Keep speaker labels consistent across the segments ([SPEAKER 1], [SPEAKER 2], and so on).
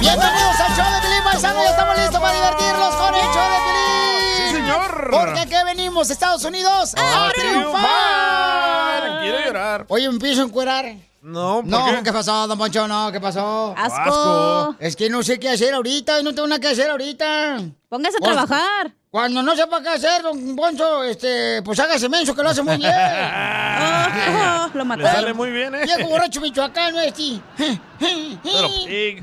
[SPEAKER 1] Bienvenidos al show de Pelín Paisano, ya estamos listos para divertirnos con el show de Pelín.
[SPEAKER 2] Sí, señor.
[SPEAKER 1] Porque aquí venimos, Estados Unidos, a,
[SPEAKER 2] ¡A
[SPEAKER 1] triunfar.
[SPEAKER 2] triunfar! Quiero llorar.
[SPEAKER 1] Oye, me empiezo a encuerar.
[SPEAKER 2] No, ¿por
[SPEAKER 1] No,
[SPEAKER 2] qué?
[SPEAKER 1] qué? pasó, don Poncho? No, ¿qué pasó?
[SPEAKER 3] Asco.
[SPEAKER 2] Asco.
[SPEAKER 1] Es que no sé qué hacer ahorita, no tengo nada que hacer ahorita.
[SPEAKER 3] Póngase a
[SPEAKER 1] Vos-
[SPEAKER 3] trabajar.
[SPEAKER 1] Cuando no sepa qué hacer, don Poncho, este, pues hágase menso que lo hace muy bien.
[SPEAKER 3] Oh, lo
[SPEAKER 2] Le
[SPEAKER 3] mataron.
[SPEAKER 2] sale muy bien, ¿eh?
[SPEAKER 1] Viejo borracho michoacano, este.
[SPEAKER 2] Pero, pig.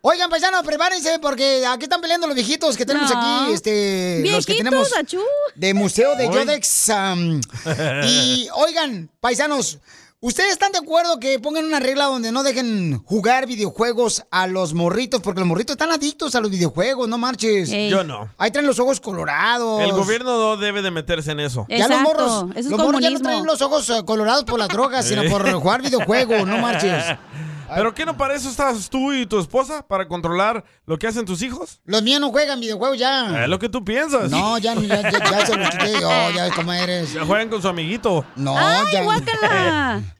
[SPEAKER 1] Oigan, paisanos, prepárense porque aquí están peleando los viejitos que tenemos
[SPEAKER 3] No.
[SPEAKER 1] aquí, este, los que
[SPEAKER 3] Viejitos,
[SPEAKER 1] tenemos
[SPEAKER 3] achú.
[SPEAKER 1] de Museo de
[SPEAKER 2] Hoy.
[SPEAKER 1] Yodex. am, y oigan, paisanos, ¿ustedes están de acuerdo que pongan una regla donde no dejen jugar videojuegos a los morritos? Porque los morritos están adictos a los videojuegos, no marches.
[SPEAKER 3] Ey.
[SPEAKER 2] Yo no.
[SPEAKER 1] Ahí traen los ojos colorados.
[SPEAKER 2] El gobierno no debe de meterse en eso.
[SPEAKER 1] Ya los
[SPEAKER 3] Exacto,
[SPEAKER 1] morros,
[SPEAKER 3] eso es
[SPEAKER 1] los morros ya no
[SPEAKER 3] comunismo.
[SPEAKER 1] traen los ojos eh, colorados por las drogas, sino por jugar videojuegos, no marches.
[SPEAKER 2] ¿Pero qué no para eso estás tú y tu esposa? ¿Para controlar lo que hacen tus hijos?
[SPEAKER 1] Los míos no juegan videojuegos ya.
[SPEAKER 2] Es Eh, lo que tú piensas.
[SPEAKER 1] No, ya, ya, ya, ya se lo quité yo, ya ves cómo eres.
[SPEAKER 2] Ya Juegan con su amiguito.
[SPEAKER 1] No,
[SPEAKER 3] ¡Ay,
[SPEAKER 1] ya.
[SPEAKER 3] guácala!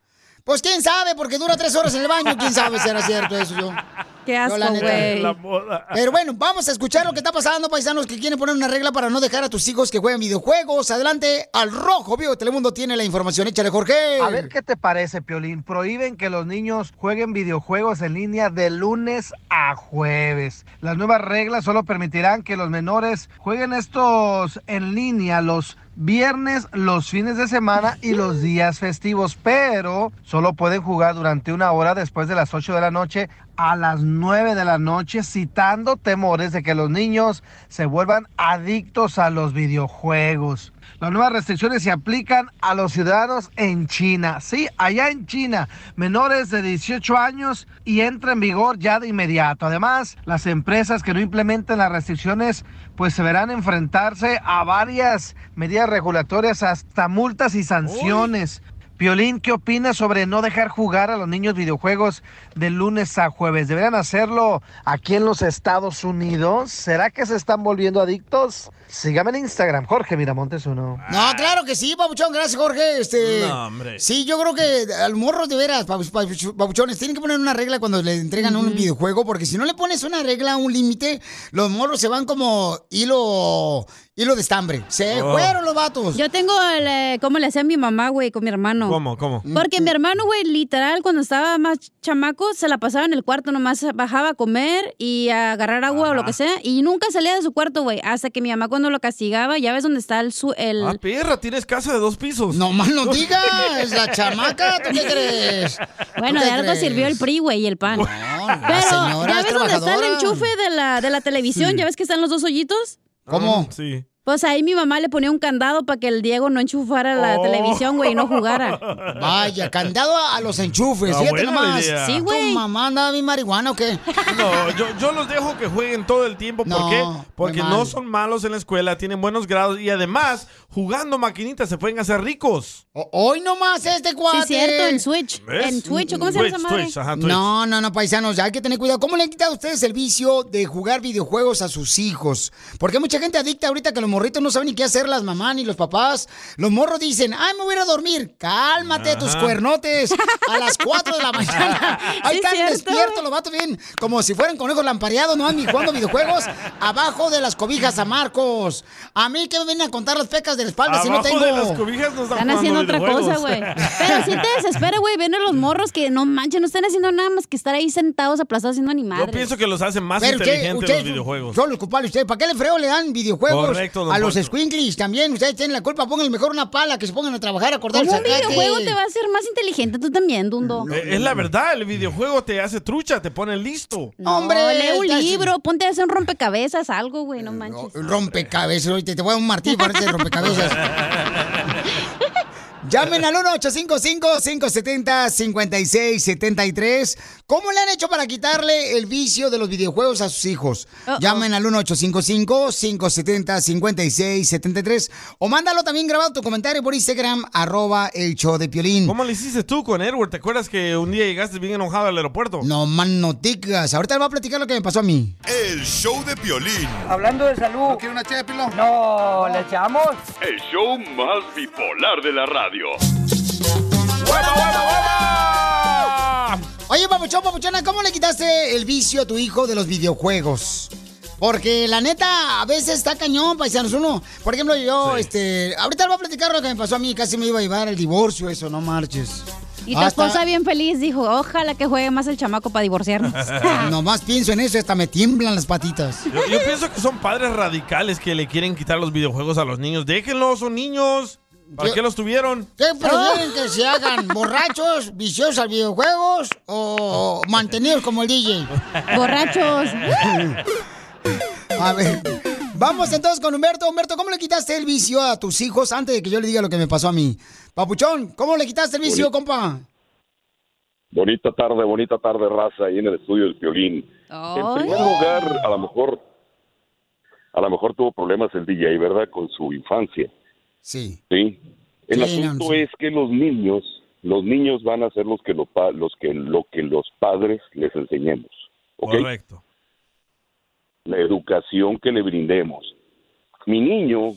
[SPEAKER 1] Pues quién sabe, porque dura tres horas en el baño, quién sabe si era cierto eso yo.
[SPEAKER 3] ¡Qué
[SPEAKER 1] la
[SPEAKER 3] asco,
[SPEAKER 1] neta, Eh,
[SPEAKER 3] güey!
[SPEAKER 2] La moda.
[SPEAKER 1] Pero bueno, vamos a escuchar lo que está pasando, paisanos que quieren poner una regla para no dejar a tus hijos que jueguen videojuegos. Adelante, al rojo, vivo, Telemundo tiene la información. Échale, Jorge.
[SPEAKER 4] A ver qué te parece, Piolín. Prohíben que los niños jueguen videojuegos en línea de lunes a jueves. Las nuevas reglas solo permitirán que los menores jueguen estos en línea los viernes, los fines de semana y los días festivos, pero solo pueden jugar durante una hora después de las 8 de la noche a las 9 de la noche, citando temores de que los niños se vuelvan adictos a los videojuegos. Las nuevas restricciones se aplican a los ciudadanos en China. Sí, allá en China, menores de 18 años y entra en vigor ya de inmediato. Además, las empresas que no implementen las restricciones pues se verán enfrentarse a varias medidas regulatorias hasta multas y sanciones. Piolín, ¿qué opinas sobre no dejar jugar a los niños videojuegos de lunes a jueves? ¿Deberían hacerlo aquí en los Estados Unidos? ¿Será que se están volviendo adictos? Sígame en Instagram, Jorge Miramontes uno.
[SPEAKER 1] No, Ah, claro que sí, Pabuchón, gracias, Jorge. Este,
[SPEAKER 2] No, hombre.
[SPEAKER 1] Sí, yo creo que al morro de veras, pabu- pabu- Pabuchones, tienen que poner una regla cuando le entregan un videojuego, porque si no le pones una regla, un límite, los morros se van como hilo, hilo de estambre. Se
[SPEAKER 2] Oh.
[SPEAKER 1] fueron los vatos.
[SPEAKER 3] Yo tengo el, eh, cómo le hacía a mi mamá, güey, con mi hermano.
[SPEAKER 2] ¿Cómo, cómo?
[SPEAKER 3] Porque mi hermano, güey, literal, cuando estaba más chamaco, se la pasaba en el cuarto, nomás bajaba a comer y a agarrar agua o lo que sea, y nunca salía de su cuarto, güey, hasta que mi mamá cuando lo castigaba, ya ves dónde está el... Su el...
[SPEAKER 2] Ah, perra, tienes casa de dos pisos.
[SPEAKER 1] No más no digas, la chamaca, ¿tú qué crees?
[SPEAKER 3] bueno,
[SPEAKER 1] ¿Tú
[SPEAKER 3] de
[SPEAKER 1] qué
[SPEAKER 3] algo
[SPEAKER 1] crees?
[SPEAKER 3] sirvió el PRI, güey, y el PAN.
[SPEAKER 1] No, la
[SPEAKER 3] Pero,
[SPEAKER 1] señora
[SPEAKER 3] ¿ya
[SPEAKER 1] es
[SPEAKER 3] ves dónde está el
[SPEAKER 1] trabajadora.
[SPEAKER 3] enchufe de la, de la televisión? ¿Ya ves que están los dos hoyitos?
[SPEAKER 1] ¿Cómo?
[SPEAKER 2] Mm, Sí.
[SPEAKER 3] Pues ahí mi mamá le ponía un candado para que el Diego no enchufara la
[SPEAKER 2] Oh.
[SPEAKER 3] televisión, güey, y no jugara.
[SPEAKER 1] Vaya, candado a, a los enchufes,
[SPEAKER 2] Ah,
[SPEAKER 1] fíjate
[SPEAKER 2] buena
[SPEAKER 1] nomás.
[SPEAKER 2] idea.
[SPEAKER 3] Sí, güey.
[SPEAKER 1] ¿Tu mamá andaba bien marihuana o qué?
[SPEAKER 2] No, yo, yo los dejo que jueguen todo el tiempo. ¿Por
[SPEAKER 1] No,
[SPEAKER 2] qué?
[SPEAKER 1] muy
[SPEAKER 2] Porque
[SPEAKER 1] mal.
[SPEAKER 2] no son malos en la escuela, tienen buenos grados y además, jugando maquinitas se pueden hacer ricos.
[SPEAKER 1] O- Hoy nomás este cuate.
[SPEAKER 3] Sí, cierto, en Switch.
[SPEAKER 2] ¿Ves?
[SPEAKER 3] En Twitch, ¿o ¿cómo se llama esa
[SPEAKER 2] Twitch,
[SPEAKER 3] madre?
[SPEAKER 2] Twitch, ajá, Twitch.
[SPEAKER 1] No, no, no, paisanos, hay que tener cuidado. ¿Cómo le han quitado a ustedes el vicio de jugar videojuegos a sus hijos? Porque hay mucha gente adicta ahorita que los morritos no saben ni qué hacer las mamás ni los papás. Los morros dicen, ay, me voy a ir a dormir. Cálmate
[SPEAKER 5] Ajá.
[SPEAKER 1] tus cuernotes. A las 4 de la mañana. Ahí
[SPEAKER 5] Sí,
[SPEAKER 1] están
[SPEAKER 5] cierto.
[SPEAKER 1] despiertos los vatos bien. Como si fueran conejos lampareados, no ni jugando videojuegos. Abajo de las cobijas a Marcos. A mí que me vienen a contar las pecas de la espalda si no
[SPEAKER 2] Abajo
[SPEAKER 1] tengo.
[SPEAKER 2] de las cobijas no están
[SPEAKER 3] Están haciendo otra
[SPEAKER 2] jugando
[SPEAKER 3] cosa, güey.
[SPEAKER 2] videojuegos.
[SPEAKER 3] Pero si te desespera, güey, ven a los morros que no manchen, no están haciendo nada más que estar ahí sentados aplastados haciendo ni
[SPEAKER 2] Yo
[SPEAKER 3] madres.
[SPEAKER 2] pienso que los hacen más
[SPEAKER 1] Pero usted-
[SPEAKER 2] inteligentes
[SPEAKER 1] ustedes
[SPEAKER 2] los videojuegos.
[SPEAKER 1] Son los culpables ustedes. ¿Para qué le freo le dan videojuegos
[SPEAKER 2] Correcto, don
[SPEAKER 1] a los
[SPEAKER 2] Poncho.
[SPEAKER 1] squinklies? También ustedes tienen la culpa. Pónganle mejor una pala que se pongan a trabajar, a cortar el
[SPEAKER 3] Como un
[SPEAKER 1] zacate.
[SPEAKER 3] videojuego te va a hacer más inteligente tú también, Dundo.
[SPEAKER 2] Eh, es la verdad, el videojuego te hace trucha, te pone listo.
[SPEAKER 3] No,
[SPEAKER 1] Hombre,
[SPEAKER 3] lee un
[SPEAKER 1] estás-
[SPEAKER 3] libro, ponte a hacer un rompecabezas, algo, güey, no manches.
[SPEAKER 1] Rompecabezas, ahorita te voy a dar un martillo para este rompecabezas. Llamen al 1-855-570-5673. ¿Cómo le han hecho para quitarle el vicio de los videojuegos a sus hijos?
[SPEAKER 3] Uh-oh.
[SPEAKER 1] Llamen al 1-855-570-5673. O mándalo también grabado tu comentario por Instagram, arroba el show de Piolín.
[SPEAKER 2] ¿Cómo le hiciste tú con Edward? ¿Te acuerdas que un día llegaste bien enojado al aeropuerto?
[SPEAKER 1] No más noticas. Ahorita le voy a platicar lo que me pasó a mí.
[SPEAKER 6] El show de Piolín.
[SPEAKER 7] Hablando de salud. ¿No una No, ¿le echamos?
[SPEAKER 8] El show más bipolar de la radio.
[SPEAKER 1] Oye, papuchón, papuchona, ¿cómo le quitaste el vicio a tu hijo de los videojuegos? Porque la neta, a veces está cañón, paisanos. Uno, por ejemplo, yo, este, ahorita le voy a platicar lo que me pasó a mí, casi me iba a llevar el divorcio, eso, no marches.
[SPEAKER 3] Y tu
[SPEAKER 1] Hasta-
[SPEAKER 3] esposa bien feliz dijo, ojalá que juegue más el chamaco para divorciarnos.
[SPEAKER 1] Nomás pienso en eso, hasta me tiemblan las patitas.
[SPEAKER 2] Yo, yo pienso que son padres radicales que le quieren quitar los videojuegos a los niños. Déjenlos, son niños. ¿Para
[SPEAKER 1] Yo-
[SPEAKER 2] qué los tuvieron?
[SPEAKER 1] ¿Qué prefieren que se hagan? ¿Borrachos, viciosos a videojuegos o mantenidos como el DJ?
[SPEAKER 3] Borrachos.
[SPEAKER 1] A ver, vamos entonces con Humberto. Humberto, ¿cómo le quitaste el vicio a tus hijos antes de que yo le diga lo que me pasó a mí? Papuchón, ¿cómo le quitaste el vicio, compa?
[SPEAKER 9] Bonita tarde, bonita tarde, raza, ahí en el estudio del violín. En primer lugar, a lo mejor, a lo mejor tuvo problemas el DJ, ¿verdad? Con su infancia.
[SPEAKER 1] Sí.
[SPEAKER 9] Sí. El
[SPEAKER 10] Sí, no,
[SPEAKER 9] asunto
[SPEAKER 10] sí.
[SPEAKER 9] es que los niños, los niños van a ser los que, lo pa- los que lo que los padres les enseñemos. ¿ok?
[SPEAKER 2] Correcto.
[SPEAKER 9] La educación que le brindemos. Mi niño,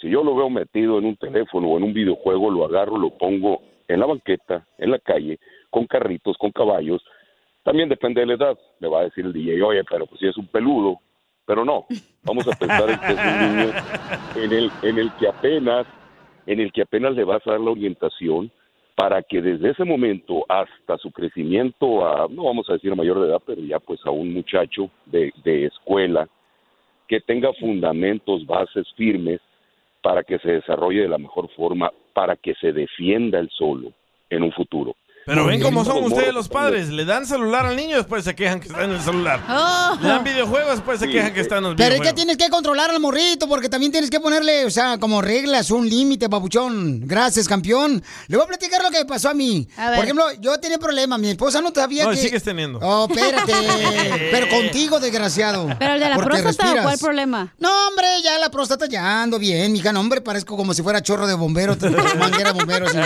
[SPEAKER 9] si yo lo veo metido en un teléfono o en un videojuego, lo agarro, lo pongo en la banqueta, en la calle, con carritos, con caballos. También depende de la edad. Me va a decir el DJ, oye, pero pues si es un peludo. Pero no, vamos a pensar en que es un niño en el, en el que apenas en el que apenas le vas a dar la orientación para que desde ese momento hasta su crecimiento a, no vamos a decir a mayor de edad, pero ya pues a un muchacho de, de escuela que tenga fundamentos, bases firmes para que se desarrolle de la mejor forma, para que se defienda el solo en un futuro.
[SPEAKER 2] Pero ven cómo son
[SPEAKER 9] Los
[SPEAKER 2] ustedes
[SPEAKER 9] morros
[SPEAKER 2] los
[SPEAKER 9] están
[SPEAKER 2] padres. Le dan celular al niño, después se quejan que está en el celular. Le dan videojuegos, después se
[SPEAKER 9] Sí,
[SPEAKER 2] quejan
[SPEAKER 9] eh,
[SPEAKER 2] que está en los
[SPEAKER 1] Oh. Pero es que
[SPEAKER 2] videojuegos.
[SPEAKER 1] tienes que controlar al morrito, porque también tienes que ponerle, o sea, como reglas, un límite, papuchón. Gracias, campeón. Le voy a platicar lo que pasó a mí.
[SPEAKER 2] A ver.
[SPEAKER 1] Por ejemplo, yo tenía problemas, mi esposa no sabía
[SPEAKER 2] No,
[SPEAKER 1] que...
[SPEAKER 2] sigues teniendo.
[SPEAKER 1] Oh, espérate. Pero contigo, desgraciado.
[SPEAKER 3] Pero el de la
[SPEAKER 1] Porque
[SPEAKER 3] próstata,
[SPEAKER 1] respiras.
[SPEAKER 3] ¿cuál problema?
[SPEAKER 1] No, hombre, ya la próstata ya ando bien, mija. No, hombre, parezco como si fuera chorro de bombero, manguera de bombero. sí.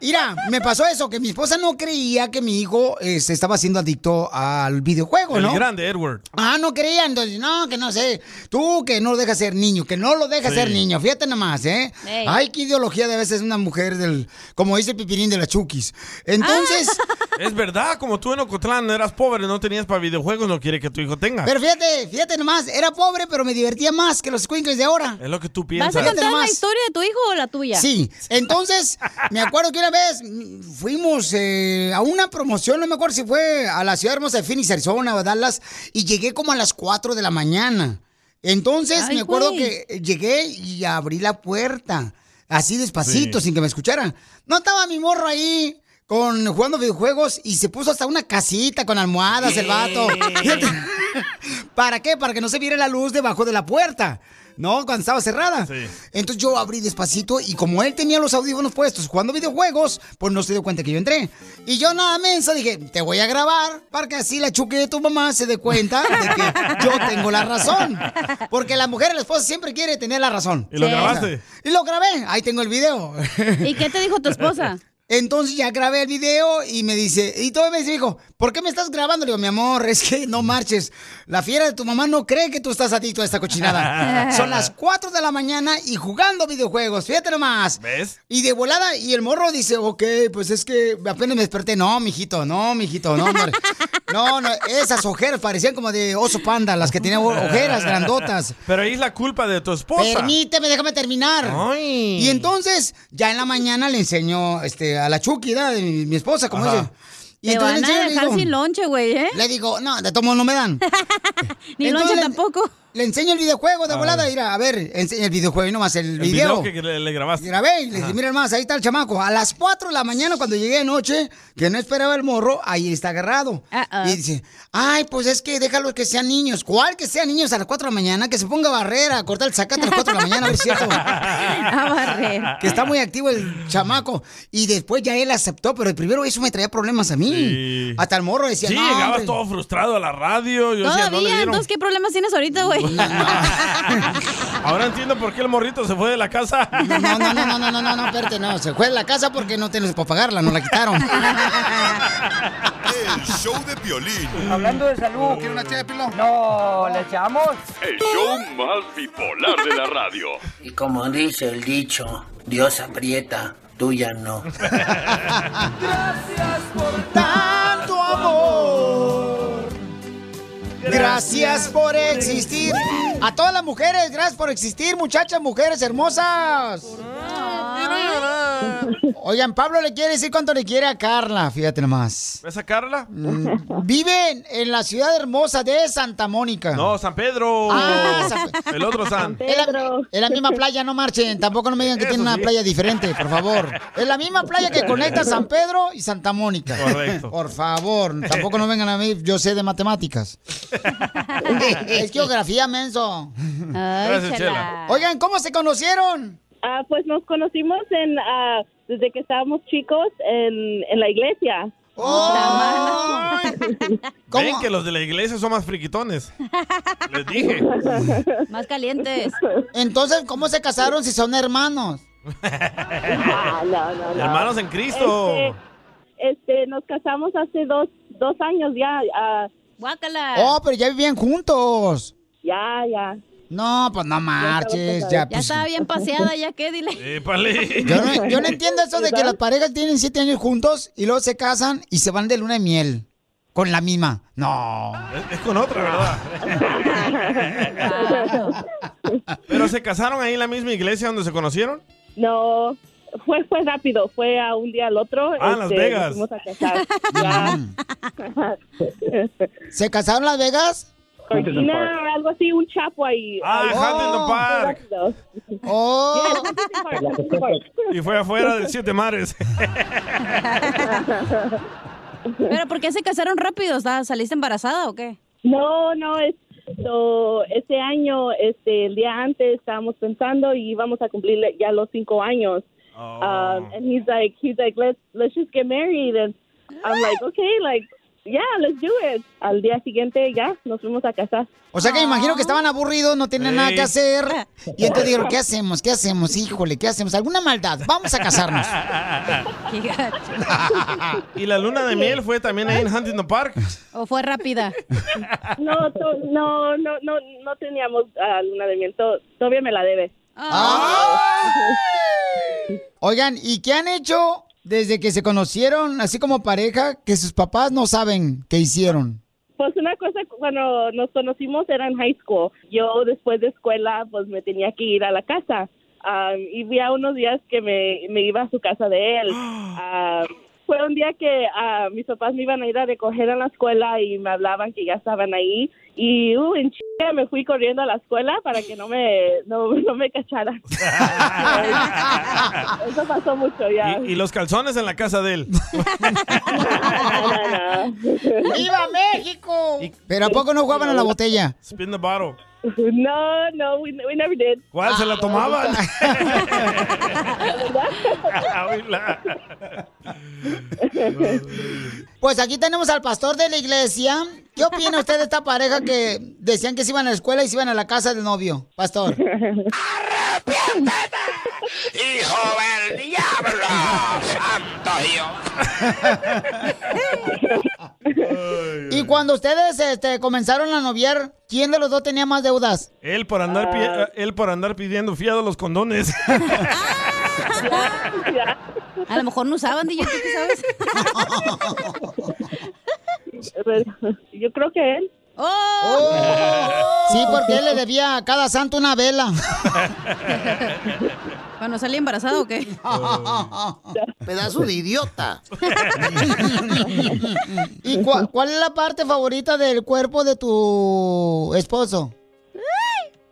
[SPEAKER 1] Mira, me pasó eso, que mi esposa no creía que mi hijo eh, se estaba haciendo adicto al videojuego,
[SPEAKER 2] El
[SPEAKER 1] ¿no?
[SPEAKER 2] grande Edward.
[SPEAKER 1] Ah, no creía, entonces, no, que no sé. Tú que no lo dejas ser niño, que no lo dejas
[SPEAKER 2] Sí.
[SPEAKER 1] ser niño, fíjate nomás, ¿eh?
[SPEAKER 3] Ey.
[SPEAKER 1] Ay, qué ideología de a veces una mujer del, como dice el pipirín de las chukis. Entonces,
[SPEAKER 2] Es verdad, como tú en Ocotlán eras pobre, no tenías para videojuegos, no quiere que tu hijo tenga.
[SPEAKER 1] pero fíjate, fíjate nomás, era pobre, pero me divertía más que los squinkles de ahora.
[SPEAKER 2] Es lo que tú
[SPEAKER 3] ¿Vas
[SPEAKER 2] piensas.
[SPEAKER 3] a contar la
[SPEAKER 1] Nomás.
[SPEAKER 3] historia de tu hijo o la tuya?
[SPEAKER 1] Sí, entonces me acuerdo que una vez mm, fuimos eh, a una promoción, no me acuerdo si fue a la ciudad hermosa de Phoenix, Arizona o a Dallas, y llegué como a las 4 de la mañana. Entonces
[SPEAKER 5] Ay,
[SPEAKER 1] me acuerdo
[SPEAKER 5] güey.
[SPEAKER 1] que llegué y abrí la puerta, así despacito, sin que me escucharan. No estaba mi morro ahí. Con jugando videojuegos y se puso hasta una casita con almohadas el vato. Fíjate. ¿Para qué? Para que no se viera la luz debajo de la puerta. ¿No? Cuando estaba cerrada. Entonces yo abrí despacito y como él tenía los audífonos puestos jugando videojuegos, pues no se dio cuenta que yo entré. Y yo nada mensa dije, te voy a grabar para que así la chuque de tu mamá se dé cuenta de que yo tengo la razón. Porque la mujer, la esposa, siempre quiere tener la razón.
[SPEAKER 2] ¿Y lo grabaste?
[SPEAKER 1] Y lo grabé, ahí tengo el video.
[SPEAKER 3] ¿Y qué te dijo tu esposa?
[SPEAKER 1] Entonces ya grabé el video y me dice, y todo me dijo, ¿por qué me estás grabando? Le digo, mi amor, es que
[SPEAKER 2] Mm.
[SPEAKER 1] no marches. La fiera de tu mamá no cree que tú estás adicto a esta cochinada. Son las 4 de la mañana y jugando videojuegos, fíjate nomás.
[SPEAKER 2] ¿Ves?
[SPEAKER 1] Y de volada, y el morro dice, ok, pues es que apenas me desperté. No, mijito, no, mijito, no, no. No, no, esas ojeras parecían como de oso panda, las que tenía ojeras grandotas.
[SPEAKER 2] Pero ahí es la culpa de tu esposa.
[SPEAKER 1] Permíteme, déjame terminar.
[SPEAKER 2] Ay.
[SPEAKER 1] Y entonces, ya en la mañana le enseñó este, a la Chucky, ¿da? De mi, mi esposa, como
[SPEAKER 2] Ajá.
[SPEAKER 1] dice. Y
[SPEAKER 3] Te
[SPEAKER 1] entonces
[SPEAKER 3] van
[SPEAKER 1] le
[SPEAKER 3] a
[SPEAKER 1] enseño y le
[SPEAKER 3] dejar
[SPEAKER 1] digo-
[SPEAKER 3] sin lonche, güey, ¿eh?
[SPEAKER 1] Le digo, no, de todos modos no me dan. Pues
[SPEAKER 3] Ni lonche
[SPEAKER 1] tampoco. Le enseño el videojuego de
[SPEAKER 2] Ah.
[SPEAKER 1] volada. Mira, a ver, enseña el videojuego y nomás el,
[SPEAKER 2] El
[SPEAKER 1] video.
[SPEAKER 2] video que le, le grabaste.
[SPEAKER 1] Grabé y le dije,
[SPEAKER 2] Ajá.
[SPEAKER 1] miren más, ahí está el chamaco. A las 4 de la mañana, cuando llegué de noche, que no esperaba el morro, ahí está agarrado. Y dice, ay, pues es que déjalo que sean niños. ¿Cuál que sean niños a las 4 de la mañana? Que se ponga barrera, a cortar el sacate a las 4 de la mañana, a ver si es cierto.
[SPEAKER 3] barrer.
[SPEAKER 1] Que está muy activo el chamaco. Y después ya él aceptó, pero primero eso me traía problemas a mí.
[SPEAKER 2] Sí.
[SPEAKER 1] Hasta el morro decía,
[SPEAKER 2] Sí,
[SPEAKER 1] no,
[SPEAKER 2] llegabas
[SPEAKER 1] hombre".
[SPEAKER 2] todo frustrado a la radio. Yo decía,
[SPEAKER 3] Todavía,
[SPEAKER 2] no le dieron.
[SPEAKER 3] entonces, ¿qué problemas tienes ahorita, güey?
[SPEAKER 2] Ahora entiendo por qué el morrito se fue de la casa.
[SPEAKER 1] ah. No, no, no, no, no, no, no, no, espérate, no. Se fue de la casa porque no tenés para pagarla, no la quitaron.
[SPEAKER 6] El show de violín.
[SPEAKER 7] Hablando de salud, ¿quiere una ché de pilón? No, ¿le echamos?
[SPEAKER 8] El show más bipolar de la radio.
[SPEAKER 5] Y como dice el dicho, Dios aprieta, tú ya no.
[SPEAKER 1] Tanto amor. Gracias por existir. A todas las mujeres, gracias por existir, muchachas, mujeres hermosas. Oigan, Pablo le quiere decir cuánto le quiere a Carla, fíjate nomás.
[SPEAKER 2] ¿Ves a Carla?
[SPEAKER 1] Mm, Viven en la ciudad hermosa de Santa Mónica.
[SPEAKER 2] No, San Pedro.
[SPEAKER 1] Ah, San-
[SPEAKER 2] El otro San.
[SPEAKER 1] Es la, es la misma playa, no marchen. Tampoco no me digan que tiene una playa diferente, por favor. Es la misma playa que conecta San Pedro y Santa Mónica.
[SPEAKER 2] Correcto.
[SPEAKER 1] Por favor, tampoco no vengan a mí, yo sé de matemáticas. es geografía, menso.
[SPEAKER 10] Gracias, Chela. Chela.
[SPEAKER 1] Oigan, ¿cómo se conocieron?
[SPEAKER 10] Ah, pues nos conocimos en, ah, desde que estábamos chicos en, en la iglesia.
[SPEAKER 2] Ven que los de la iglesia son más friquitones. Les dije.
[SPEAKER 1] Más calientes. Entonces, ¿cómo se casaron si son hermanos?
[SPEAKER 10] no, no.
[SPEAKER 2] Hermanos en Cristo.
[SPEAKER 10] Este, este, nos casamos hace dos, dos años ya. ah,
[SPEAKER 1] Oh, pero ya vivían juntos.
[SPEAKER 10] ya, ya.
[SPEAKER 1] No, pues no marches. Ya,
[SPEAKER 3] Ya
[SPEAKER 1] pues,
[SPEAKER 3] estaba bien paseada, ya qué, dile.
[SPEAKER 1] Yo no, yo no entiendo eso de que las parejas tienen siete años juntos y luego se casan y se van de luna de miel con la misma. No.
[SPEAKER 2] Es, es con otra, ¿verdad? Pero se casaron ahí en la misma iglesia donde se conocieron.
[SPEAKER 10] No, fue, fue rápido, fue a un día al otro.
[SPEAKER 2] Ah, en Las
[SPEAKER 10] este,
[SPEAKER 2] Vegas.
[SPEAKER 10] nos fuimos a casar. Ya.
[SPEAKER 1] ¿Se casaron en Las Vegas?
[SPEAKER 10] Cortina, algo así, un chapo ahí.
[SPEAKER 2] Ah,
[SPEAKER 10] Ahí.
[SPEAKER 2] Huntington Park.
[SPEAKER 10] Fue rápido.
[SPEAKER 1] Oh.
[SPEAKER 10] Yeah, Huntington Park, Huntington Park.
[SPEAKER 2] Y fue afuera de Siete Mares.
[SPEAKER 3] Pero ¿por qué se casaron rápido? O sea, ¿Saliste embarazada o qué?
[SPEAKER 10] No, no, es, so, este año, este, el día antes estábamos pensando y íbamos a cumplir ya los cinco años.
[SPEAKER 11] Oh.
[SPEAKER 2] Oh.
[SPEAKER 10] Um, and he's like, he's like, let's, let's just get married. And I'm like, okay, like, yeah, let's do it. Al día siguiente ya nos fuimos a casar.
[SPEAKER 1] O sea que me imagino que estaban aburridos, no tenían nada que
[SPEAKER 10] Ey.
[SPEAKER 1] hacer. Y entonces dijeron, ¿qué hacemos? ¿Qué hacemos? Híjole, ¿qué hacemos? ¿Alguna maldad? Vamos a casarnos.
[SPEAKER 3] Qué gacho.
[SPEAKER 2] y la luna de miel fue también ahí en Huntington Park.
[SPEAKER 3] ¿O fue rápida?
[SPEAKER 10] No, to- no, no, no, no teníamos ah, luna de miel. To- todavía me la debe.
[SPEAKER 1] Oigan, ¿y qué han hecho desde que se conocieron, así como pareja, que sus papás no saben qué hicieron?
[SPEAKER 10] Pues una cosa, cuando nos conocimos era en high school. Yo después de escuela, pues me tenía que ir a la casa. Am, y vi a unos días que me, me iba a su casa de él. Am, fue un día que ah, mis papás me iban a ir a recoger a la escuela y me hablaban que ya estaban ahí. Y uh, en chica me fui corriendo a la escuela para que no me, no, no me cacharan. Eso pasó mucho ya.
[SPEAKER 2] Y los calzones en la casa de él.
[SPEAKER 1] ¡Viva México! Pero ¿a poco no jugaban a la botella?
[SPEAKER 2] Spin the bottle.
[SPEAKER 10] No, no, we, we never did.
[SPEAKER 2] ¿Cuál? ¿Se
[SPEAKER 1] Ah,
[SPEAKER 2] la tomaban?
[SPEAKER 1] Pues aquí tenemos al pastor de la iglesia. ¿Qué opina usted de esta pareja que decían que se iban a la escuela y se iban a la casa del novio? Pastor.
[SPEAKER 12] ¡Hijo del diablo! ¡Santo Dios!
[SPEAKER 1] Y cuando ustedes este, comenzaron a noviar, ¿quién de los dos tenía más deudas?
[SPEAKER 2] Él por andar, pi-
[SPEAKER 1] Ah.
[SPEAKER 2] él por andar pidiendo fiado los condones.
[SPEAKER 3] A lo mejor no usaban, DJ, ¿tú qué sabes?
[SPEAKER 10] Yo creo que él.
[SPEAKER 3] Oh.
[SPEAKER 1] Sí, porque él le debía a cada santo una vela.
[SPEAKER 3] Bueno, salí embarazado o qué?
[SPEAKER 1] Pedazo de idiota. ¿Y cua- cuál es la parte favorita del cuerpo de tu esposo?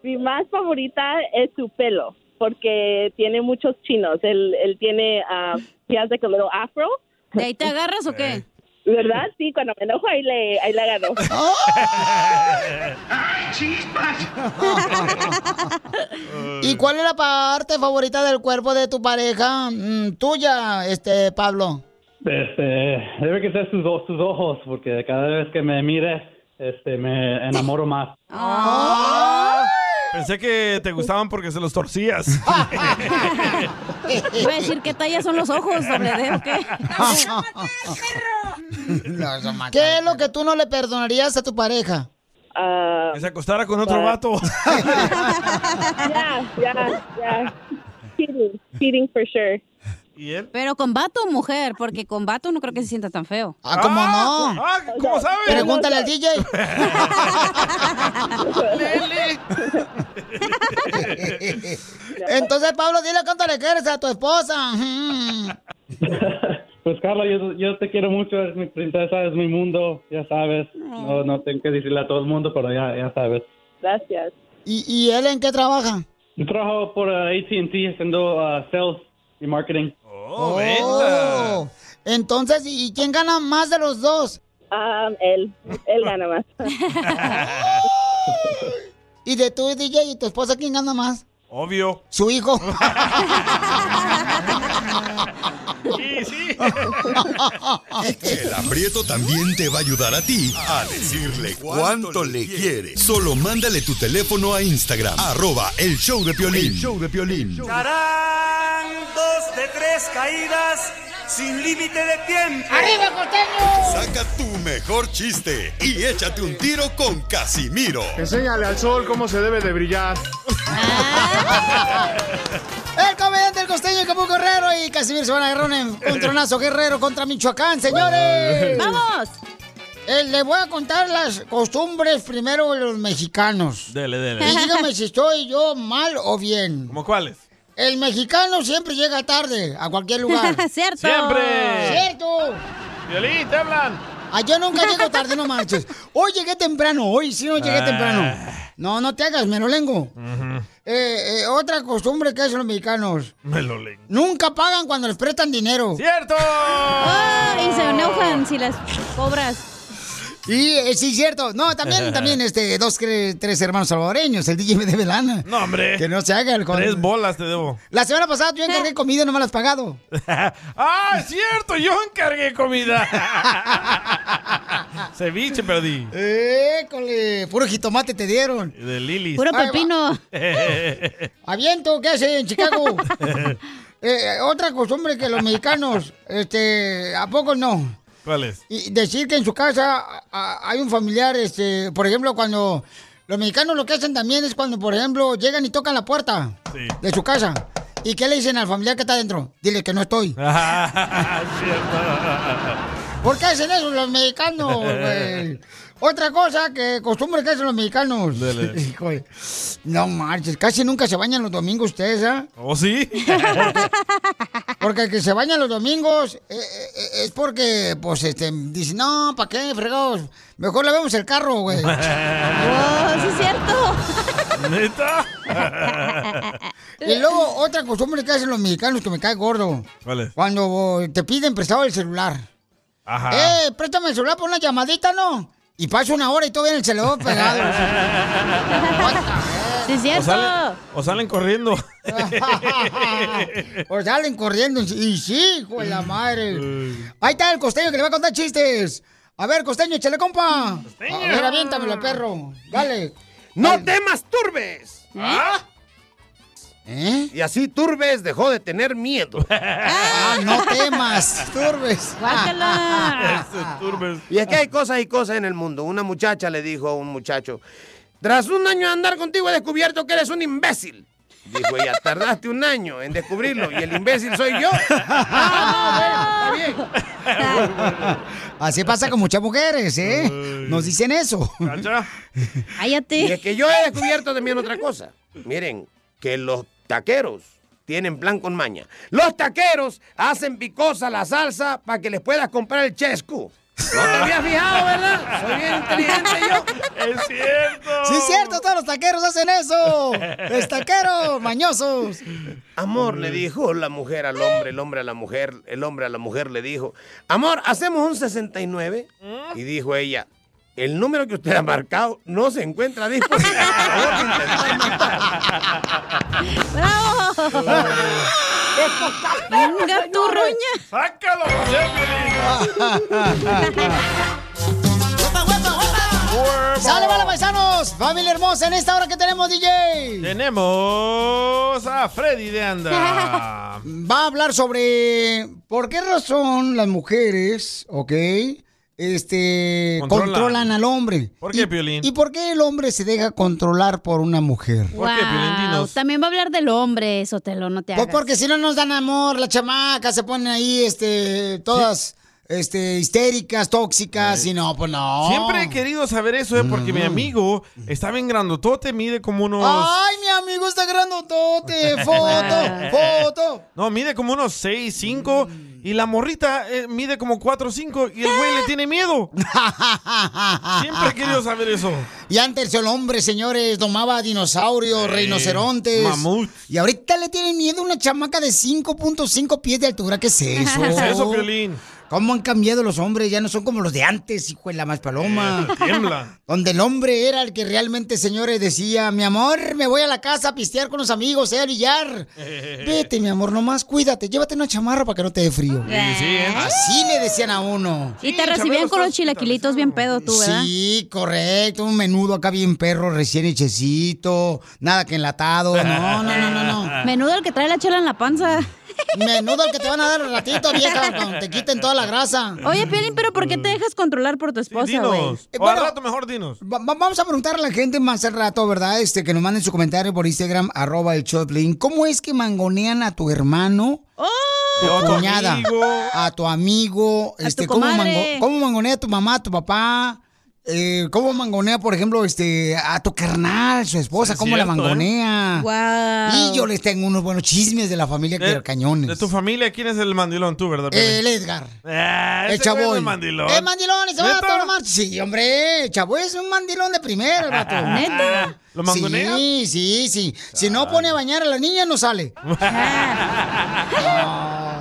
[SPEAKER 10] Mi más favorita es su pelo, porque tiene muchos chinos. Él, él tiene, ah, he has like a little afro.
[SPEAKER 3] ¿De ahí te agarras o qué?
[SPEAKER 10] ¿Verdad? Sí, cuando me enojo ahí le, ahí le agarro.
[SPEAKER 1] ¿Y cuál es la parte favorita del cuerpo de tu pareja? Mm, tuya, este, Pablo.
[SPEAKER 13] Este, debe que ser sus, o- sus ojos, porque cada vez que me mires, este, me enamoro más.
[SPEAKER 2] Pensé que te gustaban porque se los torcías.
[SPEAKER 3] Iba a decir qué talla son los ojos, doble D, o qué.
[SPEAKER 1] ¿Qué es lo que tú no le perdonarías a tu pareja?
[SPEAKER 2] Que se acostara con otro
[SPEAKER 1] Ah.
[SPEAKER 2] vato.
[SPEAKER 10] yeah, yeah, yeah. Cheating, cheating for sure.
[SPEAKER 3] Pero con vato o mujer, porque con vato no creo que se sienta tan feo.
[SPEAKER 1] Ah, ¿cómo no?
[SPEAKER 2] ah, ¿cómo sabes?
[SPEAKER 1] Pregúntale al DJ. Entonces, Pablo, dile cuánto le quieres a tu esposa. Mm.
[SPEAKER 13] Pues Carla, yo, yo te quiero mucho, eres mi princesa, es mi mundo, ya sabes. No, no tengo que decirle a todo el mundo, pero ya, ya sabes.
[SPEAKER 10] Gracias.
[SPEAKER 1] ¿Y, y él en qué trabaja?
[SPEAKER 13] Yo trabajo por eh, AT&T haciendo ah, sales y marketing.
[SPEAKER 2] Oh,
[SPEAKER 1] Oh, entonces, ¿y quién gana más de los dos?
[SPEAKER 10] Ah, él, él gana más.
[SPEAKER 1] ¿Y de tú, DJ, y tu esposa, quién gana más?
[SPEAKER 2] Obvio.
[SPEAKER 1] Su hijo.
[SPEAKER 2] Sí, sí.
[SPEAKER 6] El aprieto también te va a ayudar a ti a decirle cuánto le quiere. Solo mándale tu teléfono a Instagram, arroba el show de Piolín.
[SPEAKER 11] El
[SPEAKER 6] show de Piolín.
[SPEAKER 11] Carán, dos de tres caídas, sin límite de tiempo.
[SPEAKER 1] ¡Arriba, costeño!
[SPEAKER 6] Saca tu mejor chiste y échate un tiro con Casimiro.
[SPEAKER 14] Enséñale al sol cómo se debe de brillar.
[SPEAKER 1] El comediante del costeño Capu Guerrero y Casimir se van a agarrar un encontronazo guerrero contra Michoacán, señores.
[SPEAKER 3] ¡Vamos!
[SPEAKER 1] Eh, les voy a contar las costumbres primero de los mexicanos.
[SPEAKER 2] Dele, dele.
[SPEAKER 1] Y dígame si estoy yo mal o bien.
[SPEAKER 2] ¿Cómo cuáles?
[SPEAKER 1] El mexicano siempre llega tarde a cualquier lugar.
[SPEAKER 3] ¡Cierto!
[SPEAKER 2] ¡Siempre!
[SPEAKER 1] ¡Cierto!
[SPEAKER 2] Violín, te hablan.
[SPEAKER 1] Ah, yo nunca llego tarde, no marches. Hoy llegué temprano, hoy sí no llegué
[SPEAKER 2] Ah.
[SPEAKER 1] temprano. No, no te hagas, merolengo. Eh, eh, otra costumbre que hacen los mexicanos.
[SPEAKER 2] Me lo leí.
[SPEAKER 1] Nunca pagan cuando les prestan dinero.
[SPEAKER 2] ¡Cierto!
[SPEAKER 3] Ah, y se enojan si las cobras.
[SPEAKER 1] Y eh, sí, cierto. No, también, también, este, dos, cre- tres hermanos salvadoreños. El DJ me debe lana.
[SPEAKER 2] No, hombre.
[SPEAKER 1] Que no se haga el con-
[SPEAKER 2] Tres bolas te debo.
[SPEAKER 1] La semana pasada yo
[SPEAKER 3] Eh.
[SPEAKER 1] encargué comida y no me la has pagado.
[SPEAKER 2] ¡Ah, es cierto! Yo encargué comida. Ceviche perdí.
[SPEAKER 1] ¡École! Puro jitomate te dieron.
[SPEAKER 2] De Lili.
[SPEAKER 1] Puro pepino.
[SPEAKER 2] Ahí
[SPEAKER 1] Aviento, ¿qué hace en Chicago?
[SPEAKER 2] va.
[SPEAKER 1] Eh, otra costumbre que los mexicanos, este, ¿a poco no?
[SPEAKER 2] ¿Cuál es?
[SPEAKER 1] Y decir que en su casa a- a- hay un familiar, este, por ejemplo, cuando los mexicanos lo que hacen también es cuando, por ejemplo, llegan y tocan la puerta
[SPEAKER 2] Sí.
[SPEAKER 1] de su casa. ¿Y qué le dicen al familiar que está adentro? Dile que no estoy.
[SPEAKER 2] cierto.
[SPEAKER 1] ¿Por qué hacen eso los mexicanos, güey? Otra cosa que costumbre que hacen los mexicanos.
[SPEAKER 2] Dele.
[SPEAKER 1] Híjole. No marches, casi nunca se bañan los domingos ustedes, ¿ah?
[SPEAKER 2] ¿Oh, sí?
[SPEAKER 1] Porque el que se baña los domingos eh, eh, eh, es porque, pues, este, dice, no, ¿para qué, fregados? Mejor le vemos el carro, güey.
[SPEAKER 3] ¡Oh, sí es cierto!
[SPEAKER 2] ¿Neta?
[SPEAKER 1] Y luego, otra costumbre que hacen los mexicanos que me cae gordo.
[SPEAKER 2] ¿Cuál es?
[SPEAKER 1] Cuando eh, te piden prestado el celular.
[SPEAKER 2] Ajá.
[SPEAKER 1] Eh, préstame el celular por una llamadita, ¿no? Y pasa una hora y todavía en el celular pegado.
[SPEAKER 3] Sí, es
[SPEAKER 2] O
[SPEAKER 3] cierto.
[SPEAKER 2] salen, o salen corriendo.
[SPEAKER 1] o salen corriendo. Y sí, hijo de la madre. Ahí está el costeño que le va a contar chistes. A ver, costeño, échale compa. A ver, aviéntamelo, perro. Dale.
[SPEAKER 15] ¡No te masturbes!
[SPEAKER 1] ¿Eh?
[SPEAKER 15] Y así Turbes dejó de tener miedo.
[SPEAKER 1] Ah, no temas, Turbes.
[SPEAKER 15] Guácala. Y es que hay cosas y cosas en el mundo. Una muchacha le dijo a un muchacho, tras un año de andar contigo he descubierto que eres un imbécil. Dijo ella, tardaste un año en descubrirlo y el imbécil soy yo. Ah, no, bueno, está bien.
[SPEAKER 1] Así pasa con muchas mujeres, ¿eh? Nos dicen eso.
[SPEAKER 15] Y es que yo he descubierto también otra cosa. Miren, que los taqueros tienen plan con maña. Los taqueros hacen picosa la salsa para que les puedas comprar el chesco. No te habías fijado, ¿verdad? Soy bien inteligente yo.
[SPEAKER 2] Es cierto.
[SPEAKER 1] Sí, es cierto, todos los taqueros hacen eso. Los taqueros, mañosos.
[SPEAKER 15] Amor, le dijo la mujer al hombre, el hombre a la mujer, el hombre a la mujer le dijo, amor, ¿hacemos un 69? Y dijo ella, el número que usted ha marcado no se encuentra disponible.
[SPEAKER 3] ¡Bravo! ¡Venga, tu ruña!
[SPEAKER 2] ¡Sácalo,
[SPEAKER 1] ¡Sale, bala, paisanos! ¡Familia hermosa! En esta hora que tenemos, DJ.
[SPEAKER 2] Tenemos a Freddy de Anda.
[SPEAKER 1] Va a hablar sobre por qué razón las mujeres, ¿ok? Este,
[SPEAKER 2] Controlan.
[SPEAKER 1] controlan, al hombre.
[SPEAKER 2] ¿Por qué, Piolín?
[SPEAKER 1] ¿Y por qué el hombre se deja controlar por una mujer?
[SPEAKER 3] Wow, también va a hablar del hombre, Sotelo, no te hagas.
[SPEAKER 1] Pues porque si no nos dan amor, las chamacas se ponen ahí, este, todas, este, histéricas, tóxicas, y no, pues no. Mm.
[SPEAKER 2] Siempre he querido saber eso, ¿eh? Porque mi amigo está bien grandotote, mide como unos...
[SPEAKER 1] Ay, mi amigo está grandotote, foto, foto.
[SPEAKER 2] No, mide como unos 6, 5 y la morrita eh, mide como 4, 5 y el güey le tiene miedo. Siempre he querido saber eso.
[SPEAKER 1] Y antes el hombre, señores, domaba dinosaurios,
[SPEAKER 2] Sí.
[SPEAKER 1] rinocerontes.
[SPEAKER 2] Mamut.
[SPEAKER 1] Y ahorita le tienen miedo a una chamaca de 5.5 pies de altura. ¿Qué es eso?
[SPEAKER 2] ¿Qué es eso, Piolín?
[SPEAKER 1] ¿Cómo han cambiado los hombres? Ya no son como los de antes, hijo de la más paloma.
[SPEAKER 2] Eh, tiembla.
[SPEAKER 1] Donde el hombre era el que realmente, señores, decía, mi amor, me voy a la casa a pistear con los amigos, eh, a billar.
[SPEAKER 2] Eh.
[SPEAKER 1] Vete, mi amor, nomás cuídate, llévate una chamarra para que no te dé frío.
[SPEAKER 2] ¿eh?
[SPEAKER 1] Eh. Así le decían a uno.
[SPEAKER 3] Y te recibían con los chilaquilitos bien pedo tú, ¿verdad?
[SPEAKER 1] Sí, correcto, un menudo acá bien perro, recién hechecito, nada que enlatado, no, no, no, no, no.
[SPEAKER 3] Menudo el que trae la chela en la panza.
[SPEAKER 1] Menudo el que te van a dar al ratito, vieja, cuando te quiten toda la grasa.
[SPEAKER 3] Oye, Piolín, pero ¿por qué te dejas controlar por tu esposa, güey?
[SPEAKER 1] Eh, bueno,
[SPEAKER 2] mejor dinos.
[SPEAKER 1] va- va- vamos a preguntarle a la gente más al rato, ¿verdad? Este, que nos manden su comentario por Instagram, arroba el Choplin. ¿Cómo es que mangonean a tu hermano?
[SPEAKER 2] Y a
[SPEAKER 1] Tu
[SPEAKER 16] Oh.
[SPEAKER 2] tu
[SPEAKER 1] cuñada,
[SPEAKER 2] amigo.
[SPEAKER 1] a tu amigo, este, ¿cómo,
[SPEAKER 2] comadre.
[SPEAKER 1] mango- cómo mangonea a tu mamá, a tu papá, Eh, cómo mangonea, por ejemplo, este, a tu carnal, su esposa,
[SPEAKER 2] Sí, es
[SPEAKER 1] cómo la
[SPEAKER 2] cierto, ¿eh?
[SPEAKER 1] mangonea.
[SPEAKER 3] Wow.
[SPEAKER 1] Y yo les tengo unos buenos chismes de la familia que
[SPEAKER 2] De-
[SPEAKER 1] cañones.
[SPEAKER 2] Eh, De tu familia, ¿quién es el mandilón? Tú, ¿verdad? Piolín?
[SPEAKER 1] El Edgar.
[SPEAKER 2] Ah,
[SPEAKER 1] El
[SPEAKER 2] ese güey no
[SPEAKER 1] chavoy.
[SPEAKER 2] es mandilón.
[SPEAKER 1] El mandilón, ese vato,
[SPEAKER 2] ¿Neta?
[SPEAKER 1] no marches. Sí, hombre, el chavoy es un mandilón de primera, el vato.
[SPEAKER 2] ¿Neta? ¿Lo mangonea?
[SPEAKER 1] Sí, sí, sí. Si no pone a bañar a la niña, no sale.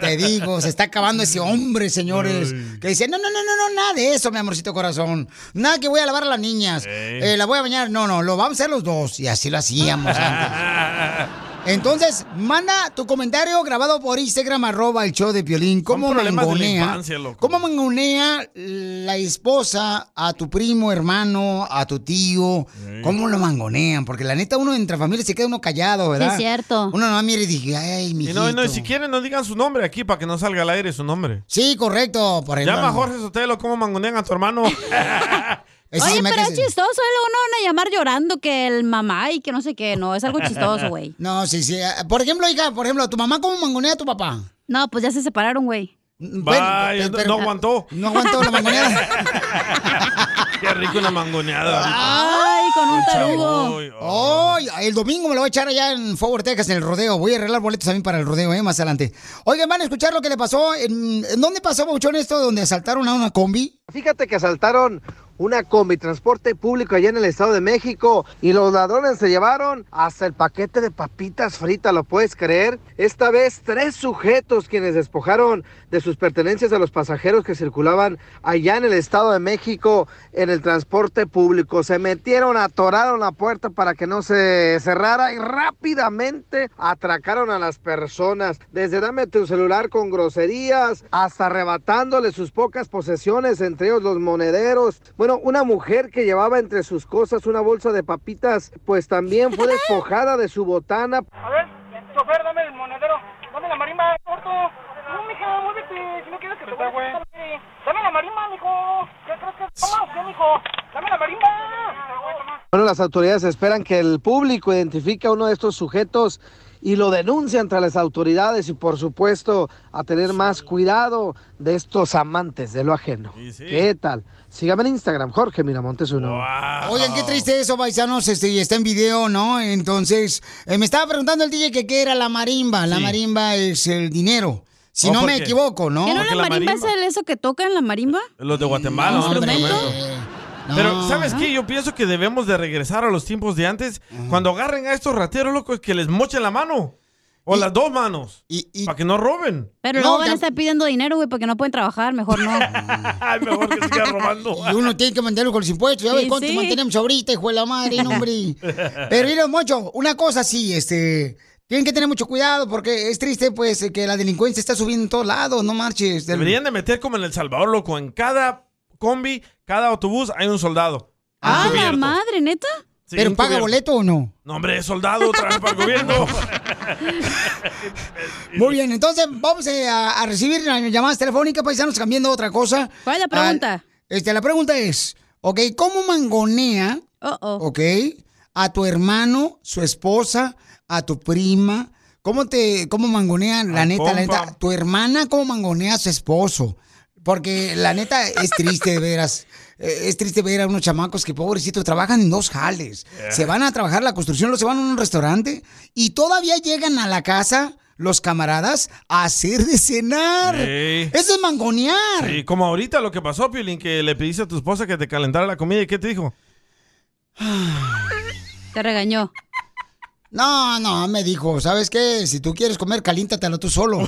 [SPEAKER 1] Te digo, se está acabando ese hombre, señores. Que dice, no, no, no, no, no, nada de eso, mi amorcito corazón. Nada que voy a lavar a las niñas.
[SPEAKER 2] Ey.
[SPEAKER 1] Eh, la voy a bañar. No, no, lo vamos a hacer los dos. Y así lo hacíamos antes. Entonces, manda tu comentario grabado por Instagram, arroba el show de Piolín. ¿Cómo
[SPEAKER 2] problemas de la
[SPEAKER 1] mangonea?
[SPEAKER 2] infancia, loco.
[SPEAKER 1] ¿Cómo mangonea la esposa a tu primo, hermano, a tu tío? ¿Cómo lo mangonean? Porque la neta, uno entre familias se queda uno callado, ¿verdad?
[SPEAKER 3] Sí, es cierto.
[SPEAKER 1] Uno no mira y dice, ay, mi
[SPEAKER 2] Y no, y no, y si quieren, no digan su nombre aquí para que no salga al aire su nombre.
[SPEAKER 1] Sí, correcto. Por ejemplo.
[SPEAKER 2] Llama a Jorge Sotelo, ¿cómo mangonean a tu hermano?
[SPEAKER 3] Oye, pero es chistoso, ¿eh? luego no van a llamar llorando que el mamá y que no sé qué, no, es algo chistoso, güey.
[SPEAKER 1] No, sí, sí. Por ejemplo, hija, por ejemplo, ¿tu mamá cómo mangonea a tu papá?
[SPEAKER 3] No, pues ya se separaron, güey.
[SPEAKER 2] Vaya,
[SPEAKER 1] pero- pero-
[SPEAKER 2] no aguantó.
[SPEAKER 1] No aguantó la mangoneada.
[SPEAKER 2] Qué rico una mangoneada.
[SPEAKER 3] Ay, con un oh, tarugo.
[SPEAKER 2] Ay,
[SPEAKER 1] Ay, el domingo me lo voy a echar allá en Forward, Texas, en el rodeo. Voy a arreglar boletos también para el rodeo, ¿eh? más adelante. Oigan, van a escuchar lo que le pasó. ¿En, en dónde pasó, Bauchón, esto donde asaltaron a una combi?
[SPEAKER 4] Fíjate que asaltaron una combi transporte público allá en el Estado de México y los ladrones se llevaron hasta el paquete de papitas fritas, ¿lo puedes creer? Esta vez tres sujetos quienes despojaron de sus pertenencias a los pasajeros que circulaban allá en el Estado de México en el transporte público. Se metieron, atoraron la puerta para que no se cerrara y rápidamente atracaron a las personas. Desde dame tu celular con groserías hasta arrebatándole sus pocas posesiones, entre ellos los monederos. Bueno, Bueno, una mujer que llevaba entre sus cosas una bolsa de papitas, pues también fue despojada de su botana.
[SPEAKER 7] A ver, chofer, dame el monedero. Dame la marimba, corto. No, mija, muévete. Si no quieres que te vuelva a madre. Dame la marimba, mijo. ¿Qué crees que es? Toma, ¿o qué, mijo? Dame la marimba.
[SPEAKER 4] Bueno, las autoridades esperan que el público identifique a uno de estos sujetos y lo denuncian tras las autoridades y por supuesto a tener más cuidado de estos amantes de lo ajeno. ¿Qué tal? Sígame en Instagram, Jorge Miramontes uno.
[SPEAKER 1] Oigan,
[SPEAKER 3] Oh.
[SPEAKER 1] qué triste eso, paisanos, este, y está en video, ¿no? Entonces, eh, me estaba preguntando el DJ que qué era la marimba. La
[SPEAKER 3] Sí.
[SPEAKER 1] marimba es el dinero. Si
[SPEAKER 2] Oh,
[SPEAKER 1] no
[SPEAKER 2] ¿por
[SPEAKER 1] me
[SPEAKER 2] qué?
[SPEAKER 1] equivoco, ¿no?
[SPEAKER 3] ¿Qué no la marimba es el eso que toca en la marimba?
[SPEAKER 2] Los de Guatemala,
[SPEAKER 3] ¿Un
[SPEAKER 2] ¿no?
[SPEAKER 3] instrumento?
[SPEAKER 2] Pero, ¿sabes qué? Yo pienso que debemos de regresar a los tiempos de antes. Cuando agarren a estos rateros, locos, que les mochen la mano. O las dos manos. para que no roben.
[SPEAKER 3] Pero luego van a estar pidiendo dinero, güey, porque no pueden trabajar, mejor no.
[SPEAKER 2] Ay, mejor que siga robando.
[SPEAKER 1] Y uno tiene que mantenerlo con los impuestos. Ya ves
[SPEAKER 3] Sí,
[SPEAKER 1] cuánto
[SPEAKER 3] sí.
[SPEAKER 1] mantenemos ahorita, hijo de la madre, no, hombre. Pero mira, Mocho, una cosa sí, este. Tienen que tener mucho cuidado porque es triste, pues, eh, que la delincuencia está subiendo en todos lados, no marches. Del-
[SPEAKER 2] Deberían de meter como en El Salvador, loco. En cada combi, cada autobús hay un soldado.
[SPEAKER 3] ¡Ah, la
[SPEAKER 2] Encubierto.
[SPEAKER 3] madre, neta!
[SPEAKER 2] Sí,
[SPEAKER 1] ¿Pero paga
[SPEAKER 2] encubierto.
[SPEAKER 1] boleto o no?
[SPEAKER 2] No, hombre, es soldado otra vez para el gobierno.
[SPEAKER 1] Muy bien, entonces vamos eh, a, a recibir las llamadas telefónicas, paisanos, cambiando a otra cosa.
[SPEAKER 3] ¿Cuál es la pregunta?
[SPEAKER 1] este, la pregunta es, ok, ¿cómo mangonea, ok, a tu hermano, su esposa, a tu prima? ¿Cómo te, cómo mangonea, la
[SPEAKER 17] Al
[SPEAKER 1] neta, la
[SPEAKER 17] compa.
[SPEAKER 1] neta, tu hermana, cómo mangonea a su esposo? Porque la neta es triste, de veras. Eh, Es triste ver a unos chamacos que, pobrecito, trabajan en dos jales.
[SPEAKER 17] Yeah.
[SPEAKER 1] Se van a trabajar la construcción, luego se van a un restaurante y todavía llegan a la casa los camaradas a hacer de cenar.
[SPEAKER 2] Sí.
[SPEAKER 1] Eso es mangonear.
[SPEAKER 2] Y como ahorita lo que pasó, Piolín, que le pediste a tu esposa que te calentara la comida. ¿Y qué te dijo?
[SPEAKER 3] Te regañó.
[SPEAKER 1] No, no, me dijo, ¿sabes qué? Si tú quieres comer, caliéntatelo tú solo.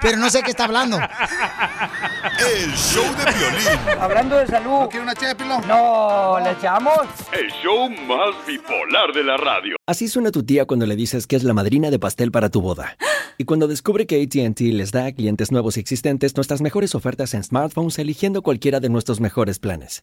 [SPEAKER 1] Pero no sé qué está hablando.
[SPEAKER 6] El show de violín.
[SPEAKER 7] Hablando de salud. ¿No quiere una ché de pilón? No, ¿le echamos?
[SPEAKER 8] El show más bipolar de la radio.
[SPEAKER 18] Así suena tu tía cuando le dices que es la madrina de pastel para tu boda. Y cuando descubre que ATT les da a clientes nuevos y existentes nuestras mejores ofertas en smartphones eligiendo cualquiera de nuestros mejores planes.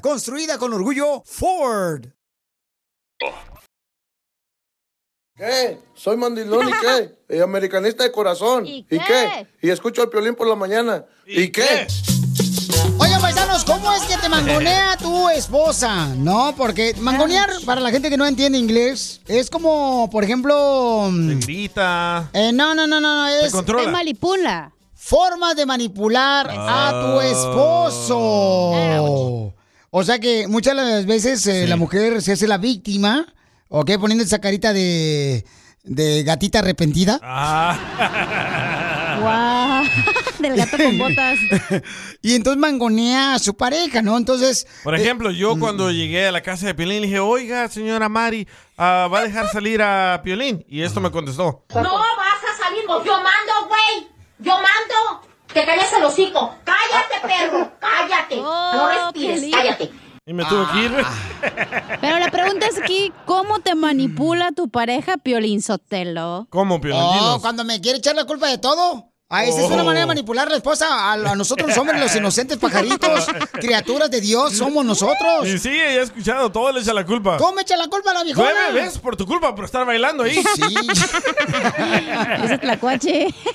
[SPEAKER 1] construida con orgullo Ford.
[SPEAKER 19] ¿Qué? Soy mandilón y qué? Y americanista de corazón. ¿Y qué? ¿Y, escucho el piolín por la mañana. ¿Y, qué?
[SPEAKER 1] Oigan, paisanos, ¿cómo es que te mangonea tu esposa? No, porque mangonear, para la gente que no entiende inglés, es como, por ejemplo... mm,
[SPEAKER 2] Te grita.
[SPEAKER 1] Eh, no, no, no, no, no, es...
[SPEAKER 2] controla. Te
[SPEAKER 1] manipula. Forma de manipular
[SPEAKER 2] Ah.
[SPEAKER 1] a tu esposo. O sea que muchas de las veces eh, la mujer se hace la víctima, ¿ok? Poniendo esa carita de, de gatita arrepentida.
[SPEAKER 2] Ah.
[SPEAKER 3] ¡Guau! Del gato con botas.
[SPEAKER 1] Y entonces mangonea a su pareja, ¿no? Entonces...
[SPEAKER 2] Por ejemplo,
[SPEAKER 1] mm,
[SPEAKER 2] yo cuando llegué a la casa de Piolín le dije, oiga, señora Mari, ah, ¿va a dejar salir a Piolín? Y esto me contestó.
[SPEAKER 16] No vas a salir, vos. yo mando, güey. Yo mando. Te calles el hocico. Cállate, perro. Cállate. no respires.
[SPEAKER 3] Piolín.
[SPEAKER 16] Cállate.
[SPEAKER 2] Y me tuve que ir.
[SPEAKER 1] Ah.
[SPEAKER 3] Pero la pregunta es aquí, ¿cómo te manipula tu pareja, Piolín Sotelo?
[SPEAKER 2] ¿Cómo, Piolín?
[SPEAKER 1] Oh,
[SPEAKER 2] Dinos.
[SPEAKER 1] cuando me quiere echar la culpa de todo. Ah, esa es una
[SPEAKER 2] Oh.
[SPEAKER 1] manera de manipular a la esposa. A, a nosotros los hombres, los inocentes pajaritos, criaturas de Dios, somos nosotros.
[SPEAKER 2] Y sí, ya he escuchado, todo le echa la culpa.
[SPEAKER 1] ¿Cómo me echa la culpa a la viejona?
[SPEAKER 2] Nueve veces por tu culpa por estar bailando ahí.
[SPEAKER 1] Sí.
[SPEAKER 3] Ese tlacuache.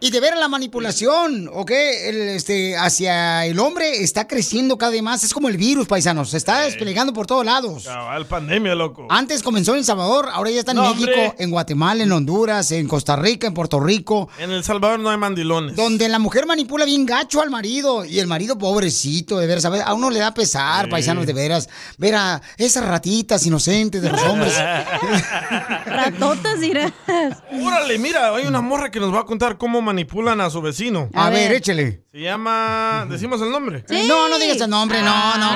[SPEAKER 1] Y de ver la manipulación, ¿ok? El, este, hacia el hombre está creciendo cada vez más. Es como el virus, paisanos. Se está desplegando por todos lados.
[SPEAKER 2] Cabal, pandemia, loco.
[SPEAKER 1] Antes comenzó en El Salvador, ahora ya está en
[SPEAKER 2] No,
[SPEAKER 1] México,
[SPEAKER 2] hombre.
[SPEAKER 1] en Guatemala, en Honduras, en Costa Rica, en Puerto Rico.
[SPEAKER 2] En El Salvador no hay mandilones.
[SPEAKER 1] Donde la mujer manipula bien gacho al marido y el marido pobrecito, de veras, a, ver, a uno le da pesar,
[SPEAKER 2] Sí.
[SPEAKER 1] paisanos, de veras, ver a esas ratitas inocentes de los hombres.
[SPEAKER 3] Ratotas, dirás.
[SPEAKER 2] Órale, mira, hay una morra que nos va a contar cómo manipulan a su vecino.
[SPEAKER 1] A ver, échele.
[SPEAKER 2] Se llama. ¿Decimos el nombre?
[SPEAKER 1] No, no digas el nombre, no, no.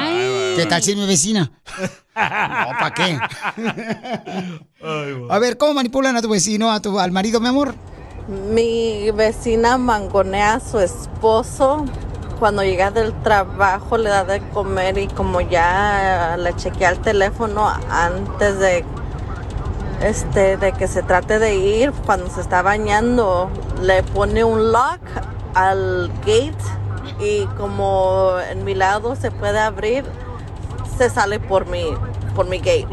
[SPEAKER 1] ¿Qué tal si es mi vecina? No, ¿para qué? A ver, ¿cómo manipulan a tu vecino, a tu, al marido, mi amor?
[SPEAKER 20] Mi vecina mangonea a su esposo. Cuando llega del trabajo le da de comer y como ya le chequea el teléfono antes de este de que se trate de ir, cuando se está bañando, le pone un lock al gate y como en mi lado se puede abrir, se sale por mi por mi gate.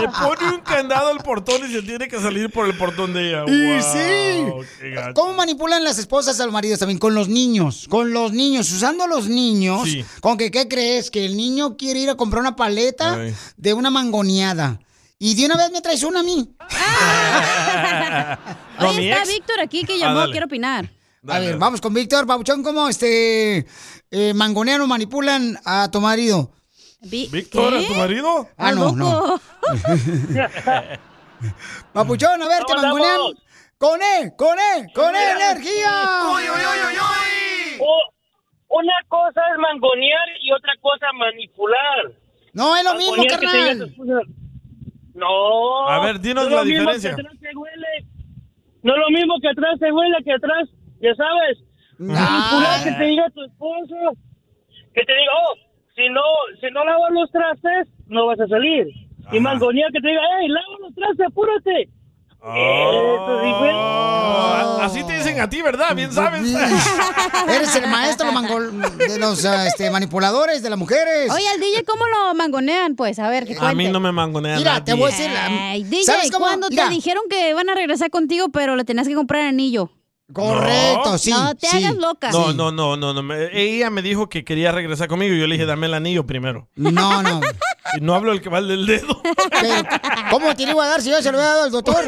[SPEAKER 2] Le pone un candado al portón y se tiene que salir por el portón de ella.
[SPEAKER 1] Y
[SPEAKER 2] Wow,
[SPEAKER 1] sí.
[SPEAKER 2] Ah, qué gacho.
[SPEAKER 1] ¿Cómo manipulan las esposas al marido también? Con los niños, con los niños, usando a los niños.
[SPEAKER 2] Sí.
[SPEAKER 1] Con que, ¿qué crees? Que el niño quiere ir a comprar una paleta
[SPEAKER 2] Ay.
[SPEAKER 1] de una mangoneada. Y de una vez me traes una a mí.
[SPEAKER 2] No,
[SPEAKER 3] Oye,
[SPEAKER 2] mi
[SPEAKER 3] está
[SPEAKER 2] ex.
[SPEAKER 3] Víctor aquí que
[SPEAKER 1] Ah,
[SPEAKER 3] llamó,
[SPEAKER 1] dale.
[SPEAKER 3] quiero opinar.
[SPEAKER 1] a ver, vamos con Víctor. Pabuchón, ¿cómo este eh, mangonean o manipulan a tu marido?
[SPEAKER 2] ¿Víctor, a tu marido?
[SPEAKER 1] Ah, no, no. Papuchón, a ver, te mangonean. Con él, con él, con él, energía.
[SPEAKER 17] O- Oh, una cosa es mangonear y otra cosa manipular.
[SPEAKER 1] No, es lo mismo,
[SPEAKER 17] Mangonear que te diga
[SPEAKER 1] carnal.
[SPEAKER 17] tu esposa, No.
[SPEAKER 2] A ver, dinos
[SPEAKER 17] No es lo
[SPEAKER 2] la
[SPEAKER 17] mismo que
[SPEAKER 2] diferencia.
[SPEAKER 17] atrás se huele. No es lo mismo que atrás se huele que atrás, ya sabes.
[SPEAKER 1] Ah.
[SPEAKER 2] Ah.
[SPEAKER 17] Manipular que te diga tu esposo. Que te diga, oh, si no, si no lavas los trastes, no vas a salir. Y mangonear que te diga, hey, lava los trastes, apúrate. Eso sí fue.
[SPEAKER 2] Oh, Así te dicen a ti, ¿verdad? Bien sabes.
[SPEAKER 1] Pues, Eres el maestro mangol- de los ah, este, manipuladores de las mujeres.
[SPEAKER 3] Oye, al DJ, ¿cómo lo mangonean? Pues, a ver, que
[SPEAKER 2] A mí
[SPEAKER 3] cuente.
[SPEAKER 2] no me mangonean.
[SPEAKER 3] Mira,
[SPEAKER 2] a
[SPEAKER 3] te
[SPEAKER 2] ti.
[SPEAKER 3] voy a decir la- Ay, DJ, ¿cuándo te dijeron que van a regresar contigo, pero le tenías que comprar anillo?
[SPEAKER 2] Correcto, sí,
[SPEAKER 3] No te
[SPEAKER 2] sí.
[SPEAKER 3] hagas loca.
[SPEAKER 2] No, no, no, no, no. me- Ella me dijo que quería regresar conmigo y yo le dije, dame el anillo primero.
[SPEAKER 1] No, no.
[SPEAKER 2] Y no hablo el que va al del dedo.
[SPEAKER 1] ¿Cómo te le iba a dar si yo se lo había dado al doctor?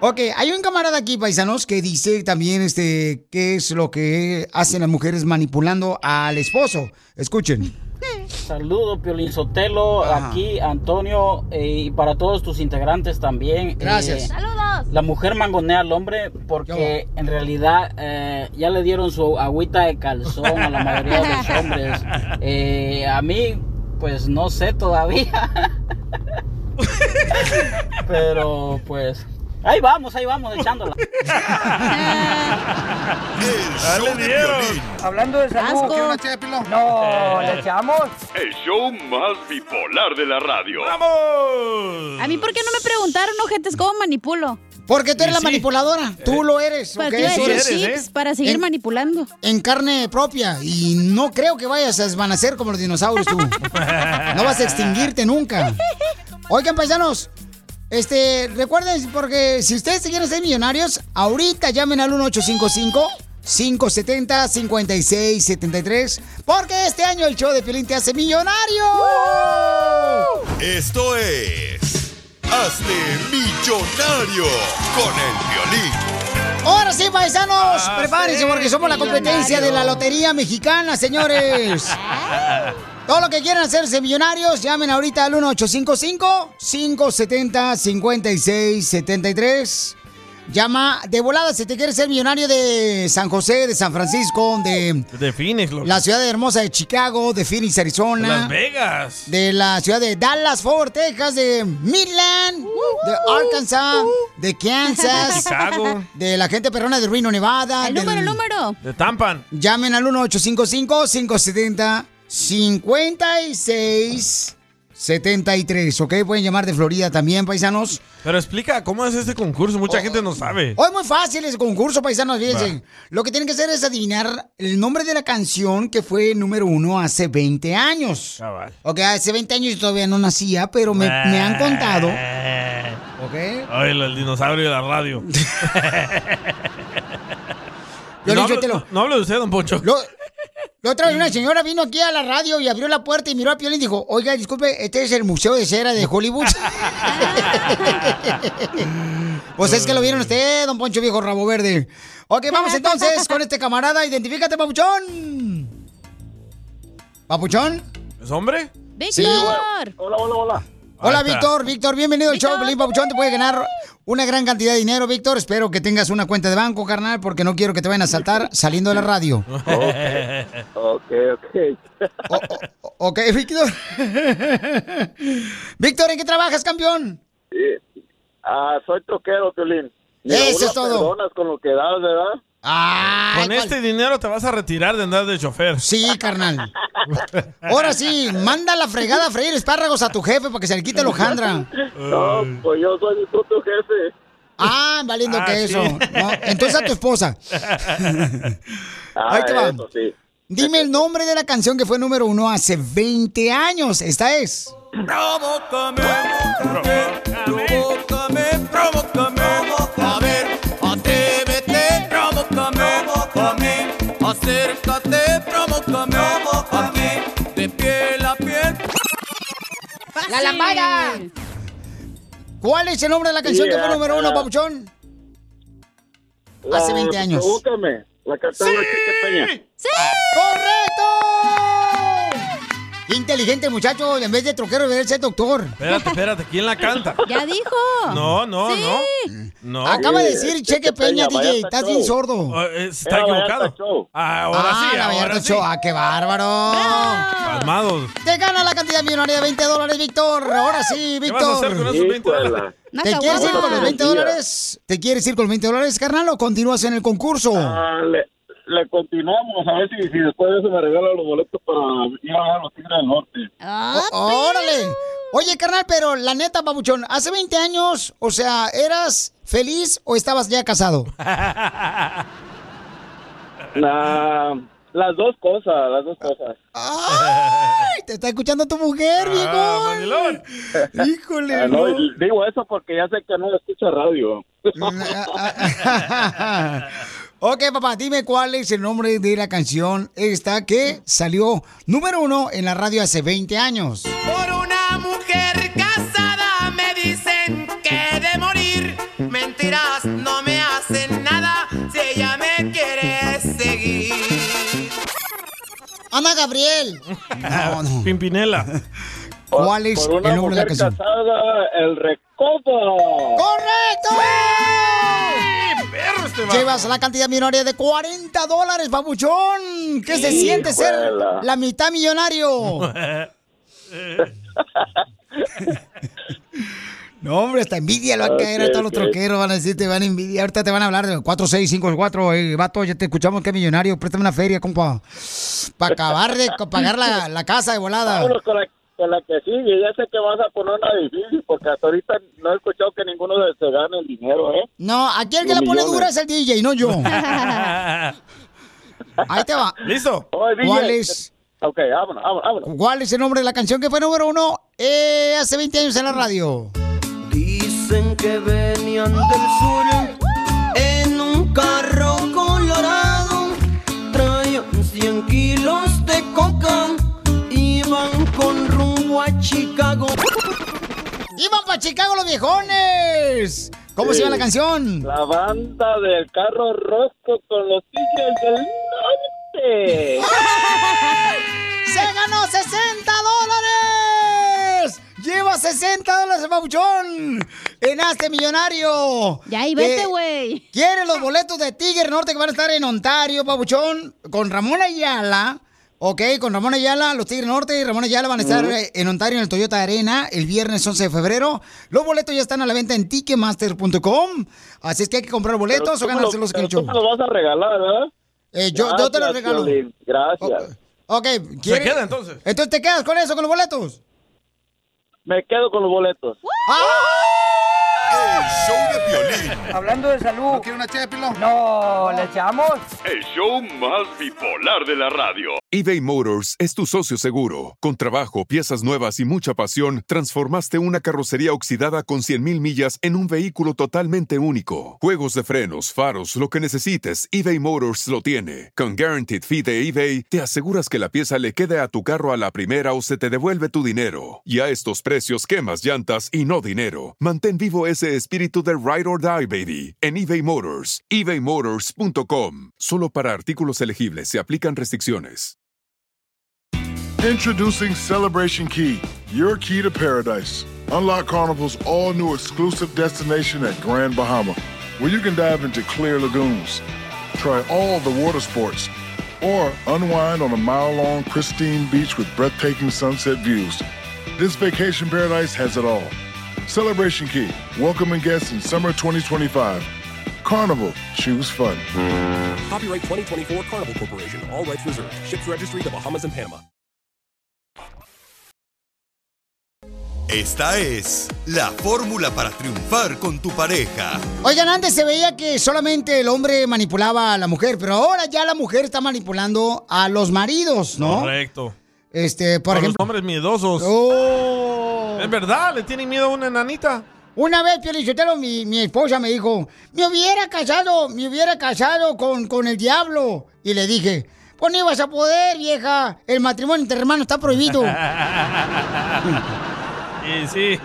[SPEAKER 1] ok, hay un camarada aquí, paisanos, que dice también este, qué es lo que hacen las mujeres manipulando al esposo. Escuchen.
[SPEAKER 21] Saludos, Piolín Sotelo, aquí Antonio eh, y para todos tus integrantes también. Gracias. Saludos. La mujer mangonea al hombre porque en realidad eh, ya le dieron su agüita de calzón a la mayoría de los hombres. Eh, a mí, pues no sé todavía. Pero pues ahí vamos, ahí vamos echándola.
[SPEAKER 22] Hablando de salud,
[SPEAKER 21] Asco.
[SPEAKER 22] ¿quiere una ché de pilón? No, le echamos.
[SPEAKER 8] El show más bipolar de la radio.
[SPEAKER 3] A mí, ¿por qué no me preguntaron, ojetes, cómo manipulo?
[SPEAKER 1] Porque tú eres la manipuladora,
[SPEAKER 6] Eh,
[SPEAKER 2] Eh.
[SPEAKER 1] tú lo eres.
[SPEAKER 3] Pues
[SPEAKER 1] ¿ok?
[SPEAKER 3] te iba a
[SPEAKER 1] Tú
[SPEAKER 3] decir
[SPEAKER 1] eres- ¿eh?
[SPEAKER 3] tips para seguir
[SPEAKER 1] en-
[SPEAKER 3] manipulando.
[SPEAKER 1] En carne propia. Y no creo que vayas a desvanecer como los dinosaurios tú. No vas a extinguirte nunca. Oigan, paisanos. Este, recuerden, porque si ustedes se quieren ser millonarios, ahorita llamen al 1855 570 5673 porque este año el show de Piolín te hace millonario.
[SPEAKER 6] Esto es. Hazte millonario con el violín.
[SPEAKER 1] Ahora sí, paisanos,
[SPEAKER 6] Ah,
[SPEAKER 1] prepárense
[SPEAKER 6] sí,
[SPEAKER 1] porque somos la competencia de la
[SPEAKER 6] millonario.
[SPEAKER 1] Lotería Mexicana, señores. Todo lo que quieran hacerse millonarios, llamen ahorita al 1855-570-5673. Llama de volada si te quieres ser millonario de San José, de San Francisco, de
[SPEAKER 2] De Phoenix, loco.
[SPEAKER 1] la ciudad hermosa de Chicago, de Phoenix,
[SPEAKER 2] De Las
[SPEAKER 1] Arizona,
[SPEAKER 2] Vegas.
[SPEAKER 1] de la ciudad de Dallas, Fort Worth, Texas, de Midland, de Arkansas, de Kansas,
[SPEAKER 2] Chicago.
[SPEAKER 1] de la gente perrona de Reno, Nevada.
[SPEAKER 2] El número, el
[SPEAKER 3] número.
[SPEAKER 2] De Tampan.
[SPEAKER 1] Llamen al 1-855-570-5673. 73, ¿ok? Pueden llamar de Florida también, paisanos.
[SPEAKER 2] Pero explica cómo es este concurso, mucha
[SPEAKER 23] Oh.
[SPEAKER 2] gente no sabe.
[SPEAKER 1] Hoy muy fácil ese concurso, paisanos, fíjense.
[SPEAKER 2] Va.
[SPEAKER 1] Lo que tienen que hacer es adivinar el nombre de la canción que fue número uno hace 20 años. Ok, hace 20 años yo todavía no nacía, pero me, me
[SPEAKER 23] Eh.
[SPEAKER 1] han contado. ¿Ok?
[SPEAKER 2] Ay, el dinosaurio de la radio.
[SPEAKER 1] Yo
[SPEAKER 2] no,
[SPEAKER 1] le- yo
[SPEAKER 2] hablo,
[SPEAKER 1] te lo-
[SPEAKER 2] no- no hable de usted, don Poncho.
[SPEAKER 1] La otra vez una señora vino aquí a la radio y abrió la puerta y miró a Piolín y dijo, oiga, disculpe, este es el Museo de Cera de Hollywood. pues es que lo vieron usted, don Poncho Viejo Rabo Verde. Ok, vamos entonces con este camarada. Identifícate, papuchón. ¿Papuchón?
[SPEAKER 2] ¿Es hombre?
[SPEAKER 1] Sí.
[SPEAKER 23] Hola, hola, hola.
[SPEAKER 1] Hola,
[SPEAKER 2] Ahí está.
[SPEAKER 1] Víctor. Víctor, bienvenido al show. Piolín Papuchón te puede ganar una gran cantidad de dinero, Víctor. Espero que tengas una cuenta de banco, carnal, porque no quiero que te vayan a saltar saliendo de la radio.
[SPEAKER 23] Ok, ok.
[SPEAKER 1] Oh, Ok, Víctor. Víctor, ¿en qué trabajas, campeón?
[SPEAKER 23] Sí. Ah, soy troquero, Piolín. Mira,
[SPEAKER 1] Eso
[SPEAKER 23] uno
[SPEAKER 1] es todo.
[SPEAKER 23] perdonas con lo que das, ¿verdad?
[SPEAKER 1] Con
[SPEAKER 2] este dinero te vas a retirar de andar de chofer.
[SPEAKER 1] Sí, carnal. Ahora sí, manda la fregada a freír espárragos a tu jefe para que se le quite el hojandra.
[SPEAKER 23] No, pues yo soy tu, tu jefe.
[SPEAKER 1] Ah, valiendo
[SPEAKER 23] Ah,
[SPEAKER 1] que
[SPEAKER 23] sí.
[SPEAKER 1] eso. No, entonces a tu esposa.
[SPEAKER 23] Ah,
[SPEAKER 1] Ahí te va.
[SPEAKER 23] eso sí.
[SPEAKER 1] Dime el nombre de la canción que fue número uno hace 20 años. Esta es.
[SPEAKER 11] Provócame, provócame, provócame, a ver, atrévete, provócame, provócame, acércate, provócame, a mí, de piel a piel.
[SPEAKER 1] ¡La lambada! ¿Cuál es el nombre de la canción que fue
[SPEAKER 23] Yeah.
[SPEAKER 1] número uno, Papuchón?
[SPEAKER 23] La-
[SPEAKER 11] uh,
[SPEAKER 1] Hace 20 años.
[SPEAKER 23] Provócame. La cantaba Chica Peña.
[SPEAKER 1] ¡Sí! ¡Correcto! Qué Inteligente muchacho, en vez de troquero debería ser doctor.
[SPEAKER 2] Espérate, espérate, ¿quién la canta?
[SPEAKER 1] Ya dijo.
[SPEAKER 2] No, no,
[SPEAKER 1] Sí.
[SPEAKER 2] no. No.
[SPEAKER 1] Acaba de
[SPEAKER 23] Este
[SPEAKER 1] decir Cheque Peña, DJ, estás bien sordo.
[SPEAKER 2] Ah, eh, Está
[SPEAKER 1] Era Vallarta
[SPEAKER 2] equivocado. Ah, Ahora
[SPEAKER 1] ah,
[SPEAKER 2] sí,
[SPEAKER 1] la
[SPEAKER 2] ahora
[SPEAKER 1] Vallarta
[SPEAKER 2] sí.
[SPEAKER 1] Show. Ah, qué bárbaro.
[SPEAKER 2] Palmados.
[SPEAKER 1] Te gana la cantidad millonaria de 20 dólares, Víctor. Ahora sí,
[SPEAKER 2] ¿Qué vas a
[SPEAKER 1] Víctor.
[SPEAKER 2] hacer con esos 20 dólares?
[SPEAKER 1] ¿Te quieres ir con los 20 dólares? ¿Te quieres ir con los 20 dólares, carnal, o continúas en el concurso?
[SPEAKER 23] Ah, le, le continuamos a ver si, si después de eso me regala los boletos para ir a ver a los Tigres del Norte.
[SPEAKER 1] Ó- ¡Órale! Oye, carnal, pero la neta, babuchón, hace 20 años, o sea, ¿eras feliz o estabas ya casado?
[SPEAKER 23] Nah, las dos cosas, las dos cosas.
[SPEAKER 1] ¡Ay! Te está escuchando tu mujer,
[SPEAKER 11] Ah,
[SPEAKER 1] viejo. Híjole.
[SPEAKER 23] Ah, no,
[SPEAKER 1] no.
[SPEAKER 23] digo eso porque ya sé que no escucha radio.
[SPEAKER 1] Mm, ok, papá, dime cuál es el nombre de la canción esta que salió número uno en la radio hace 20 años.
[SPEAKER 11] Por una mujer casada me dicen que de morir mentiras no me hacen nada si ella me quiere seguir.
[SPEAKER 1] Ana Gabriel.
[SPEAKER 2] Pimpinela.
[SPEAKER 1] ¿Cuál es
[SPEAKER 23] Por una
[SPEAKER 1] el nombre de la
[SPEAKER 23] mujer
[SPEAKER 1] canción?
[SPEAKER 23] casada, el recodo.
[SPEAKER 1] ¡Correcto!
[SPEAKER 2] ¡Perro este
[SPEAKER 23] vato!
[SPEAKER 1] Llevas la cantidad millonaria de 40 dólares, babuchón. ¿Qué se
[SPEAKER 23] Híjole.
[SPEAKER 1] siente ser la mitad millonario? No, hombre, hasta envidia lo va a caer a todos los troqueros. Van a decir, te van a envidiar. Ahorita te van a hablar de 4654. Eh, vato, ya te escuchamos que millonario. Préstame una feria, compa. Para acabar de co- pagar la, la casa de volada.
[SPEAKER 23] Vámonos con la, con la que sigue. Ya sé que vas a poner una difícil porque hasta ahorita no he escuchado que ninguno de se gane el dinero, ¿eh?
[SPEAKER 1] No, aquí el que la
[SPEAKER 23] Los
[SPEAKER 1] pone
[SPEAKER 23] millones.
[SPEAKER 1] dura es el DJ, no yo. Ahí te va.
[SPEAKER 2] ¿Listo?
[SPEAKER 1] ¿Cuál es?
[SPEAKER 23] Ok, vámonos, vámonos, vámonos.
[SPEAKER 1] ¿Cuál es el nombre de la canción que fue número uno eh, hace 20 años en la radio?
[SPEAKER 11] Dicen que venían del sur en un carro colorado. Traían 100 kilos de coca. Iban con rumbo a Chicago.
[SPEAKER 1] ¡Iban para Chicago los viejones! ¿Cómo se llama la canción?
[SPEAKER 23] La banda del carro rosco con los tigres del norte.
[SPEAKER 1] ¡Se ganó 60 dólares! ¡Lleva 60 dólares, babuchón! ¡En este millonario! ¡Ya,
[SPEAKER 3] y vete, güey.
[SPEAKER 1] ¿Quieres los boletos de Tiger Norte que van a estar en Ontario, babuchón? Con Ramón Ayala. Ok, con Ramón Ayala, los Tigres Norte y Ramón Ayala van a estar
[SPEAKER 23] Ujú.
[SPEAKER 1] eh, en Ontario, en el Toyota Arena, el viernes 11 de febrero. Los boletos ya están a la venta en Ticketmaster.com. Así es que hay que comprar boletos
[SPEAKER 23] Pero
[SPEAKER 1] o
[SPEAKER 23] tú me lo-
[SPEAKER 1] ganárselos en el
[SPEAKER 23] pero
[SPEAKER 1] show.
[SPEAKER 23] tú me lo vas a regalar, ¿verdad?
[SPEAKER 1] Eh, yo- yo te lo regalo.
[SPEAKER 23] Piolín, Gracias.
[SPEAKER 1] Ok, ¿quieres?
[SPEAKER 23] queda, entonces.
[SPEAKER 1] Entonces te quedas con eso, con los boletos.
[SPEAKER 11] me quedo con los boletos.
[SPEAKER 6] El show de violín.
[SPEAKER 22] Hablando de salud. ¿No quiere una ché de pilón? No, ¿le echamos?
[SPEAKER 8] El show más bipolar de la radio.
[SPEAKER 23] eBay Motors es tu socio seguro. Con trabajo, piezas nuevas y mucha pasión, transformaste una carrocería oxidada con 100.000 millas en un vehículo totalmente único. Juegos de frenos, faros, lo que necesites, eBay Motors lo tiene. Con Guaranteed Fee de eBay, te aseguras que la pieza le quede a tu carro a la primera o se te devuelve tu dinero. Y a estos precios, quemas llantas y no dinero. Mantén vivo ese espíritu de Ride or Die, baby, en eBay Motors. ebaymotors.com. Solo para artículos elegibles se aplican restricciones.
[SPEAKER 24] Introducing Celebration Key, your key to paradise. Unlock Carnival's all new exclusive destination at Grand Bahama, where you can dive into clear lagoons, try all the water sports, or unwind on a mile long, pristine beach with breathtaking sunset views. This vacation paradise has it all. Celebration Key, welcoming guests in summer 2025. Carnival, choose fun.
[SPEAKER 18] Copyright 2024 Carnival Corporation. All rights reserved. Ships registry the Bahamas and Panama.
[SPEAKER 6] Esta es la fórmula para triunfar con tu pareja.
[SPEAKER 1] Oigan, antes se veía que solamente el hombre manipulaba a la mujer, pero ahora ya la mujer está manipulando a los maridos, ¿no?
[SPEAKER 2] Correcto.
[SPEAKER 1] Este, por
[SPEAKER 2] Por
[SPEAKER 1] ejemplo.
[SPEAKER 2] los hombres miedosos. Es verdad, le tienen miedo a una enanita.
[SPEAKER 1] Una vez, Piolichotero, mi, mi esposa me dijo, me hubiera casado, me hubiera casado con, con el diablo. Y le dije, pues no ibas a poder, vieja. El matrimonio entre hermanos está prohibido.
[SPEAKER 2] y sí.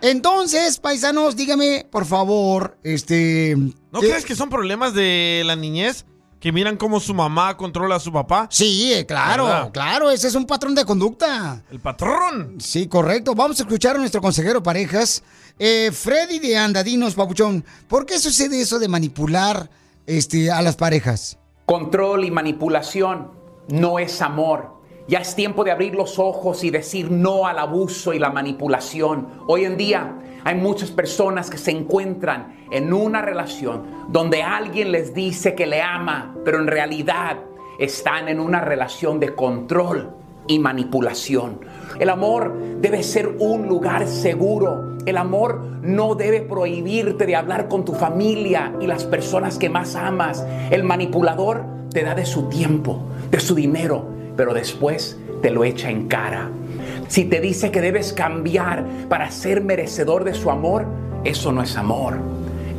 [SPEAKER 1] Entonces, paisanos, dígame, por favor, este...
[SPEAKER 2] ¿No
[SPEAKER 1] ¿qué-
[SPEAKER 2] crees que son problemas de la niñez? Que miran cómo su mamá controla a su papá.
[SPEAKER 1] Sí, eh, Claro, claro, ese es un patrón de conducta.
[SPEAKER 2] El patrón.
[SPEAKER 1] Sí, correcto. Vamos a escuchar a nuestro consejero parejas, eh, Freddy de Andadinos, Papuchón. ¿Por qué sucede eso de manipular este, a las parejas?
[SPEAKER 13] Control y manipulación no es amor. Ya es tiempo de abrir los ojos y decir no al abuso y la manipulación. Hoy en día hay muchas personas que se encuentran en una relación donde alguien les dice que le ama, pero en realidad están en una relación de control y manipulación. El amor debe ser un lugar seguro. El amor no debe prohibirte de hablar con tu familia y las personas que más amas. El manipulador te da de su tiempo, de su dinero, pero después te lo echa en cara. Si te dice que debes cambiar para ser merecedor de su amor, eso no es amor.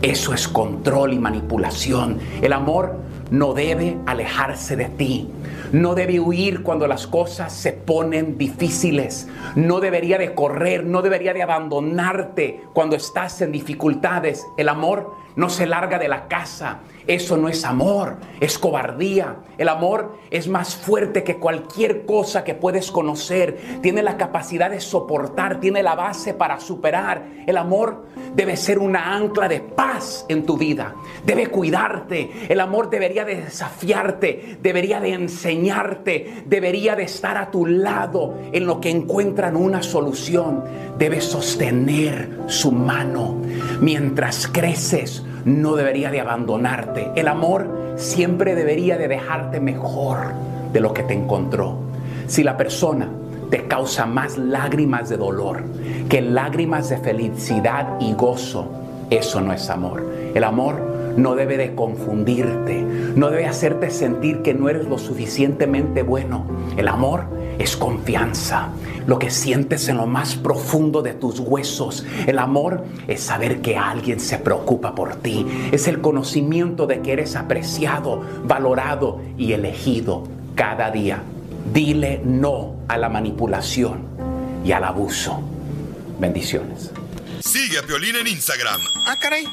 [SPEAKER 13] Eso es control y manipulación. El amor no debe alejarse de ti. No debe huir cuando las cosas se ponen difíciles. No debería de correr, no debería de abandonarte cuando estás en dificultades. El amor no se larga de la casa. Eso no es amor, es cobardía. El amor es más fuerte que cualquier cosa que puedes conocer. Tiene la capacidad de soportar, tiene la base para superar. El amor debe ser una ancla de paz en tu vida. Debe cuidarte. El amor debería de desafiarte, debería de enseñarte, debería de estar a tu lado en lo que encuentran una solución. Debe sostener su mano mientras creces no debería de abandonarte. El amor siempre debería de dejarte mejor de lo que te encontró. Si la persona te causa más lágrimas de dolor que lágrimas de felicidad y gozo, eso no es amor. El amor no debe de confundirte, no debe hacerte sentir que no eres lo suficientemente bueno. El amor es confianza, lo que sientes en lo más profundo de tus huesos. El amor es saber que alguien se preocupa por ti, es el conocimiento de que eres apreciado, valorado y elegido cada día. Dile no a la manipulación y al abuso. Bendiciones.
[SPEAKER 6] Sigue a Violín en Instagram,
[SPEAKER 25] Ah, caray.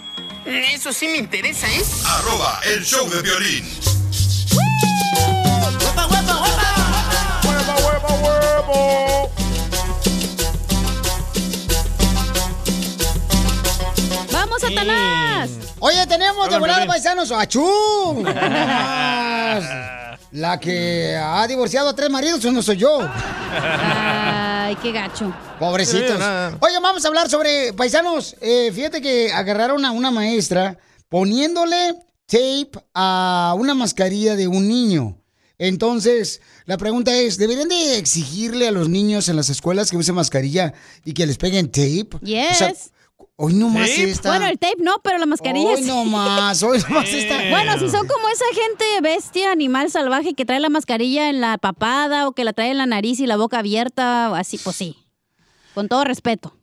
[SPEAKER 25] Eso sí me interesa, ¿eh?
[SPEAKER 6] arroba el show de violín.
[SPEAKER 3] ¡Vamos, Satanás!
[SPEAKER 1] Oye, tenemos de
[SPEAKER 3] Hablan
[SPEAKER 1] volada
[SPEAKER 3] bien.
[SPEAKER 1] paisanos. ¡Achú! La que ha divorciado a tres maridos, no soy yo.
[SPEAKER 3] Ay, qué gacho.
[SPEAKER 1] Pobrecitos. Oigan, vamos a hablar sobre paisanos. eh, fíjate que agarraron a una maestra poniéndole tape a una mascarilla de un niño. Entonces, la pregunta es, ¿deberían de exigirle a los niños en las escuelas que usen mascarilla y que les peguen tape?
[SPEAKER 3] Yes.
[SPEAKER 1] O sea, hoy no más esta.
[SPEAKER 3] Bueno, el tape no, pero la mascarilla
[SPEAKER 1] Hoy no
[SPEAKER 3] sí.
[SPEAKER 1] más, hoy no más esta.
[SPEAKER 3] Bueno, si son como esa gente bestia, animal salvaje que trae la mascarilla en la papada o que la trae en la nariz y la boca abierta, o así, pues sí. Con todo respeto.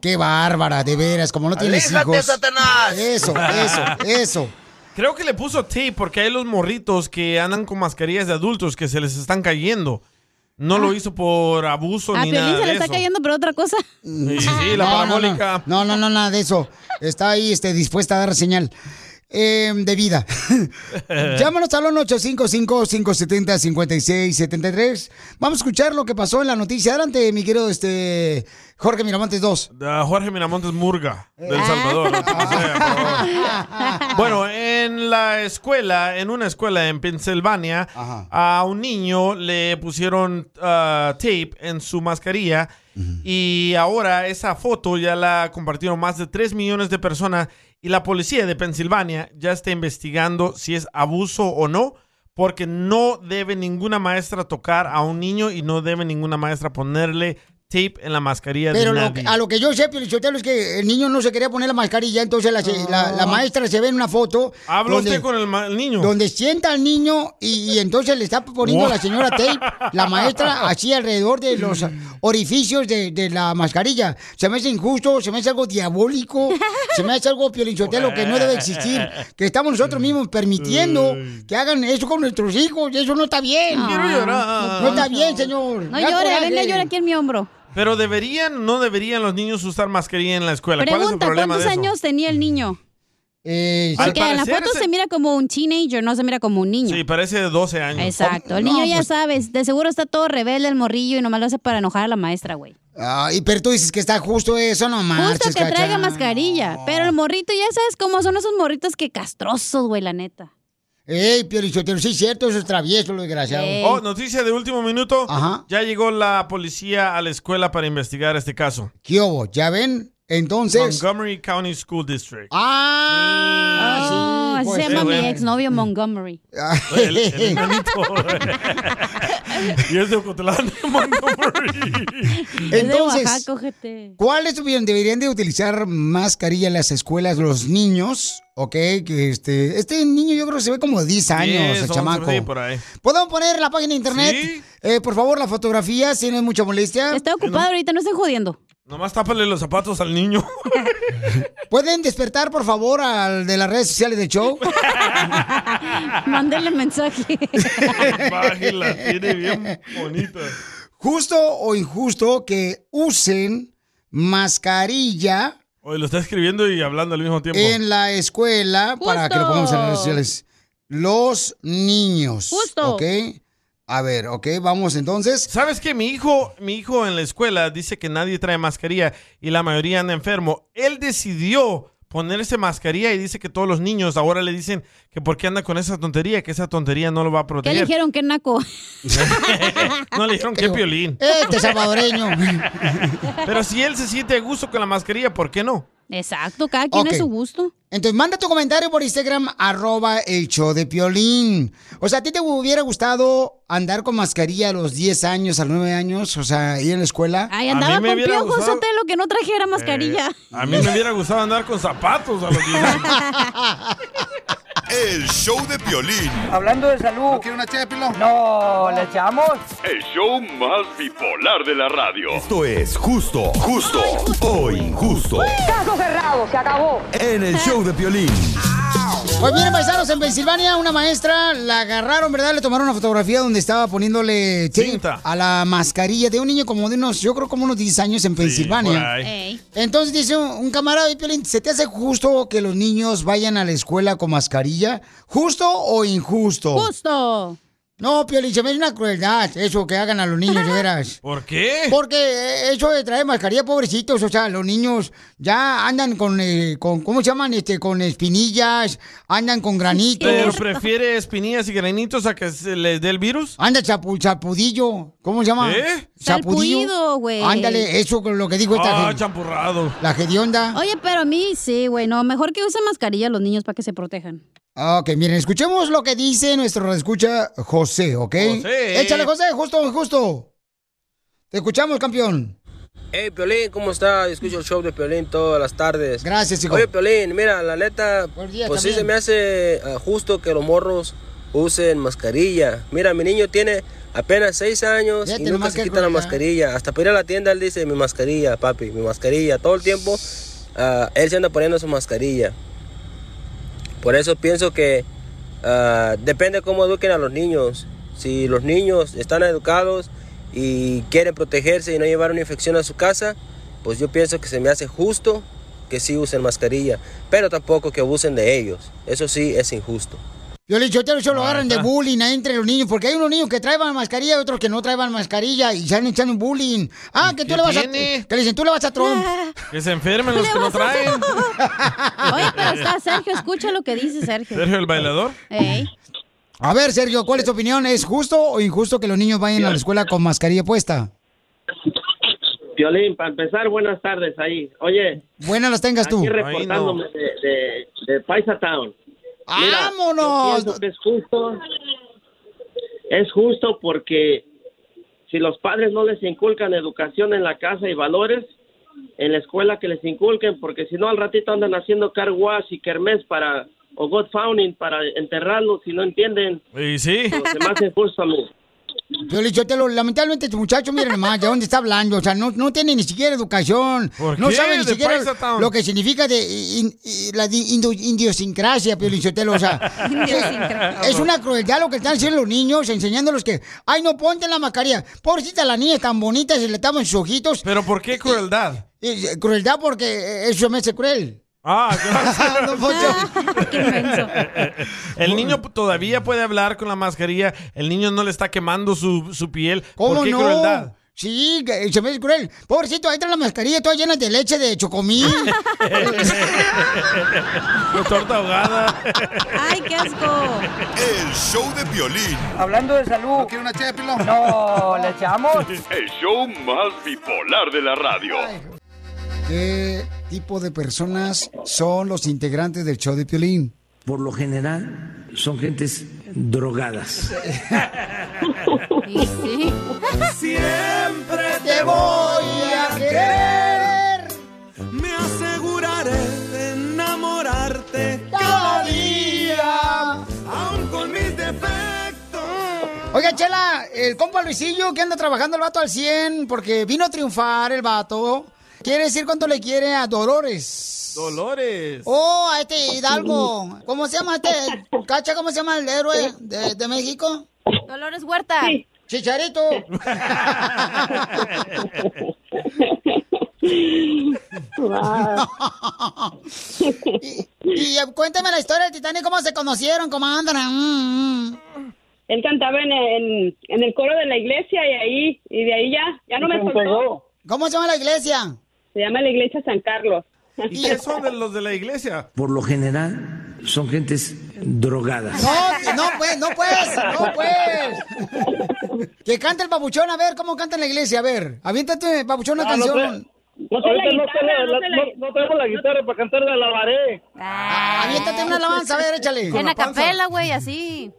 [SPEAKER 1] Qué bárbara, de veras, como no tienes
[SPEAKER 3] Aléjate,
[SPEAKER 1] hijos.
[SPEAKER 3] Satanás.
[SPEAKER 1] Eso, eso, eso.
[SPEAKER 2] Creo que le puso tape porque hay los morritos que andan con mascarillas de adultos que se les están cayendo. No
[SPEAKER 1] Ah.
[SPEAKER 2] lo hizo por abuso
[SPEAKER 3] A
[SPEAKER 2] Pues ni
[SPEAKER 3] Ah, Piolín
[SPEAKER 2] nada
[SPEAKER 3] se le
[SPEAKER 2] de
[SPEAKER 3] está Ah.
[SPEAKER 2] eso.
[SPEAKER 3] cayendo, pero otra cosa.
[SPEAKER 2] Sí, sí,
[SPEAKER 1] No,
[SPEAKER 2] la
[SPEAKER 1] no, no.
[SPEAKER 2] parabólica.
[SPEAKER 1] No, no, no, nada de eso. Está ahí este, dispuesta a dar señal eh, de vida. Llámanos al 855-570-5673. Vamos a escuchar lo que pasó en la noticia. Adelante, mi querido este, Jorge Miramontes 2.
[SPEAKER 2] Ah, Jorge Miramontes Murga, del
[SPEAKER 3] Ah.
[SPEAKER 2] Salvador. Bueno, en la escuela, en una escuela en Pensilvania, a un niño le pusieron ah, tape en su mascarilla y ahora esa foto ya la compartieron más de 3 millones de personas y la policía de Pensilvania ya está investigando si es abuso o no. Porque no debe ninguna maestra tocar a un niño y no debe ninguna maestra ponerle tape en la mascarilla
[SPEAKER 1] Pero
[SPEAKER 2] de
[SPEAKER 1] lo
[SPEAKER 2] nadie.
[SPEAKER 1] que- a lo que yo sé, Piolichotelo, es que el niño no se quería poner la mascarilla, entonces la, se- la- la maestra se ve en una foto.
[SPEAKER 2] Ah. Habla
[SPEAKER 1] donde-
[SPEAKER 2] usted con el, ma- el niño.
[SPEAKER 1] Donde sienta al niño y, y entonces le está poniendo
[SPEAKER 2] Wow.
[SPEAKER 1] la señora tape, la maestra, así alrededor de los orificios de, de la mascarilla. Se me hace injusto, se me hace algo diabólico, se me hace algo piolinchotelo que no debe existir, que estamos nosotros mismos permitiendo que hagan eso con nuestros hijos, y eso no está bien.
[SPEAKER 3] Quiero llorar.
[SPEAKER 1] No está bien, señor.
[SPEAKER 3] No
[SPEAKER 1] Ya
[SPEAKER 3] llore,
[SPEAKER 1] coraje.
[SPEAKER 3] venga, llora aquí en mi hombro.
[SPEAKER 2] Pero deberían, no deberían los niños usar mascarilla en la escuela. ¿Cuál es el
[SPEAKER 3] Pregunta,
[SPEAKER 2] problema
[SPEAKER 3] ¿cuántos
[SPEAKER 2] de eso?
[SPEAKER 3] años tenía el niño?
[SPEAKER 1] Eh,
[SPEAKER 3] Porque
[SPEAKER 2] Al
[SPEAKER 3] en la
[SPEAKER 2] parecer
[SPEAKER 3] foto
[SPEAKER 2] se-
[SPEAKER 3] se mira como un teenager, no se mira como un niño.
[SPEAKER 2] Sí, parece de 12 años.
[SPEAKER 3] Exacto. El niño ya
[SPEAKER 1] pues
[SPEAKER 3] sabes, de seguro está todo rebelde el morrillo y nomás lo hace para enojar a la maestra, güey.
[SPEAKER 1] Ay, pero tú dices que está justo eso, no marches,
[SPEAKER 3] Justo que traiga
[SPEAKER 1] Cacha.
[SPEAKER 3] mascarilla. Pero el morrito, ya sabes cómo son esos morritos que castrosos, güey, la neta.
[SPEAKER 1] Ey, Piolichotelo, sí es cierto, eso es travieso, lo desgraciado.
[SPEAKER 2] Oh, noticia de último minuto. Ya llegó la policía a la escuela para investigar este caso.
[SPEAKER 1] ¿Qué hubo? ¿Ya ven? Entonces...
[SPEAKER 2] Montgomery County School District.
[SPEAKER 1] Ah,
[SPEAKER 3] Oh,
[SPEAKER 1] sí.
[SPEAKER 3] se
[SPEAKER 1] pues,
[SPEAKER 3] llama
[SPEAKER 1] sí,
[SPEAKER 3] mi
[SPEAKER 1] bueno.
[SPEAKER 3] exnovio Montgomery.
[SPEAKER 2] El, el enanito. y es de Ocotlán, Montgomery.
[SPEAKER 1] Entonces,
[SPEAKER 3] Oaxaca, ojete.
[SPEAKER 1] ¿cuál es tu opinión? ¿Deberían de utilizar mascarilla en las escuelas los niños? ¿Ok? Que este, este niño yo creo que se ve como de 10 años,
[SPEAKER 2] 10,
[SPEAKER 1] el
[SPEAKER 2] 11,
[SPEAKER 1] chamaco.
[SPEAKER 2] sí, por ahí.
[SPEAKER 1] ¿Podemos poner la página de internet? Eh, por favor, la fotografía, si no es mucha molestia.
[SPEAKER 3] Está ocupado ahorita, no estén jodiendo.
[SPEAKER 2] Nomás tápale los zapatos al niño.
[SPEAKER 1] ¿Pueden despertar, por favor, al de las redes sociales de show?
[SPEAKER 3] Mándale mensaje.
[SPEAKER 2] Bájela, tiene bien bonita.
[SPEAKER 1] Justo o injusto que usen mascarilla
[SPEAKER 2] Oye, lo está escribiendo y hablando al mismo tiempo.
[SPEAKER 1] en la escuela para que lo pongamos en las redes
[SPEAKER 2] Justo.
[SPEAKER 1] sociales. Los niños.
[SPEAKER 2] Justo.
[SPEAKER 1] ¿Ok? A ver, ok, vamos entonces.
[SPEAKER 2] ¿Sabes qué? Mi hijo, mi hijo en la escuela dice que nadie trae mascarilla y la mayoría anda enfermo. Él decidió ponerse mascarilla y dice que todos los niños ahora le dicen que por qué anda con esa tontería, que esa tontería no lo va a
[SPEAKER 3] ¿Qué le
[SPEAKER 2] proteger.
[SPEAKER 3] dijeron? ¿Qué naco?
[SPEAKER 2] no le dijeron que piolín.
[SPEAKER 1] Este salvadoreño.
[SPEAKER 2] Pero si él se siente a gusto con la mascarilla, ¿por qué no?
[SPEAKER 3] Exacto, cada quien
[SPEAKER 1] Ok.
[SPEAKER 3] es su gusto.
[SPEAKER 1] Entonces, manda tu comentario por Instagram, arroba el show de Piolín. O sea, ¿a ti te hubiera gustado andar con mascarilla a los 10 años, a los 9 años? O sea, ir en la escuela.
[SPEAKER 3] Ay, andaba con piojos, lo que no trajera mascarilla.
[SPEAKER 2] Eh, a mí me hubiera gustado andar con zapatos a los 10 años.
[SPEAKER 6] El show de Piolín.
[SPEAKER 22] Hablando de salud. ¿No quiere una ché, Pilón? No, ¿le echamos?
[SPEAKER 8] El show más bipolar de la radio.
[SPEAKER 6] Esto es justo, justo o injusto.
[SPEAKER 22] Caso cerrado, se acabó.
[SPEAKER 6] En el show de Piolín.
[SPEAKER 1] Pues miren, paisanos, en Pensilvania una maestra la agarraron, ¿verdad? Le tomaron una fotografía donde estaba poniéndole tape a la mascarilla de un niño como de unos, yo creo como unos 10 años en
[SPEAKER 11] por
[SPEAKER 1] Pensilvania.
[SPEAKER 11] ahí. Ey.
[SPEAKER 1] Entonces dice un, un camarada, "Oye, Piolín, ¿se te hace justo que los niños vayan a la escuela con mascarilla? ¿Justo o injusto?
[SPEAKER 3] Justo.
[SPEAKER 1] No, Piolín, se me hace una crueldad eso que hagan a los niños, de veras.
[SPEAKER 2] ¿Por qué?
[SPEAKER 1] Porque eh, eso de traer mascarilla, pobrecitos, o sea, los niños ya andan con, eh, con ¿cómo se llaman? Este, con espinillas, andan con granitos.
[SPEAKER 2] ¿Pero prefiere espinillas y granitos a que se les dé el virus?
[SPEAKER 1] Anda chapu- chapudillo, ¿cómo se llama?
[SPEAKER 2] ¿Eh?
[SPEAKER 3] Salpullido, güey.
[SPEAKER 1] Ándale, eso con lo que dijo esta
[SPEAKER 2] Ah,
[SPEAKER 1] gen-
[SPEAKER 2] champurrado.
[SPEAKER 1] la gedionda.
[SPEAKER 3] Oye, pero a mí sí, güey, no, mejor que usen mascarilla los niños para que se protejan.
[SPEAKER 1] Ah, Ok, miren, escuchemos lo que dice nuestro escucha José, ¿ok?
[SPEAKER 26] José.
[SPEAKER 1] Échale, José, justo, justo. Te escuchamos, campeón.
[SPEAKER 26] Hey, Piolín, ¿cómo estás? Escucho el show de Piolín todas las tardes.
[SPEAKER 1] Gracias, hijo.
[SPEAKER 26] Oye, Piolín, mira, la neta,
[SPEAKER 1] día
[SPEAKER 26] pues sí
[SPEAKER 1] también.
[SPEAKER 26] se me hace ah, justo que los morros usen mascarilla. Mira, mi niño tiene apenas seis años
[SPEAKER 1] Fíjate
[SPEAKER 26] y nunca
[SPEAKER 1] nomás
[SPEAKER 26] se
[SPEAKER 1] qué
[SPEAKER 26] quita la
[SPEAKER 1] crueldad.
[SPEAKER 26] mascarilla. Hasta para ir a la tienda él dice, mi mascarilla, papi, mi mascarilla. Todo el tiempo ah, él se anda poniendo su mascarilla. Por eso pienso que ah, depende cómo eduquen a los niños. Si los niños están educados y quieren protegerse y no llevar una infección a su casa, pues yo pienso que se me hace justo que sí usen mascarilla, pero tampoco que abusen de ellos. Eso sí es injusto.
[SPEAKER 1] Yo le digo, yo lo agarran de bullying ahí entre los niños, porque hay unos niños que traen mascarilla y otros que no traen mascarilla y se han echado un bullying. Ah, que tú
[SPEAKER 2] qué
[SPEAKER 1] le vas
[SPEAKER 2] tiene?
[SPEAKER 1] a. Que le dicen, tú le vas a Trump.
[SPEAKER 2] Que se enfermen los que no traen.
[SPEAKER 3] Oye, pero está Sergio, escucha lo que dice Sergio.
[SPEAKER 2] Sergio el bailador.
[SPEAKER 3] Ey.
[SPEAKER 1] A ver, Sergio, ¿cuál es tu opinión? ¿Es justo o injusto que los niños vayan a la escuela con mascarilla puesta?
[SPEAKER 17] Violín, para empezar, buenas tardes ahí. Oye.
[SPEAKER 1] Buenas las tengas tú.
[SPEAKER 17] Aquí reportándome de, de, de Paisa Town. Mira,
[SPEAKER 1] ¡Vámonos!
[SPEAKER 17] yo pienso que es justo. Es justo porque si los padres no les inculcan educación en la casa y valores, en la escuela que les inculquen, porque si no al ratito andan haciendo car wash y kermés para, o God Founding para enterrarlos si no entienden.
[SPEAKER 2] Y sí.
[SPEAKER 17] Se me hace justo a mí.
[SPEAKER 1] Yo le yo te lo, lamentablemente este muchacho, miren nomás, ¿de dónde está hablando? O sea, no, no tiene ni siquiera educación.
[SPEAKER 2] ¿Por
[SPEAKER 1] no
[SPEAKER 2] qué?
[SPEAKER 1] sabe ni
[SPEAKER 2] De
[SPEAKER 1] siquiera
[SPEAKER 2] Paisa Town.
[SPEAKER 1] lo que significa de in- in- la di- indo- idiosincrasia, Pio Lichotelo. O sea,
[SPEAKER 2] Idiosincrasia.
[SPEAKER 1] es una crueldad lo que están haciendo los niños, enseñándolos que, ay, no, ponte la mascarilla. Pobrecita la niña es tan bonita, se le tapan sus ojitos.
[SPEAKER 2] ¿Pero por qué crueldad?
[SPEAKER 1] Y- y- crueldad porque eh, eso me hace cruel.
[SPEAKER 2] Ah,
[SPEAKER 1] No, Poncho.
[SPEAKER 2] El niño todavía puede hablar con la mascarilla. El niño no le está quemando su, su piel.
[SPEAKER 1] ¿Cómo
[SPEAKER 2] ¿Por qué
[SPEAKER 1] no?
[SPEAKER 2] crueldad?
[SPEAKER 1] Sí, que- se me hace cruel. Pobrecito, ahí está la mascarilla toda llena de leche de chocomil.
[SPEAKER 2] Con torta ahogada.
[SPEAKER 3] ¡Ay, qué asco!
[SPEAKER 27] El show de violín.
[SPEAKER 22] Hablando de salud. ¿No quiere una ché de pilón? No, le echamos.
[SPEAKER 8] El show más bipolar de la radio.
[SPEAKER 1] ¿Qué tipo de personas son los integrantes del show de Piolín?
[SPEAKER 15] Por lo general son gentes drogadas.
[SPEAKER 11] Siempre
[SPEAKER 1] te voy a querer.
[SPEAKER 11] Me aseguraré de enamorarte
[SPEAKER 1] cada día,
[SPEAKER 11] aun con mis defectos.
[SPEAKER 1] Oiga, Chela, el compa Luisillo que anda trabajando el vato al 100 porque vino a triunfar el vato. Quiere decir cuánto le quiere a Dolores.
[SPEAKER 2] Dolores.
[SPEAKER 1] Oh, a este Hidalgo. ¿Cómo se llama este? ¿Cacha cómo se llama el héroe de, de México?
[SPEAKER 3] Dolores Huerta.
[SPEAKER 1] Chicharito. y, y, eh, cuéntame la historia del Titanic, cómo se conocieron, cómo andan. mm,
[SPEAKER 14] Él cantaba en, en- en el coro de la iglesia y ahí y de ahí ya ya no me soltó.
[SPEAKER 1] ¿Cómo se llama la iglesia?
[SPEAKER 14] Se llama la iglesia San Carlos.
[SPEAKER 2] ¿Y qué son de los de la iglesia?
[SPEAKER 15] Por lo general son gentes drogadas.
[SPEAKER 1] No, no pues, no pues, no pues. Que cante el babuchón, a ver cómo canta en la iglesia, a ver. Aviéntate, babuchón, una
[SPEAKER 11] Ah, no
[SPEAKER 1] canción.
[SPEAKER 11] sé. Ahorita no tengo la- no- no tengo la guitarra para cantar la lavaré.
[SPEAKER 1] aviéntate una alabanza, a ver, échale.
[SPEAKER 3] En la capela, güey, así.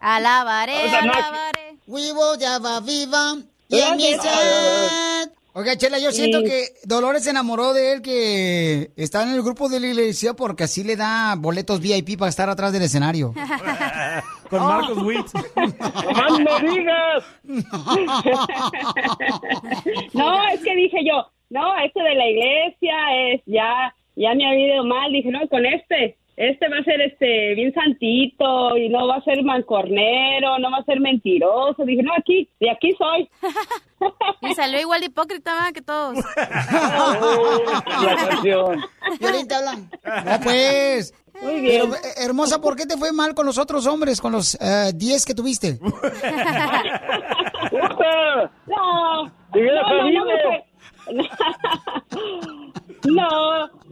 [SPEAKER 3] Alabaré, alabaré.
[SPEAKER 1] Vivo de Abba viva y en mi sed. Oiga, Chela, yo siento
[SPEAKER 3] Sí.
[SPEAKER 1] que Dolores se enamoró de él que está en el grupo de la iglesia porque así le da boletos VIP para estar atrás del escenario.
[SPEAKER 2] Con Marcos Witt.
[SPEAKER 14] ¡Nomás no digas! No, es que dije yo, no, este de la iglesia es ya, ya me había ido mal. Dije, no, con este, este va a ser este bien santito y no va a ser mancornero, no va a ser mentiroso. Dije, no, aquí, de aquí soy.
[SPEAKER 3] Y salió igual de hipócrita ¿verdad? que todos.
[SPEAKER 1] Violín, te hablan. No, pues.
[SPEAKER 14] Muy bien.
[SPEAKER 1] Pero, eh, hermosa, ¿por qué te fue mal con los otros hombres, con los eh, 10 que tuviste? Miguel
[SPEAKER 14] No, no, no, no
[SPEAKER 1] Acarino.
[SPEAKER 14] me fue. No,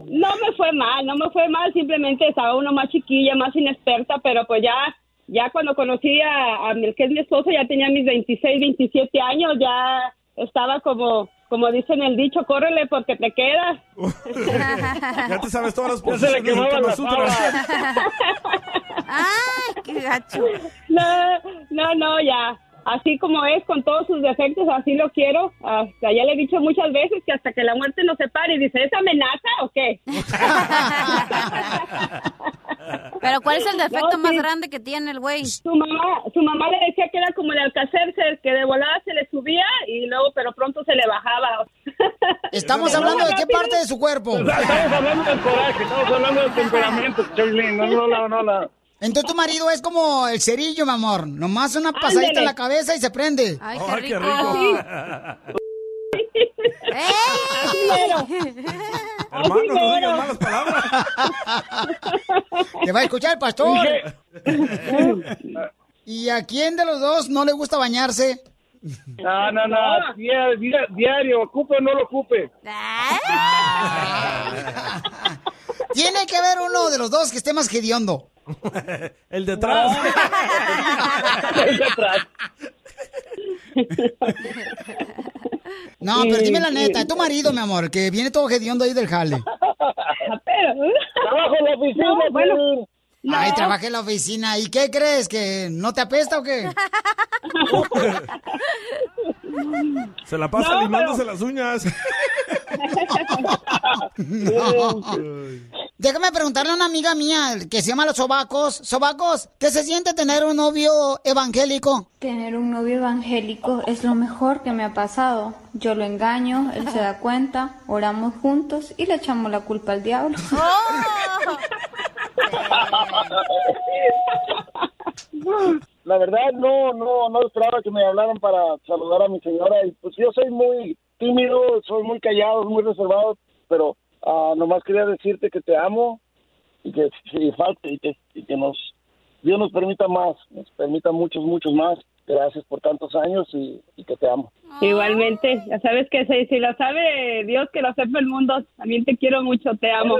[SPEAKER 14] no me fue mal, no me fue mal, simplemente estaba uno más chiquilla, más inexperta, pero pues ya, ya cuando conocí a, a mi- el que es mi esposo, ya tenía mis 26, 27 años, ya estaba como, como dicen el dicho, córrele porque te quedas.
[SPEAKER 2] Ya te sabes todas las
[SPEAKER 14] Ya se le
[SPEAKER 2] posiciones del
[SPEAKER 14] quemaron
[SPEAKER 2] Kama
[SPEAKER 14] las
[SPEAKER 2] Sutra.
[SPEAKER 14] ¡Ay, qué gacho! No, no, no, ya. Así como es, con todos sus defectos, así lo quiero. Hasta ya le he dicho muchas veces que hasta que la muerte nos separe. Y dice, ¿es amenaza o qué?
[SPEAKER 3] Pero ¿cuál es el defecto
[SPEAKER 14] No,
[SPEAKER 3] más
[SPEAKER 14] sí.
[SPEAKER 3] grande que tiene el güey?
[SPEAKER 14] Su mamá, su mamá le decía que era como el alcacerse, que de volada se le subía y luego, pero pronto se le bajaba.
[SPEAKER 1] Estamos hablando de qué parte de su cuerpo.
[SPEAKER 17] Estamos hablando del coraje, estamos hablando del temperamento, Choylin. No, no, no, no, no.
[SPEAKER 1] Entonces tu marido es como el cerillo, mi amor. Nomás una pasadita
[SPEAKER 17] Ándale.
[SPEAKER 1] en la cabeza y se prende.
[SPEAKER 17] Ay,
[SPEAKER 11] qué Ay, qué rico. rico.
[SPEAKER 14] Así mero. Así
[SPEAKER 11] Hermano, no digas
[SPEAKER 14] mero.
[SPEAKER 11] malas
[SPEAKER 1] Te va a escuchar el pastor. ¿Y a quién de los dos no le gusta bañarse?
[SPEAKER 17] No, no, no. Diario, dia- diario, ocupe o no lo ocupe.
[SPEAKER 1] Tiene que haber uno de los dos que esté más hediondo.
[SPEAKER 2] El de atrás.
[SPEAKER 1] El de atrás. No, pero dime la neta, tu marido, mi amor, que viene todo hediondo ahí del jale.
[SPEAKER 17] Trabajo en la oficina,
[SPEAKER 1] No, bueno.
[SPEAKER 17] Piolín.
[SPEAKER 1] Ay,
[SPEAKER 17] No.
[SPEAKER 1] trabajé en la oficina. ¿Y qué crees? ¿Que no te apesta o qué?
[SPEAKER 2] Se la pasa
[SPEAKER 1] No,
[SPEAKER 2] limándose las uñas.
[SPEAKER 1] Déjame preguntarle a una amiga mía que se llama Los Sobacos. Sobacos, ¿qué se siente tener un novio evangélico?
[SPEAKER 15] Tener un novio evangélico es lo mejor que me ha pasado. Yo lo engaño, él se da cuenta, oramos juntos y le echamos la culpa al diablo.
[SPEAKER 3] ¡Oh!
[SPEAKER 17] La verdad, no, no, no esperaba que me hablaran para saludar a mi señora. Y pues yo soy muy tímido, soy muy callado, muy reservado, pero ah, nomás quería decirte que te amo y que y falta y que, y que nos Dios nos permita más, nos permita muchos, muchos más. Gracias por tantos años y, y que te amo.
[SPEAKER 14] Igualmente, ya sabes que si, si lo sabe Dios, que lo sepa el mundo. También te quiero mucho, te amo.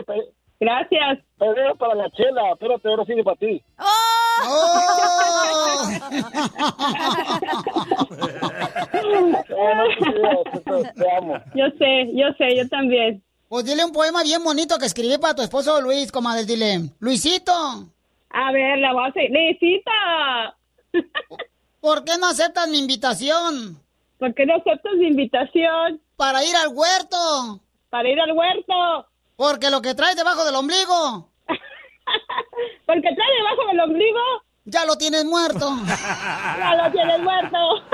[SPEAKER 14] Gracias.
[SPEAKER 17] Pero para la chela, espérate, ahora sigue para ti.
[SPEAKER 14] Yo sé, yo sé, yo también.
[SPEAKER 1] Pues dile un poema bien bonito que escribí para tu esposo Luis, comadre. Dile, Luisito.
[SPEAKER 14] A ver, la voy a hacer. Luisita.
[SPEAKER 1] ¿Por qué no aceptas mi invitación?
[SPEAKER 14] ¿Por qué no aceptas mi invitación?
[SPEAKER 1] Para ir al huerto.
[SPEAKER 14] Para ir al huerto.
[SPEAKER 1] Porque lo que traes debajo del ombligo.
[SPEAKER 14] Porque traes debajo del ombligo.
[SPEAKER 1] Ya lo tienes muerto.
[SPEAKER 14] Ya lo tienes muerto.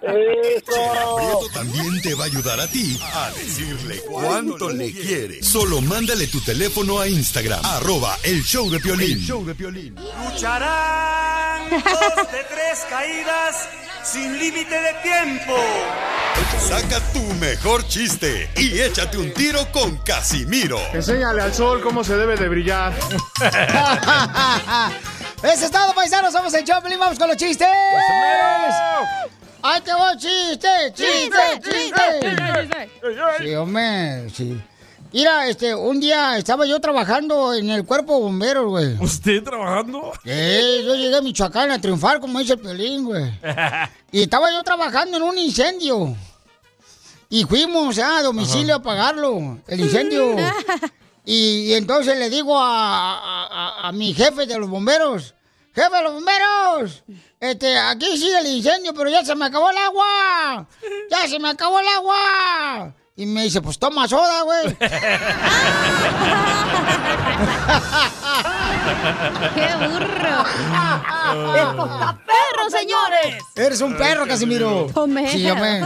[SPEAKER 6] Prieto también te va a ayudar a ti a decirle cuánto le quiere. Solo mándale tu teléfono a Instagram, arroba el show de Piolín.
[SPEAKER 11] El
[SPEAKER 18] Lucharán dos de tres caídas sin límite de tiempo.
[SPEAKER 6] Saca tu mejor chiste y échate un tiro con Casimiro.
[SPEAKER 24] Enséñale al sol cómo se debe de brillar.
[SPEAKER 1] es estado paisano, somos el Choplin, vamos con los chistes. ¡Ahí te voy, chiste, chiste, chiste! Sí, hombre, sí. Mira, este, un día estaba yo trabajando en el cuerpo de bomberos, güey.
[SPEAKER 2] ¿Usted trabajando?
[SPEAKER 1] Sí, yo llegué a Michoacán a triunfar, como dice el Piolín, güey. Y estaba yo trabajando en un incendio. Y fuimos a domicilio a apagarlo, el incendio. Y, y entonces le digo a, a- a- a mi jefe de los bomberos, jefe de los bomberos, este, aquí sigue el incendio, pero ya se me acabó el agua. Ya se me acabó el agua. Y me dice, pues toma soda, güey.
[SPEAKER 11] ¡Qué burro!
[SPEAKER 1] ¡Esto está perro, señores! Eres un perro, Casimiro.
[SPEAKER 11] Tomé.
[SPEAKER 1] Sí, hombre.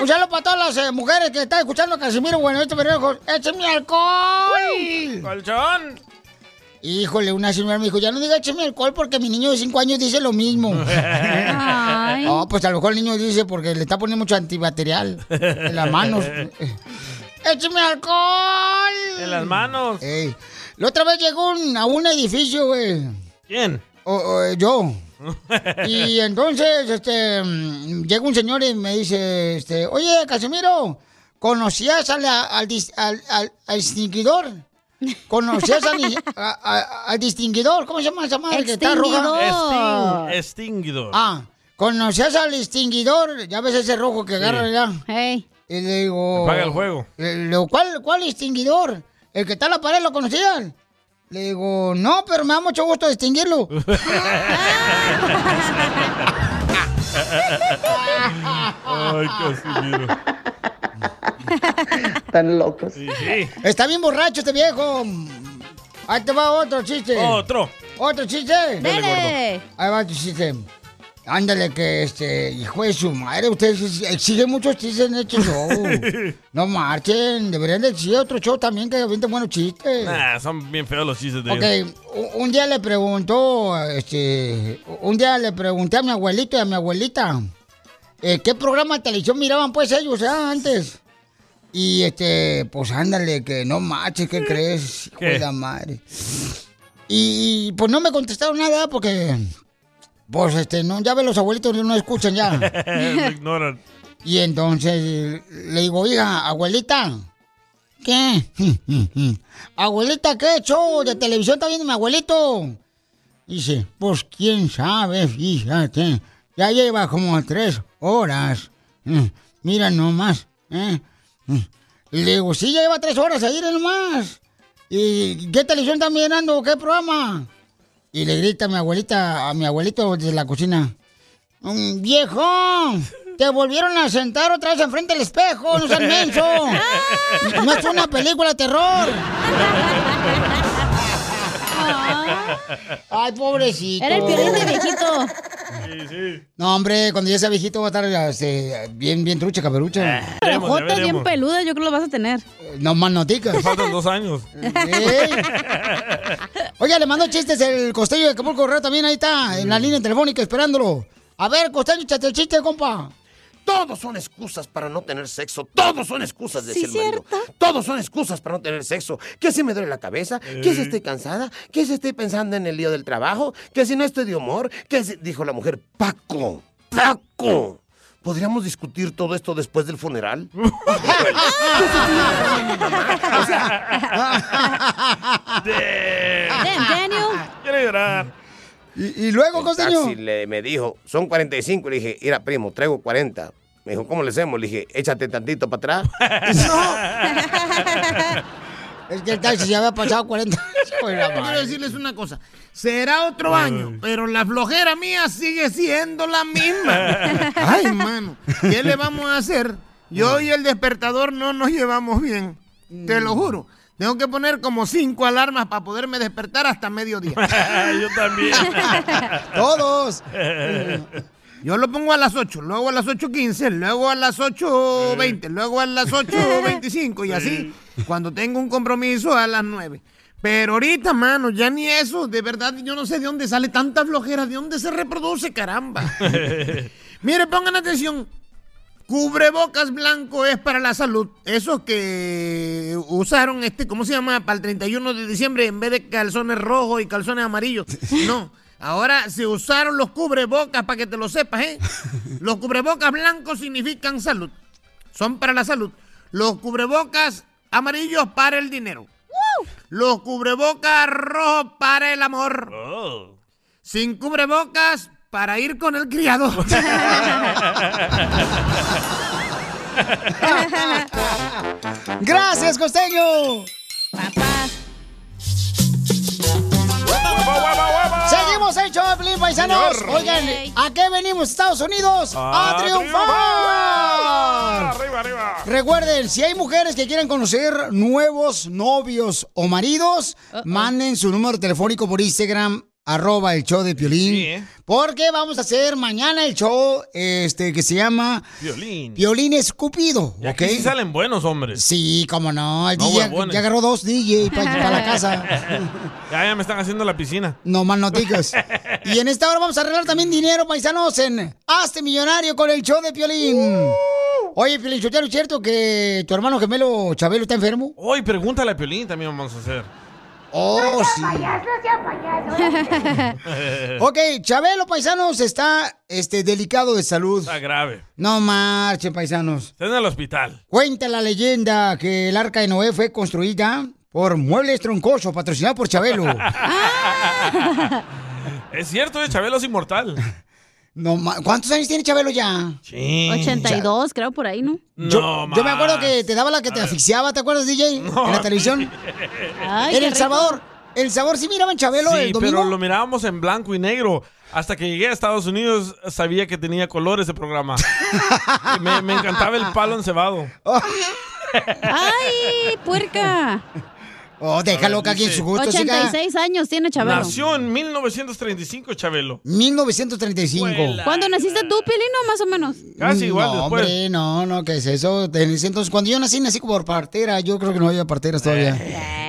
[SPEAKER 1] Un saludo para todas las eh, mujeres que están escuchando a Casimiro. Bueno, este perro, ¡Eche mi alcohol!
[SPEAKER 2] ¡Colchón!
[SPEAKER 1] Híjole, una señora me dijo, ya no diga eche mi alcohol porque mi niño de 5 años dice lo mismo.
[SPEAKER 11] Ay.
[SPEAKER 1] No, pues a lo mejor el niño dice porque le está poniendo mucho antibacterial en las manos. ¡Écheme alcohol!
[SPEAKER 2] En las manos.
[SPEAKER 1] Ey. La otra vez llegó un- a un edificio, güey.
[SPEAKER 2] ¿Quién?
[SPEAKER 1] O- o, eh, yo. Y entonces, este, mm, llega un señor y me dice, este, oye, Casimiro, ¿conocías a la- al, dis- al, al- al distinguidor? ¿Conocías al, a- a- al distinguidor? ¿Cómo se llama esa madre que está roja?
[SPEAKER 2] Extin- Extinguidor.
[SPEAKER 1] Ah, ¿Conoces al distinguidor? Ya ves ese rojo que agarra
[SPEAKER 2] Sí.
[SPEAKER 1] ya. Y le digo.
[SPEAKER 2] Apaga el juego.
[SPEAKER 1] Le digo, ¿cuál, ¿cuál distinguidor? ¿El que está en la pared lo conocían? Le digo, no, pero me da mucho gusto distinguirlo.
[SPEAKER 11] Ay, Casimiro.
[SPEAKER 1] Están locos.
[SPEAKER 11] sí.
[SPEAKER 1] Está bien borracho este viejo. Ahí te va otro chiste.
[SPEAKER 2] Otro.
[SPEAKER 1] ¿Otro chiste?
[SPEAKER 11] Dale, Dale.
[SPEAKER 1] Ahí va tu chiste. Ándale, que este, hijo de su madre, ustedes ex- exigen muchos chistes en este show. no marchen, deberían de exigir otro show también que avienten buenos chistes.
[SPEAKER 11] Ah,
[SPEAKER 2] Nah, son bien feos los chistes de
[SPEAKER 1] Ok,
[SPEAKER 2] ellos.
[SPEAKER 1] u- un día le preguntó, este, un día le pregunté a mi abuelito y a mi abuelita, eh, ¿qué programa de televisión miraban pues ellos ah, antes? Y este, pues ándale, que no maches, ¿qué crees? Hijo de
[SPEAKER 11] ¿Qué?
[SPEAKER 1] la madre. Y, y, pues no me contestaron nada porque, pues este, no, ya ven los abuelitos no escuchan
[SPEAKER 2] Lo
[SPEAKER 1] ya.
[SPEAKER 2] ignoran.
[SPEAKER 1] y entonces le digo, oiga, abuelita, ¿qué? Abuelita, ¿qué show de televisión está viendo mi abuelito? Dice, pues quién sabe, fíjate. Ya lleva como tres horas. Mm, Mira nomás. ¿eh? Mm. Y le digo, sí, ya lleva tres horas ahí nomás. ¿Y qué televisión está mirando? ¿Qué programa? Y le grita a mi abuelita, a mi abuelito desde la cocina. "Mm, ¡Viejo! Te volvieron a sentar otra vez enfrente del espejo, no seas menso. No es una película de terror. Ay, pobrecito.
[SPEAKER 3] Era el Piolín de viejito.
[SPEAKER 2] Sí, sí.
[SPEAKER 1] No, hombre, cuando ya sea viejito va a estar este, bien, bien trucha,
[SPEAKER 2] Eh,
[SPEAKER 1] caperucha.
[SPEAKER 3] Pero Jota es bien peluda, yo creo que lo vas a tener.
[SPEAKER 1] No más noticas.
[SPEAKER 2] Te faltan dos años.
[SPEAKER 1] Oiga, le mando chistes el costeño de Acapulco Correo también, ahí está, en la línea telefónica esperándolo. A ver, costeño, échate el chiste, compa.
[SPEAKER 28] Todos son excusas para no tener sexo. Todos son excusas,
[SPEAKER 1] Sí,
[SPEAKER 28] decía el marido. Todos son excusas para no tener sexo. Que si me duele la cabeza, que si estoy cansada, que si estoy pensando en el lío del trabajo, que si no estoy de humor, que si... Dijo la mujer, Paco, Paco. ¿Podríamos discutir todo esto después del funeral?
[SPEAKER 2] Quiero llorar.
[SPEAKER 1] ¿Y, luego,
[SPEAKER 28] Costeño? Le, me dijo, son 45. Le dije, mira, primo, traigo 40. Me dijo, ¿cómo le hacemos? Le dije, échate tantito para atrás.
[SPEAKER 1] Es que el taxi ya había pasado 40
[SPEAKER 20] Quiero
[SPEAKER 1] años.
[SPEAKER 20] decirles una cosa. Será otro año, pero la flojera mía sigue siendo la misma. Ay, mano. ¿Qué le vamos a hacer? Yo y el despertador no nos llevamos bien. Te lo juro. Tengo que poner como cinco alarmas para poderme despertar hasta mediodía.
[SPEAKER 2] Yo también.
[SPEAKER 20] Todos. Yo lo pongo a las 8, luego a las 8.15, luego a las 8.20, luego a las 8.25 y así cuando tengo un compromiso a las 9. Pero ahorita, mano, ya ni eso, de verdad, yo no sé de dónde sale tanta flojera, de dónde se reproduce, caramba. Mire, pongan atención. Cubrebocas blanco es para la salud. Esos que usaron este, ¿cómo se llama? Para el 31 de diciembre en vez de calzones rojos y calzones amarillos. No. Ahora se usaron los cubrebocas para que te lo sepas, ¿eh? Los cubrebocas blancos significan salud. Son para la salud. Los cubrebocas amarillos para el dinero. Los cubrebocas rojos para el amor. Sin cubrebocas para ir con el criador.
[SPEAKER 1] Gracias, costeño. Papá. Seguimos el show, Pelín, paisanos.
[SPEAKER 11] Señor.
[SPEAKER 1] Oigan, ¿a qué venimos, Estados Unidos?
[SPEAKER 11] ¡A
[SPEAKER 2] Ah,
[SPEAKER 1] ¡A, triunfar!
[SPEAKER 11] Arriba, arriba.
[SPEAKER 1] Recuerden, si hay mujeres que quieren conocer nuevos novios o maridos, manden su número telefónico por Instagram, arroba el show de Piolín. Porque vamos a hacer mañana el show este, que se llama
[SPEAKER 2] Violín.
[SPEAKER 1] Piolín Escupido.
[SPEAKER 2] Y aquí
[SPEAKER 1] ¿ok?
[SPEAKER 2] sí salen buenos hombres.
[SPEAKER 1] Sí, cómo no. El
[SPEAKER 2] No
[SPEAKER 1] DJ
[SPEAKER 2] huevones.
[SPEAKER 1] ya agarró dos DJ para la casa.
[SPEAKER 2] ya, ya me están haciendo la piscina.
[SPEAKER 1] No más noticas. y en esta hora vamos a arreglar también dinero, paisanos, en Hazte Millonario con el show de Piolín. Oye, Piolín, Sotelo, ¿es cierto que tu hermano gemelo Chabelo está enfermo?
[SPEAKER 2] Hoy pregúntale a Piolín también vamos a hacer.
[SPEAKER 1] Oh, sí. ok, Chabelo, paisanos, está este, delicado de salud.
[SPEAKER 2] Está grave.
[SPEAKER 1] No marchen, paisanos.
[SPEAKER 2] Está en el hospital.
[SPEAKER 1] Cuenta la leyenda que el arca de Noé fue construida por Muebles Troncoso, patrocinado por Chabelo.
[SPEAKER 2] es cierto, eh, Chabelo es inmortal.
[SPEAKER 1] No, ma- ¿Cuántos años tiene Chabelo ya?
[SPEAKER 2] Sí.
[SPEAKER 3] 82, creo, por ahí, ¿no?
[SPEAKER 1] Yo, yo me acuerdo que te daba la que te asfixiaba, ¿te acuerdas, DJ? En la televisión. en
[SPEAKER 2] qué
[SPEAKER 1] El
[SPEAKER 2] rico.
[SPEAKER 1] Salvador. El Salvador sí miraban Chabelo
[SPEAKER 2] Sí,
[SPEAKER 1] el domingo.
[SPEAKER 2] pero lo mirábamos en blanco y negro. Hasta que llegué a Estados Unidos sabía que tenía color ese programa. Y me, me encantaba el palo encebado.
[SPEAKER 3] ¡Ay, puerca!
[SPEAKER 1] Oh, déjalo que aquí en su gusto, chica.
[SPEAKER 3] 86 años tiene Chabelo.
[SPEAKER 2] Nació en 1935, Chabelo.
[SPEAKER 1] 1935.
[SPEAKER 3] ¿Cuándo naciste tú, Pilino, más o menos?
[SPEAKER 1] no, Hombre, no, no, ¿qué es eso? En ese Entonces, cuando yo nací, nací como por partera. Yo creo que no había parteras todavía.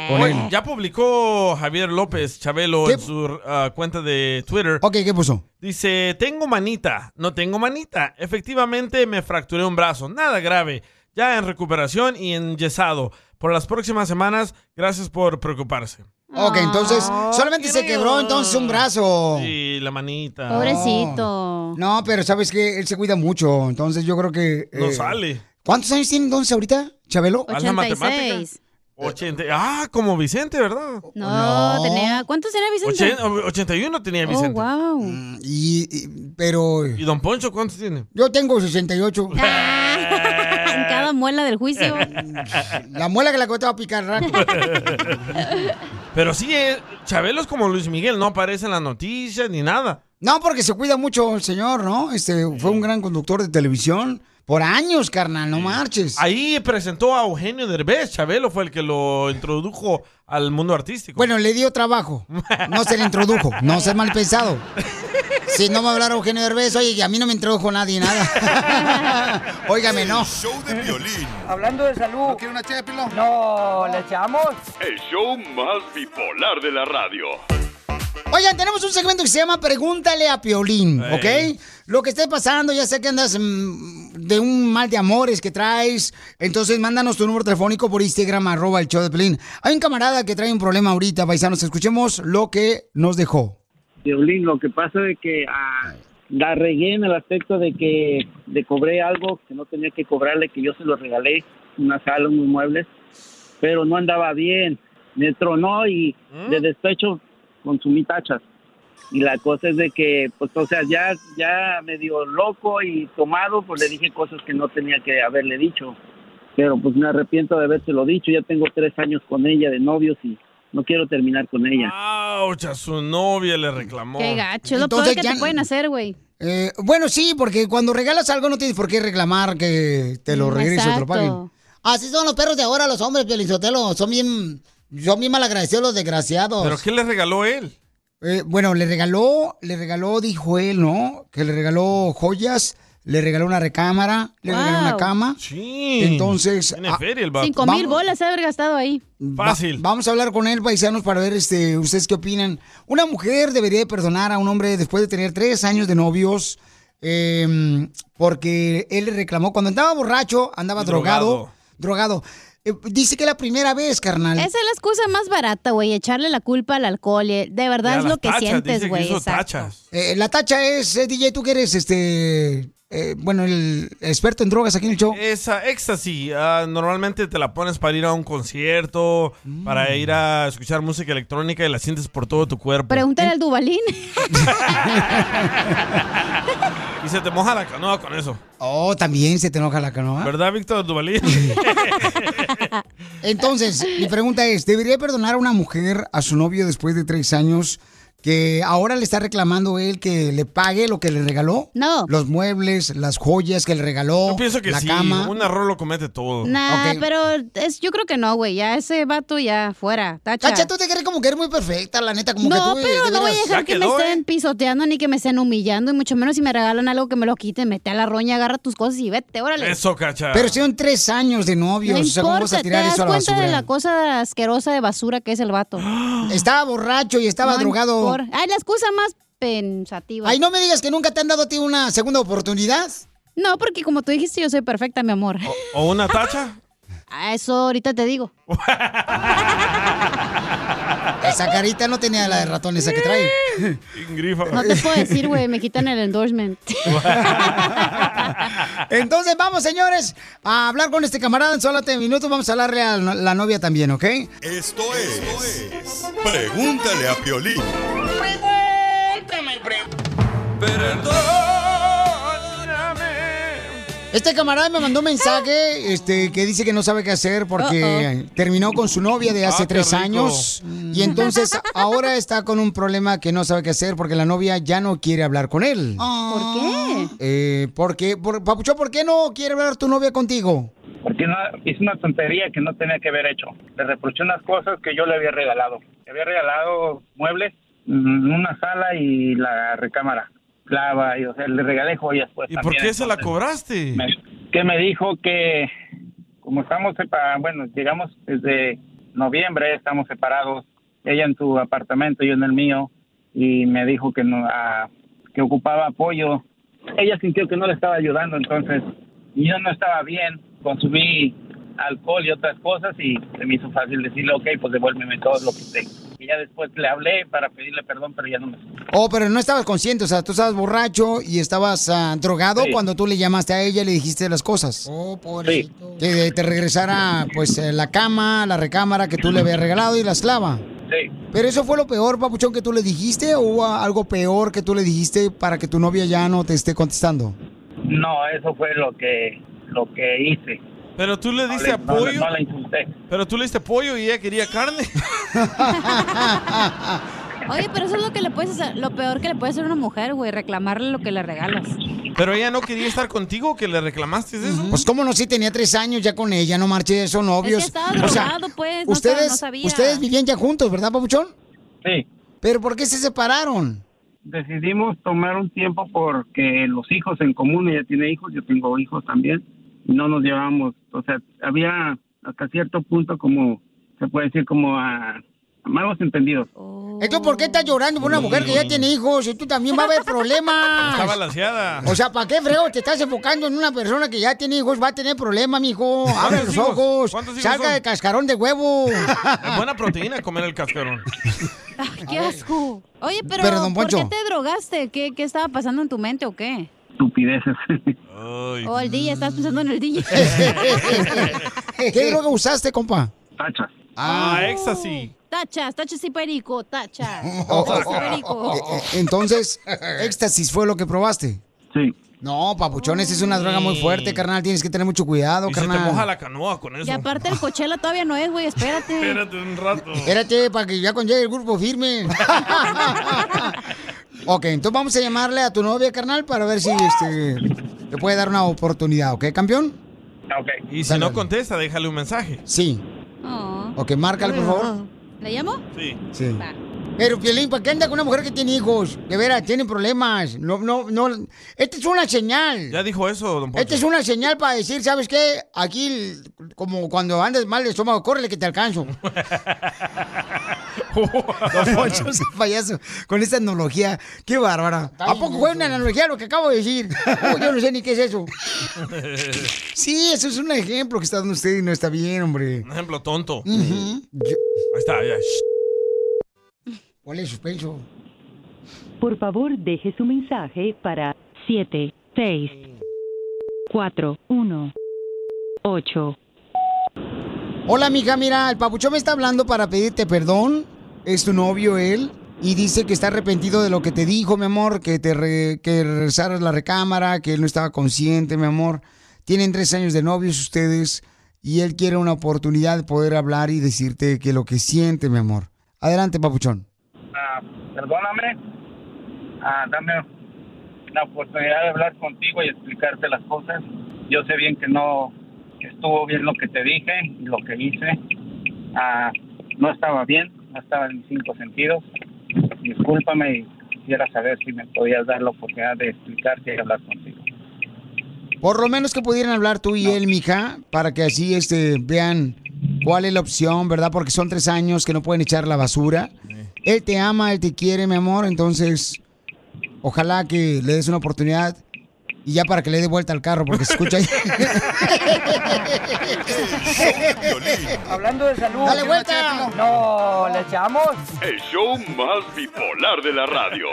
[SPEAKER 1] Con
[SPEAKER 2] Oye,
[SPEAKER 1] él.
[SPEAKER 2] ya publicó Javier López Chabelo en su ah, cuenta de Twitter.
[SPEAKER 1] Ok, ¿qué puso?
[SPEAKER 2] Dice, tengo manita, no tengo manita. Efectivamente me fracturé un brazo, nada grave. Ya en recuperación y enyesado. Por las próximas semanas, gracias por preocuparse.
[SPEAKER 1] Ok, entonces,
[SPEAKER 3] Ah,
[SPEAKER 1] solamente se quebró entonces un brazo.
[SPEAKER 2] Y la manita.
[SPEAKER 1] Pobrecito. No, pero sabes que él se cuida mucho. Entonces, yo creo que. eh,
[SPEAKER 2] No sale.
[SPEAKER 1] ¿Cuántos años tiene entonces ahorita, Chabelo?
[SPEAKER 2] Haz la matemática. 80. Ah, como Vicente, ¿verdad?
[SPEAKER 3] No, Oh, tenía. ¿Cuántos era Vicente?
[SPEAKER 2] Ochen- 81 tenía
[SPEAKER 3] Oh,
[SPEAKER 2] Vicente.
[SPEAKER 3] wow.
[SPEAKER 1] Mm, Y, pero.
[SPEAKER 2] ¿Y don Poncho cuántos tiene?
[SPEAKER 1] Yo tengo 68.
[SPEAKER 3] En cada muela del juicio.
[SPEAKER 1] La muela que la que te va a picar, raco.
[SPEAKER 2] Pero sí, eh, Chabelo es como Luis Miguel, no aparece en las noticias ni nada.
[SPEAKER 1] No, porque se cuida mucho el señor, ¿no? Este fue un gran conductor de televisión por años, carnal, no marches.
[SPEAKER 2] Ahí presentó a Eugenio Derbez, Chabelo fue el que lo introdujo al mundo artístico.
[SPEAKER 1] Bueno, le dio trabajo. No se le introdujo. No ser mal pensado. Si no va a hablar Eugenio Derbez, oye, y a mí no me introdujo nadie nada. Óigame, no.
[SPEAKER 22] Hablando de salud. ¿No una No, ¿le echamos?
[SPEAKER 8] El show más bipolar de la radio.
[SPEAKER 1] Oigan, tenemos un segmento que se llama Pregúntale a Piolín,
[SPEAKER 8] Ey.
[SPEAKER 1] ¿ok? Lo que esté pasando, ya sé que andas mm, de un mal de amores que traes, entonces mándanos tu número telefónico por Instagram, arroba el show de Piolín. Hay un camarada que trae un problema ahorita, paisanos, escuchemos lo que nos dejó.
[SPEAKER 23] Violín, lo que pasa es que ah, la regué en el aspecto de que le cobré algo que no tenía que cobrarle, que yo se lo regalé, una sala, unos muebles, pero no andaba bien. Me tronó y de despecho consumí tachas. Y la cosa es de que, pues, o sea, ya, ya medio loco y tomado, pues le dije cosas que no tenía que haberle dicho. Pero pues me arrepiento de habérselo dicho. Ya tengo tres años con ella de novios y no quiero terminar con ella.
[SPEAKER 2] Ouch, a su novia le reclamó.
[SPEAKER 3] Qué gacho. es Lo peor
[SPEAKER 1] Oh. Entonces
[SPEAKER 3] que
[SPEAKER 1] ya-
[SPEAKER 3] te pueden hacer, güey.
[SPEAKER 1] Eh, bueno, sí, porque cuando regalas algo no tienes por qué reclamar que te lo
[SPEAKER 3] Mm,
[SPEAKER 1] regresen o te lo
[SPEAKER 3] exacto.
[SPEAKER 1] paguen. Así son los perros de ahora, los hombres, Piolizotelo. Son bien, son bien malagradecidos los desgraciados.
[SPEAKER 2] ¿Pero qué le regaló él?
[SPEAKER 1] Eh, bueno, le regaló, le regaló, dijo él, ¿no? Que le regaló joyas, le regaló una recámara, le regaló una
[SPEAKER 3] Wow.
[SPEAKER 1] cama.
[SPEAKER 2] Sí.
[SPEAKER 1] Entonces.
[SPEAKER 2] Tiene
[SPEAKER 1] ah,
[SPEAKER 2] feria el vato.
[SPEAKER 3] Cinco mil bolas se ha de haber gastado ahí.
[SPEAKER 1] va- vamos a hablar con él, paisanos, para ver este, ustedes qué opinan. Una mujer debería de perdonar a un hombre después de tener tres años de novios. eh, porque él le reclamó cuando andaba borracho, andaba
[SPEAKER 3] Y
[SPEAKER 1] drogado. Drogado. Eh, dice que la primera vez, carnal.
[SPEAKER 3] Esa es la excusa más barata, güey. Echarle la culpa al alcohol. eh, De verdad es lo que sientes, güey. exacto.
[SPEAKER 1] Eh, la tacha es, eh, DJ, tú que eres este. eh, bueno, el experto en drogas aquí en el show.
[SPEAKER 2] Esa éxtasis, ah, normalmente te la pones para ir a un concierto, para ir a escuchar música electrónica y la sientes por todo tu cuerpo.
[SPEAKER 3] Pregúntale al Dubalín.
[SPEAKER 2] Y se te moja la canoa con eso.
[SPEAKER 1] Oh, también se te enoja la canoa.
[SPEAKER 2] ¿Verdad, Víctor Duvalín?
[SPEAKER 1] Entonces, mi pregunta es: ¿debería perdonar a una mujer a su novio después de tres años que ahora le está reclamando él que le pague lo que le regaló? No. Los muebles, las joyas que le regaló,
[SPEAKER 2] Yo pienso que
[SPEAKER 1] la
[SPEAKER 2] sí,
[SPEAKER 1] cama.
[SPEAKER 2] un error lo comete todo.
[SPEAKER 3] Nah, pero es, yo creo que no, güey. Ya ese vato ya fuera. Tacha.
[SPEAKER 1] Tacha, tú te crees como que eres muy perfecta, la neta, como
[SPEAKER 3] no,
[SPEAKER 1] que tú. eh,
[SPEAKER 3] pero
[SPEAKER 1] de
[SPEAKER 3] no voy a
[SPEAKER 1] veras-
[SPEAKER 3] dejar que me
[SPEAKER 2] ¿eh?
[SPEAKER 3] estén pisoteando ni que me estén humillando y mucho menos si me regalan algo que me lo quiten. Mete a la roña, agarra tus cosas y vete, órale.
[SPEAKER 2] Eso, cacha.
[SPEAKER 1] Pero son tres años de novios,
[SPEAKER 3] no
[SPEAKER 1] o sea, ¿cómo vas
[SPEAKER 3] importa,
[SPEAKER 1] a tirar
[SPEAKER 3] te das
[SPEAKER 1] eso a la
[SPEAKER 3] cuenta
[SPEAKER 1] basura?
[SPEAKER 3] de la cosa asquerosa de basura que es el vato.
[SPEAKER 1] Estaba borracho y estaba drogado.
[SPEAKER 3] Ay, la excusa más pensativa.
[SPEAKER 1] Ay, no me digas que nunca te han dado a ti una segunda oportunidad. Oh.
[SPEAKER 3] No, porque como tú dijiste, yo soy perfecta, mi amor.
[SPEAKER 2] ¿O una tacha?
[SPEAKER 3] A Eso ahorita te digo.
[SPEAKER 1] Esa carita no tenía la de ratón esa que trae.
[SPEAKER 3] No te puedo decir, güey, me quitan el endorsement.
[SPEAKER 1] Entonces vamos, señores, a hablar con este camarada en solo 10 minutos. Vamos a hablarle a la la novia también, ¿ok?
[SPEAKER 6] Esto es, Pregúntale a Piolín.
[SPEAKER 11] Pregúntame, Perdón.
[SPEAKER 1] Este camarada me mandó un mensaje este, que dice que no sabe qué hacer porque terminó con su novia de hace
[SPEAKER 28] Ah, qué
[SPEAKER 1] tres
[SPEAKER 28] rico.
[SPEAKER 1] años y entonces ahora está con un problema que no sabe qué hacer porque la novia ya no quiere hablar con él.
[SPEAKER 3] ¿Por qué?
[SPEAKER 1] Eh, porque, por, Papucho, ¿por qué no quiere hablar tu novia contigo?
[SPEAKER 5] Porque no, hizo una tontería que no tenía que haber hecho. Le reproché unas cosas que yo le había regalado. Le había regalado muebles, mm, una sala y la recámara. Clava, y, o sea, le regalé joyas. Pues,
[SPEAKER 2] ¿Y por qué se la cobraste?
[SPEAKER 5] que me dijo que como estamos separados, bueno, llegamos desde noviembre, estamos separados, ella en su apartamento, yo en el mío, y me dijo que no, ah, que ocupaba apoyo. Ella sintió que no le estaba ayudando, entonces yo no estaba bien, consumí alcohol y otras cosas y se me hizo fácil decirle, ok, pues devuélveme todo lo que tengo. Y ya después le hablé para pedirle perdón, pero ya no me...
[SPEAKER 1] Oh, pero no estabas consciente, o sea, tú estabas borracho y estabas ah, drogado
[SPEAKER 5] Sí.
[SPEAKER 1] cuando tú le llamaste a ella y le dijiste las cosas. Oh, pobrecito. Que eh, te regresara, pues, eh, la cama, la recámara que tú le habías regalado y la esclava.
[SPEAKER 5] Sí.
[SPEAKER 1] ¿Pero eso fue lo peor, papuchón, que tú le dijiste o hubo algo peor que tú le dijiste para que tu novia ya no te esté contestando?
[SPEAKER 3] Mm.
[SPEAKER 5] No, eso fue lo que, lo que hice.
[SPEAKER 2] Pero tú le
[SPEAKER 5] No le- no
[SPEAKER 2] diste
[SPEAKER 5] le-
[SPEAKER 2] apoyo.
[SPEAKER 5] no la insulté.
[SPEAKER 2] Pero tú le diste pollo y ella quería carne.
[SPEAKER 3] Oye, pero eso es lo que le puedes hacer, lo peor que le puede hacer a una mujer, güey, reclamarle lo que le regalas.
[SPEAKER 2] Pero ella no quería estar contigo, que le reclamaste eso.
[SPEAKER 1] Pues cómo no, si tenía tres años ya con ella, no marché, son novios.
[SPEAKER 3] estaba drogado, pues, no
[SPEAKER 1] ustedes,
[SPEAKER 3] estaba- no sabía.
[SPEAKER 1] ustedes vivían ya juntos, ¿verdad, papuchón?
[SPEAKER 5] Sí.
[SPEAKER 1] ¿Pero por qué se separaron?
[SPEAKER 5] decidimos tomar un tiempo porque los hijos en común, ella tiene hijos, yo tengo hijos también, y no nos llevábamos, o sea, había hasta cierto punto como, se puede decir, como a, a malos entendidos.
[SPEAKER 1] Entonces, ¿por qué estás llorando por una mujer que ya tiene hijos y tú también va a haber
[SPEAKER 2] Está
[SPEAKER 1] problemas?
[SPEAKER 2] balanceada.
[SPEAKER 1] O sea, ¿para qué freo te estás enfocando en una persona que ya tiene hijos? Va a tener problemas, mijo. Abre
[SPEAKER 2] ¿Cuántos
[SPEAKER 1] los
[SPEAKER 2] hijos?
[SPEAKER 1] ojos.
[SPEAKER 2] ¿Cuántos hijos
[SPEAKER 1] Salga
[SPEAKER 2] son?
[SPEAKER 1] de cascarón de huevo.
[SPEAKER 2] Es buena proteína comer el cascarón.
[SPEAKER 3] ¡Qué asco! Oye, pero,
[SPEAKER 2] Pero, don
[SPEAKER 3] ¿por qué
[SPEAKER 2] Poncho.
[SPEAKER 3] te drogaste? ¿Qué, ¿Qué estaba pasando en tu mente o qué?
[SPEAKER 5] Estupideces.
[SPEAKER 3] O el
[SPEAKER 2] mm.
[SPEAKER 3] DJ, estabas pensando en el DJ.
[SPEAKER 1] ¿Qué droga usaste, compa?
[SPEAKER 5] Tachas.
[SPEAKER 2] Ah, éxtasis.
[SPEAKER 3] Tachas, tachas y perico, tachas.
[SPEAKER 1] Oh,
[SPEAKER 3] Tachas y
[SPEAKER 1] oh,
[SPEAKER 3] perico.
[SPEAKER 1] Eh, eh, Entonces, éxtasis fue lo que probaste.
[SPEAKER 5] Sí.
[SPEAKER 1] No, papuchón, esa es una droga muy fuerte, carnal. Tienes que tener mucho cuidado,
[SPEAKER 2] Y se te
[SPEAKER 1] carnal.
[SPEAKER 2] moja la canoa con
[SPEAKER 3] Y
[SPEAKER 2] eso.
[SPEAKER 3] aparte el cochela todavía no es, güey, espérate.
[SPEAKER 2] Espérate un rato.
[SPEAKER 1] Espérate, para que ya cuando llegue el grupo firme. ok, entonces vamos a llamarle a tu novia, carnal, para ver si este, te puede dar una oportunidad, ¿ok, campeón?
[SPEAKER 2] Y si
[SPEAKER 1] Dale,
[SPEAKER 2] no
[SPEAKER 1] dale.
[SPEAKER 2] contesta, déjale un mensaje.
[SPEAKER 1] Sí.
[SPEAKER 3] Oh.
[SPEAKER 1] Ok, márcale, por favor.
[SPEAKER 3] ¿Le llamo?
[SPEAKER 2] Sí.
[SPEAKER 1] Sí. Pero, Piolín, ¿para qué anda con una mujer que tiene hijos? De veras, tiene problemas. No, no, no. Esta es una señal.
[SPEAKER 2] Ya dijo eso, don Poncho.
[SPEAKER 1] Esta es una señal para decir, ¿sabes qué? Aquí, el- como cuando andas mal de estómago, córrele que te alcanzo. Don Poncho es un payaso. Con esta analogía, qué bárbara. ¿A poco fue una analogía a lo que acabo de decir? Oh, yo no sé ni qué es eso. Sí, eso es un ejemplo que está dando usted y no está bien, hombre.
[SPEAKER 2] Un ejemplo tonto.
[SPEAKER 1] Ujú.
[SPEAKER 2] Ahí está, ya. shh.
[SPEAKER 1] ¿Cuál es suspenso?
[SPEAKER 9] Por favor, deje su mensaje para 7, 6, 4, 1, 8.
[SPEAKER 1] Hola, mija, mira, el papuchón me está hablando para pedirte perdón. Es tu novio él. Y dice que está arrepentido de lo que te dijo, mi amor, que te re- que regresaras la recámara, que él no estaba consciente, mi amor. Tienen tres años de novios ustedes y él quiere una oportunidad de poder hablar y decirte que lo que siente, mi amor. Adelante, papuchón.
[SPEAKER 5] Ah, perdóname, Ah, dame la oportunidad de hablar contigo y explicarte las cosas. Yo sé bien que no, que estuvo bien lo que te dije y lo que hice. Ah, no estaba bien, no estaba en mis cinco sentidos. Discúlpame y quisiera saber si me podías dar la oportunidad de explicarte y hablar contigo.
[SPEAKER 1] Por lo menos que pudieran hablar tú y él, mija, para que así este, vean cuál es la opción, ¿verdad? Porque son tres años que no pueden echar la basura. Él te ama, él te quiere, mi amor, entonces ojalá que le des una oportunidad y ya para que le dé vuelta al carro, porque se escucha ahí.
[SPEAKER 22] Hablando de salud.
[SPEAKER 18] Dale
[SPEAKER 22] vuelta! No, le echamos.
[SPEAKER 8] El show más bipolar de la radio.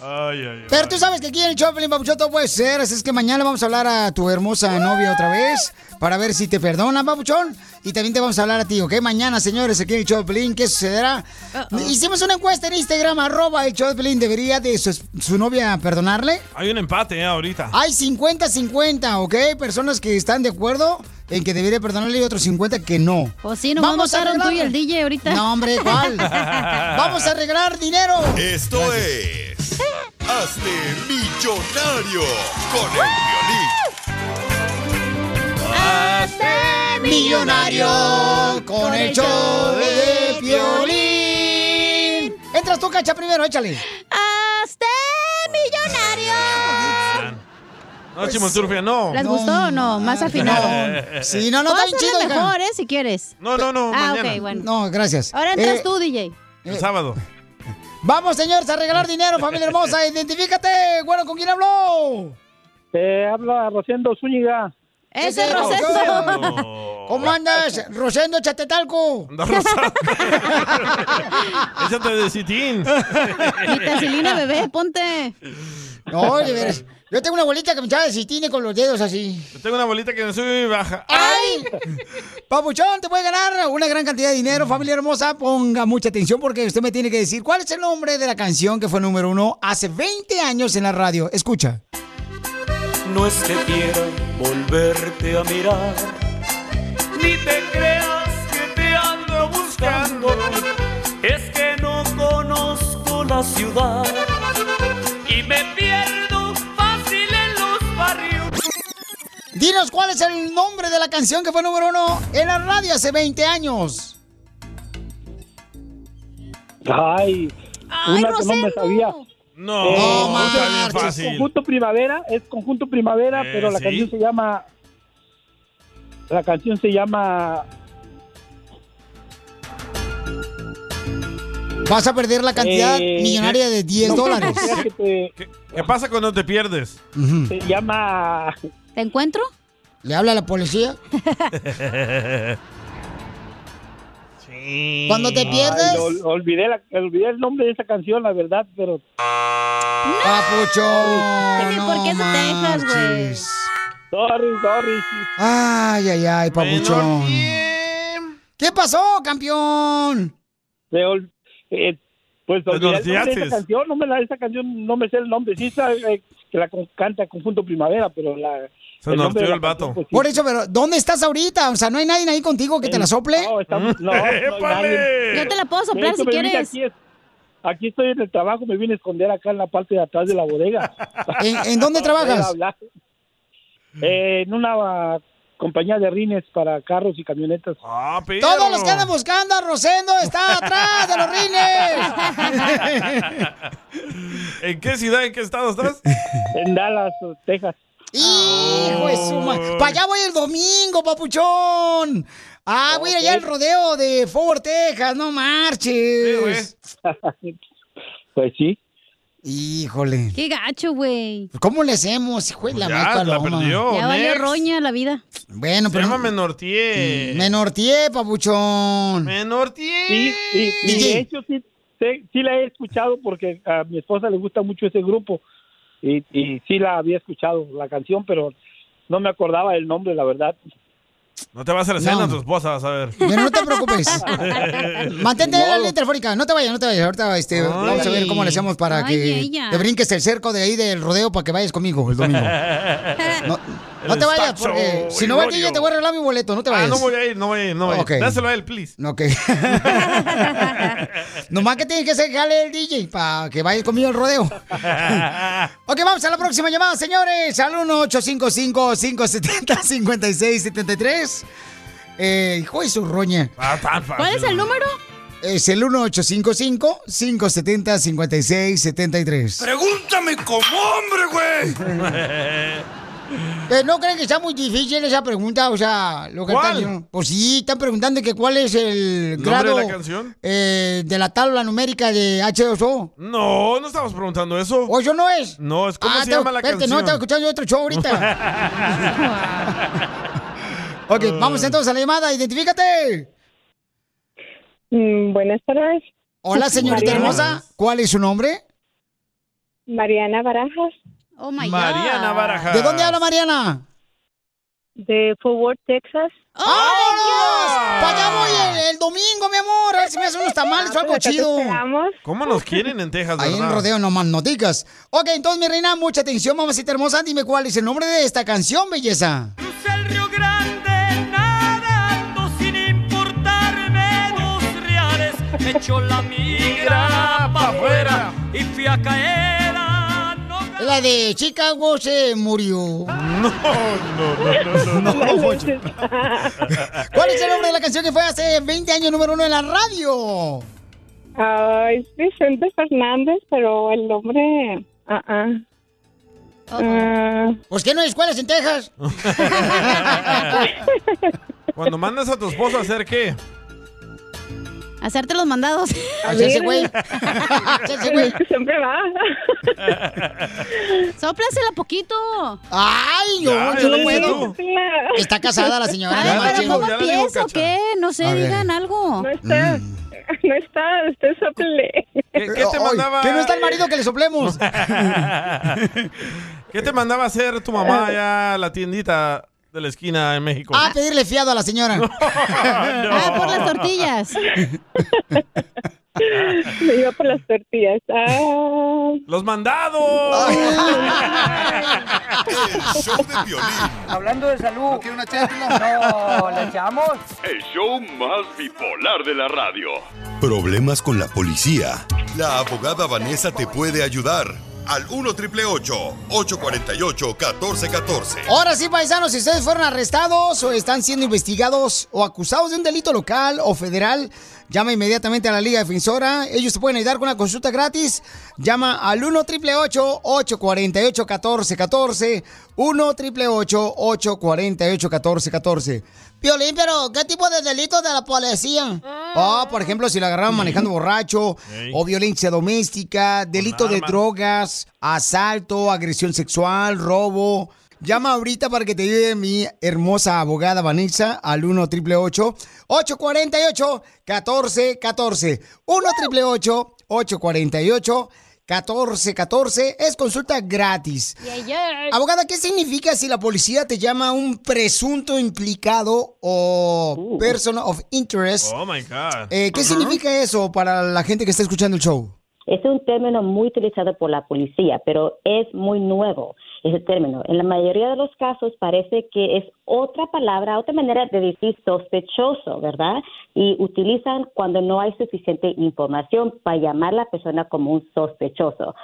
[SPEAKER 2] Ay, ay, ay.
[SPEAKER 1] Pero tú sabes que aquí en el show, Pelín Papuchón, todo puede ser. Así es que mañana vamos a hablar a tu hermosa novia otra vez para ver si te perdona, Papuchón. Y también te vamos a hablar a ti, ¿ok? Mañana, señores, aquí en el show, de Pelín, ¿qué sucederá? Hicimos una encuesta en Instagram, arroba el show, de Pelín. ¿Debería de su, su novia perdonarle?
[SPEAKER 2] Hay un empate eh, ahorita.
[SPEAKER 1] Hay 50-50, ¿ok? Personas que están de acuerdo en que debería perdonarle y otros 50 que no.
[SPEAKER 3] O Pues sí, nos vamos a votar tú y el DJ ahorita.
[SPEAKER 1] No, hombre, ¿cuál? vamos a arreglar dinero.
[SPEAKER 6] Esto es. Hazte millonario con el violín.
[SPEAKER 1] Hazte millonario con el show de violín. Entras tú, cacha, primero, échale.
[SPEAKER 3] Hazte Eh, millonario.
[SPEAKER 2] No,
[SPEAKER 1] Pues
[SPEAKER 2] Chimoltrufia, no.
[SPEAKER 3] Pues, ¿Les gustó o no? Más afinado.
[SPEAKER 2] No.
[SPEAKER 1] Sí, no, no,
[SPEAKER 3] Puedo
[SPEAKER 1] está bien
[SPEAKER 3] hacerle
[SPEAKER 1] chido, hija.
[SPEAKER 3] mejor, ¿eh? Si quieres.
[SPEAKER 2] No, no, no,
[SPEAKER 3] Ah,
[SPEAKER 2] mañana.
[SPEAKER 3] ok, bueno.
[SPEAKER 1] No, gracias.
[SPEAKER 3] Ahora entras
[SPEAKER 1] Eh,
[SPEAKER 3] tú, DJ.
[SPEAKER 2] El sábado.
[SPEAKER 1] Vamos, señores, a regalar
[SPEAKER 3] Pues.
[SPEAKER 1] dinero, familia hermosa. Identifícate, bueno, ¿con quién habló?
[SPEAKER 12] Te habla Rosendo Zúñiga.
[SPEAKER 3] ¡Ese es
[SPEAKER 1] Rosendo!
[SPEAKER 3] Rosendo!
[SPEAKER 1] ¿Cómo andas? Rosendo Chatetalco.
[SPEAKER 2] Échate de citín.
[SPEAKER 3] Vitacilina, bebé, ponte.
[SPEAKER 1] No, de veras. Yo tengo una abuelita que me echaba de citine con los dedos así.
[SPEAKER 2] Yo tengo una bolita que me sube y baja.
[SPEAKER 1] ¡Ay! Papuchón, te puede ganar una gran cantidad de dinero, familia hermosa. Ponga mucha atención porque usted me tiene que decir cuál es el nombre de la canción que fue número uno hace 20 años en la radio. Escucha.
[SPEAKER 18] No es que quiera volverte a mirar, ni te creas que te ando buscando, es que no conozco la ciudad y me pierdo fácil en los barrios.
[SPEAKER 1] Dinos cuál es el nombre de la canción que fue número uno en la radio hace 20 años.
[SPEAKER 12] Ay, una que no me sabía.
[SPEAKER 2] No,
[SPEAKER 12] no
[SPEAKER 2] está bien fácil.
[SPEAKER 12] Conjunto Primavera, es Conjunto Primavera,
[SPEAKER 2] Eh,
[SPEAKER 12] pero la
[SPEAKER 2] sí.
[SPEAKER 12] canción se llama. La canción se llama.
[SPEAKER 1] Vas a perder la cantidad
[SPEAKER 12] Eh,
[SPEAKER 1] millonaria de 10 dólares.
[SPEAKER 2] ¿Qué, qué pasa cuando te pierdes?
[SPEAKER 12] Se llama.
[SPEAKER 3] ¿Te encuentro?
[SPEAKER 1] ¿Le habla la policía? Cuando te pierdes-
[SPEAKER 12] Ay, ol- olvidé, la- olvidé el nombre de esa canción, la verdad, pero.
[SPEAKER 1] Papuchón.
[SPEAKER 12] Dime, ¿por qué
[SPEAKER 1] no
[SPEAKER 12] se te dejas, güey?
[SPEAKER 1] marches.
[SPEAKER 12] Sorry, sorry.
[SPEAKER 1] Ay, ay, ay, papuchón. ¿Qué pasó, campeón?
[SPEAKER 12] Se ol- eh, pues
[SPEAKER 2] Pues
[SPEAKER 12] olvidé
[SPEAKER 2] no
[SPEAKER 12] el nombre de
[SPEAKER 2] olvidaste.
[SPEAKER 12] esa canción, no me la, esa canción no me sé el nombre. Sí, sabe eh, que la con- canta Conjunto Primavera, pero la.
[SPEAKER 2] Se
[SPEAKER 12] nombre de
[SPEAKER 2] norteó
[SPEAKER 12] la
[SPEAKER 2] el vato.
[SPEAKER 12] canción, pues, sí.
[SPEAKER 1] Por eso, pero ¿dónde estás ahorita? O sea, ¿no hay nadie ahí contigo que te la sople? No,
[SPEAKER 12] estamos... No, no hay nadie.
[SPEAKER 3] Yo te la puedo
[SPEAKER 12] De
[SPEAKER 3] soplar
[SPEAKER 12] hecho,
[SPEAKER 3] si
[SPEAKER 12] me vine
[SPEAKER 3] quieres.
[SPEAKER 12] Aquí, es- aquí estoy en el trabajo, me vine a esconder acá en la parte de atrás de la bodega.
[SPEAKER 1] ¿En, en dónde
[SPEAKER 12] Para poder
[SPEAKER 1] trabajas?
[SPEAKER 12] hablar. Eh, en una ah, compañía de rines para carros y camionetas.
[SPEAKER 1] Todos los que andan buscando a Rosendo está atrás de los rines.
[SPEAKER 2] ¿En qué ciudad, en qué estado estás?
[SPEAKER 12] En Dallas, Texas.
[SPEAKER 1] Hijo de su
[SPEAKER 2] Ah.
[SPEAKER 1] Para allá voy el domingo, papuchón. Ah, voy a ir allá al rodeo de Fort Texas, no marches.
[SPEAKER 12] Pues sí.
[SPEAKER 1] Híjole.
[SPEAKER 3] Qué gacho, güey.
[SPEAKER 1] ¿Cómo le hacemos, Pues, hijo de la
[SPEAKER 2] Ya,
[SPEAKER 1] mal
[SPEAKER 2] la
[SPEAKER 1] paloma?
[SPEAKER 2] perdió,
[SPEAKER 3] Ya valió roña la vida.
[SPEAKER 1] Bueno, pero.
[SPEAKER 2] Llámame Nortier.
[SPEAKER 1] Me norteé, papuchón.
[SPEAKER 2] Menortier.
[SPEAKER 12] Sí, sí, sí,
[SPEAKER 1] DJ.
[SPEAKER 12] de hecho sí, sí, sí la he escuchado porque a mi esposa le gusta mucho ese grupo y, y sí la había escuchado la canción, pero no me acordaba el nombre, la verdad.
[SPEAKER 2] No te vas a la cena a tu esposa, vas a ver.
[SPEAKER 1] Bueno, no te preocupes. Mantente en la
[SPEAKER 12] Modo.
[SPEAKER 1] línea telefónica. No te vayas, no te vayas. Ahorita este, vamos a ver cómo le hacemos para
[SPEAKER 2] Ay,
[SPEAKER 1] que
[SPEAKER 2] ella.
[SPEAKER 1] te brinques el cerco de ahí del rodeo para que vayas conmigo el domingo. No, no te vayas, porque si no va el DJ te voy a arreglar mi boleto. No te
[SPEAKER 2] Ah,
[SPEAKER 1] vayas.
[SPEAKER 2] no voy a ir, no voy a ir, no voy a ir.
[SPEAKER 1] Ok.
[SPEAKER 2] Dáselo a él, please.
[SPEAKER 1] Ok. Nomás que tienes que hacer jale el DJ para que vayas conmigo al rodeo. Ok, vamos a la próxima llamada, señores. Al 1-855-570-5673. Eh, hijo de su roña.
[SPEAKER 3] ¿Cuál es el número?
[SPEAKER 1] Es el 1-855-570-5673.
[SPEAKER 18] Pregúntame como hombre, güey.
[SPEAKER 1] Eh, ¿No creen que está muy difícil esa pregunta? O sea, lo que
[SPEAKER 18] ¿Cuál?
[SPEAKER 1] están diciendo. Pues sí, están preguntando que cuál es el
[SPEAKER 2] ¿Nombre
[SPEAKER 1] grado
[SPEAKER 2] de la canción?
[SPEAKER 1] eh, de la tabla numérica de H2O.
[SPEAKER 2] No, no estamos preguntando eso.
[SPEAKER 1] ¿O yo no es?
[SPEAKER 2] No, es cómo
[SPEAKER 1] Ah,
[SPEAKER 2] se
[SPEAKER 1] estaba-
[SPEAKER 2] llama la
[SPEAKER 1] espérate, no, estaba
[SPEAKER 2] canción.
[SPEAKER 1] escuchando otro show ahorita. ok, vamos entonces a la llamada. Identifícate.
[SPEAKER 13] Mm, buenas tardes.
[SPEAKER 1] Hola, señorita
[SPEAKER 13] Mariana.
[SPEAKER 1] hermosa. ¿Cuál es su nombre?
[SPEAKER 14] Mariana Barajas.
[SPEAKER 3] Oh
[SPEAKER 14] my
[SPEAKER 2] Mariana Barajas.
[SPEAKER 1] ¿De dónde habla Mariana?
[SPEAKER 14] De Fort Worth, Texas.
[SPEAKER 1] ¡Vámonos! ¡Para allá voy el, el domingo, mi amor! A ver si me hacen unos tamales o algo
[SPEAKER 13] Pues,
[SPEAKER 1] chido.
[SPEAKER 2] ¿Cómo nos quieren en Texas,
[SPEAKER 1] Ahí en
[SPEAKER 2] verdad?
[SPEAKER 1] rodeo nomás no digas. Ok, entonces, mi reina, mucha atención, mamacita hermosa. Dime cuál es el nombre de esta canción, belleza.
[SPEAKER 11] sin importarme dos reales. Me echó la migra para afuera y fui a caer.
[SPEAKER 1] La de Chicago se murió. No,
[SPEAKER 2] no, no, no.
[SPEAKER 1] no, Poncho. ¿Cuál es el nombre de la canción que fue hace 20 años número uno en la radio?
[SPEAKER 14] Ah, es Vicente Fernández, pero el nombre. Ah, ah. Ah,
[SPEAKER 1] Pues que no hay escuelas en Texas.
[SPEAKER 2] Cuando mandas a tu esposo a hacer qué?
[SPEAKER 3] Hacerte los mandados.
[SPEAKER 2] Hacerse güey.
[SPEAKER 3] Hacerse
[SPEAKER 14] güey. Siempre va.
[SPEAKER 3] Sóplasela poquito.
[SPEAKER 1] Ay, yo- Ya, yo no ya puedo. dices Está casada la señora,
[SPEAKER 3] A
[SPEAKER 1] no
[SPEAKER 3] ver, pero
[SPEAKER 1] marchen. Ya
[SPEAKER 3] ¿cómo
[SPEAKER 1] le digo,
[SPEAKER 3] pienso
[SPEAKER 1] Cacha.
[SPEAKER 3] qué? No sé,
[SPEAKER 1] A ver. Mm.
[SPEAKER 3] digan algo.
[SPEAKER 14] No está. No está, usted sople.
[SPEAKER 2] ¿Qué te mandaba?
[SPEAKER 1] ¿Que no está el marido que le soplemos?
[SPEAKER 2] ¿Qué te mandaba hacer tu mamá allá a la tiendita de la esquina en México?
[SPEAKER 1] Ah, pedirle fiado a la señora.
[SPEAKER 3] Ah, por las tortillas.
[SPEAKER 14] Me iba por las tortillas. Ah.
[SPEAKER 2] ¡Los mandados!
[SPEAKER 22] Hablando de salud. ¿No quiere una No, ¿le echamos?
[SPEAKER 8] El show más bipolar de la radio.
[SPEAKER 6] Problemas con la policía. La abogada Vanessa te puede ayudar. Al 1 triple 848 1414.
[SPEAKER 1] Ahora sí, paisanos, si ustedes fueron arrestados o están siendo investigados o acusados de un delito local o federal, llama inmediatamente a la Liga Defensora. Ellos te pueden ayudar con una consulta gratis. Llama al 1 888 848 1414 1 888 848 1414 Piolín, pero ¿qué tipo de delitos de la policía? Ah, por ejemplo, si lo agarraron manejando borracho,
[SPEAKER 29] Ey.
[SPEAKER 1] o violencia doméstica, delito de
[SPEAKER 29] arma.
[SPEAKER 1] drogas, asalto, agresión sexual, robo. Llama ahorita para que te ayude mi hermosa abogada Vanessa al 1 888 848 1414 1 888 848 1414 es consulta gratis. Abogada, ¿qué significa si la policía te llama un presunto implicado o person of interest?
[SPEAKER 2] Uh. Oh my God.
[SPEAKER 1] Eh, ¿Qué significa eso para la gente que está escuchando el show?
[SPEAKER 30] Este Es un término muy utilizado por la policía, pero es muy nuevo ese término. En la mayoría de los casos parece que es otra palabra, otra manera de decir sospechoso, ¿verdad? Y utilizan cuando no hay suficiente información para llamar a la persona como un sospechoso.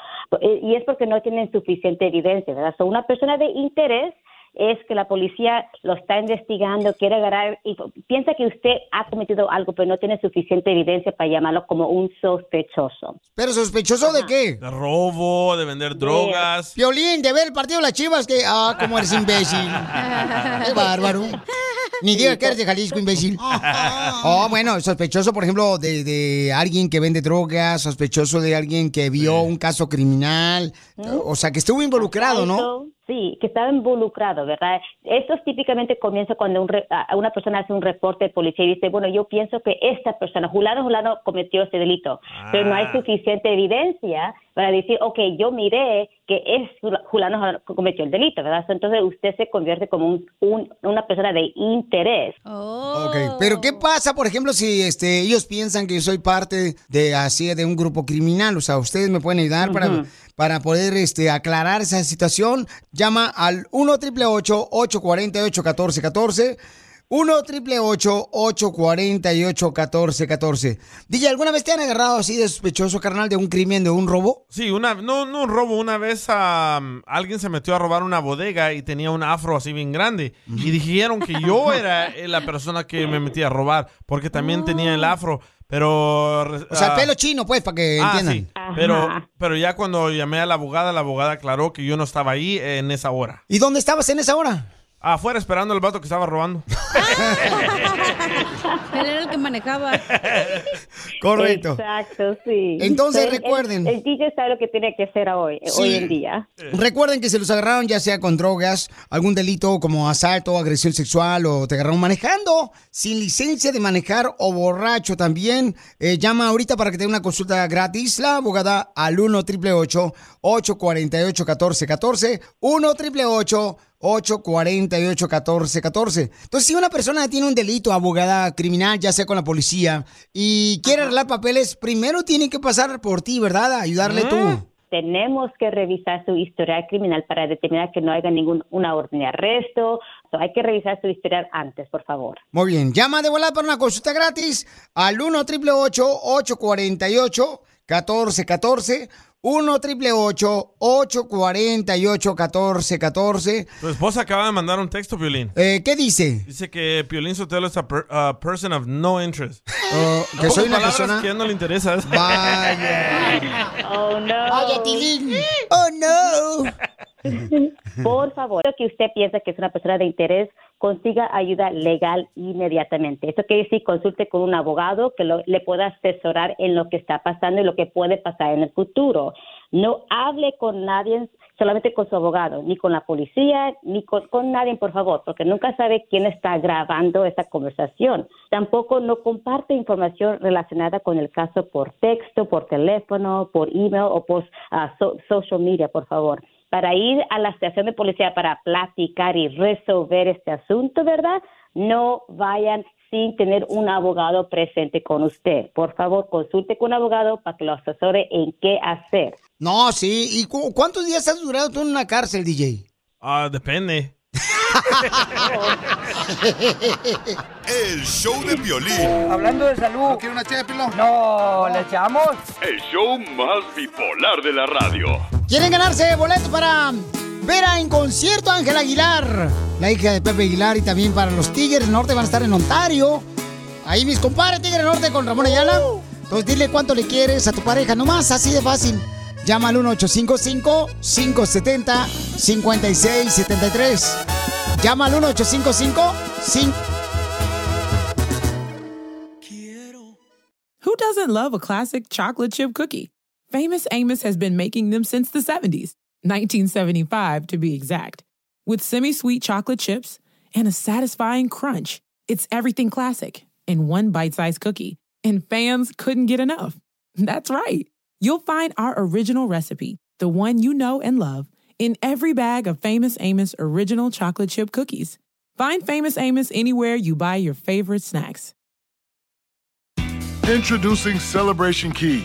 [SPEAKER 30] Eh, Y es porque no tienen suficiente evidencia, ¿verdad? So, una persona de interés es que la policía lo está investigando, quiere agarrar y piensa que usted ha cometido algo, pero no tiene suficiente evidencia para llamarlo como un sospechoso.
[SPEAKER 1] ¿Pero sospechoso de qué?
[SPEAKER 2] De robo, de vender drogas.
[SPEAKER 1] Violín, de ver el partido de las chivas que... Ah, como eres imbécil. qué bárbaro. Ni diga que eres de Jalisco, imbécil.
[SPEAKER 22] Ah.
[SPEAKER 1] Oh, bueno, sospechoso, por ejemplo, de, de alguien que vende drogas, sospechoso de alguien que vio un caso criminal, o sea, que estuvo involucrado, ¿no?
[SPEAKER 30] Eso, Sí, que estaba involucrado, ¿verdad? Esto típicamente comienza cuando un re- a- una persona hace un reporte de policía y dice, bueno, yo pienso que esta persona, Julano Julano, cometió este delito, pero
[SPEAKER 1] Ah.
[SPEAKER 30] no hay suficiente evidencia para decir, ok, yo miré que es Jula- Julano Julano cometió el delito, ¿verdad? Entonces usted se convierte como un- un- una persona de interés.
[SPEAKER 1] Ok, pero ¿qué pasa, por ejemplo, si este, ellos piensan que yo soy parte de así de un grupo criminal? O sea, ustedes me pueden ayudar para,
[SPEAKER 30] Ujú.
[SPEAKER 1] para poder este, aclarar esa situación. Llama al 1 888 848 1414 1 888 848 1414 DJ, ¿alguna vez te han agarrado así de sospechoso, carnal, de un crimen, de un robo?
[SPEAKER 2] Sí, una, no, no un robo. Una vez am, alguien se metió a robar una bodega y tenía un afro así bien grande. Y dijeron que yo era eh, la persona que me metía a robar, porque también tenía el afro. Pero.
[SPEAKER 1] O sea, el pelo chino, pues, para que
[SPEAKER 2] Ah, sí.
[SPEAKER 1] entiendan.
[SPEAKER 2] Pero, pero ya cuando llamé a la abogada, la abogada aclaró que yo no estaba ahí en esa hora.
[SPEAKER 1] ¿Y dónde estabas en esa hora?
[SPEAKER 2] Ah, Afuera esperando al vato que estaba robando.
[SPEAKER 3] Él era el que manejaba.
[SPEAKER 30] Exacto, sí.
[SPEAKER 1] Entonces,
[SPEAKER 30] El- el-
[SPEAKER 1] recuerden.
[SPEAKER 30] El, DJ sabe lo que tiene que hacer hoy, eh,
[SPEAKER 1] Sí.
[SPEAKER 30] hoy en día.
[SPEAKER 1] Eh. Recuerden que se los agarraron ya sea con drogas, algún delito como asalto, agresión sexual o te agarraron manejando sin licencia de manejar o borracho también. eh, llama ahorita para que tenga una consulta gratis la abogada al 1 888 848 1414 1 888 848 1414 Entonces, si una persona tiene un delito, abogada criminal, ya sea con la policía, y quiere arreglar papeles, primero tiene que pasar por ti, ¿verdad? Ayudarle tú.
[SPEAKER 30] Tenemos que revisar su historial criminal para determinar que no haya ninguna orden de arresto. So, hay que revisar su historial antes, por favor.
[SPEAKER 1] Muy bien, llama de volada para una consulta gratis al 1 888 848 1414 1 888 848 1414
[SPEAKER 2] Tu esposa acaba de mandar un texto, Piolín.
[SPEAKER 1] eh, ¿Qué dice?
[SPEAKER 2] Dice que Piolín Sotelo es a, per- a person of no interest.
[SPEAKER 1] Oh, que soy una
[SPEAKER 2] Palabras
[SPEAKER 1] persona-
[SPEAKER 2] que a él no le interesa.
[SPEAKER 30] Oh, no.
[SPEAKER 1] Vaya, Tilín. Oh, no.
[SPEAKER 30] Por favor, lo que usted piensa que es una persona de interés, consiga ayuda legal inmediatamente. Eso quiere decir consulte con un abogado que lo- le pueda asesorar en lo que está pasando y lo que puede pasar en el futuro. No hable con nadie, solamente con su abogado, ni con la policía, ni con, con nadie, por favor, porque nunca sabe quién está grabando esa conversación. Tampoco no comparte información relacionada con el caso por texto, por teléfono, por email o por ah, so- social media, por favor para ir a la estación de policía para platicar y resolver este asunto, ¿verdad? No vayan sin tener un abogado presente con usted. Por favor, consulte con un abogado para que lo asesore en qué hacer.
[SPEAKER 1] No, sí. ¿Y cu- cuántos días has durado tú en una cárcel, DJ?
[SPEAKER 2] Ah, depende.
[SPEAKER 31] El show de violín.
[SPEAKER 22] Hablando de salud. ¿No una No, ¿le echamos?
[SPEAKER 8] El show más bipolar de la radio.
[SPEAKER 1] ¿Quieren ganarse boletos para ver a en concierto a Ángel Aguilar? La hija de Pepe Aguilar y también para los Tigres del Norte van a estar en Ontario. Ahí mis compadres Tigres del Norte con Ramón Ayala. Entonces dile cuánto le quieres a tu pareja, nomás así de fácil. Llama al 1855-570-5673. Llama al 1855 5
[SPEAKER 7] Who doesn't love a classic chocolate chip cookie? Famous Amos has been making them since the 70s, 1975 to be exact. With semi sweet chocolate chips and a satisfying crunch, it's everything classic in one bite sized cookie, and fans couldn't get enough. That's right. You'll find our original recipe, the one you know and love, in every bag of Famous Amos original chocolate chip cookies. Find Famous Amos anywhere you buy your favorite snacks.
[SPEAKER 24] Introducing Celebration Key,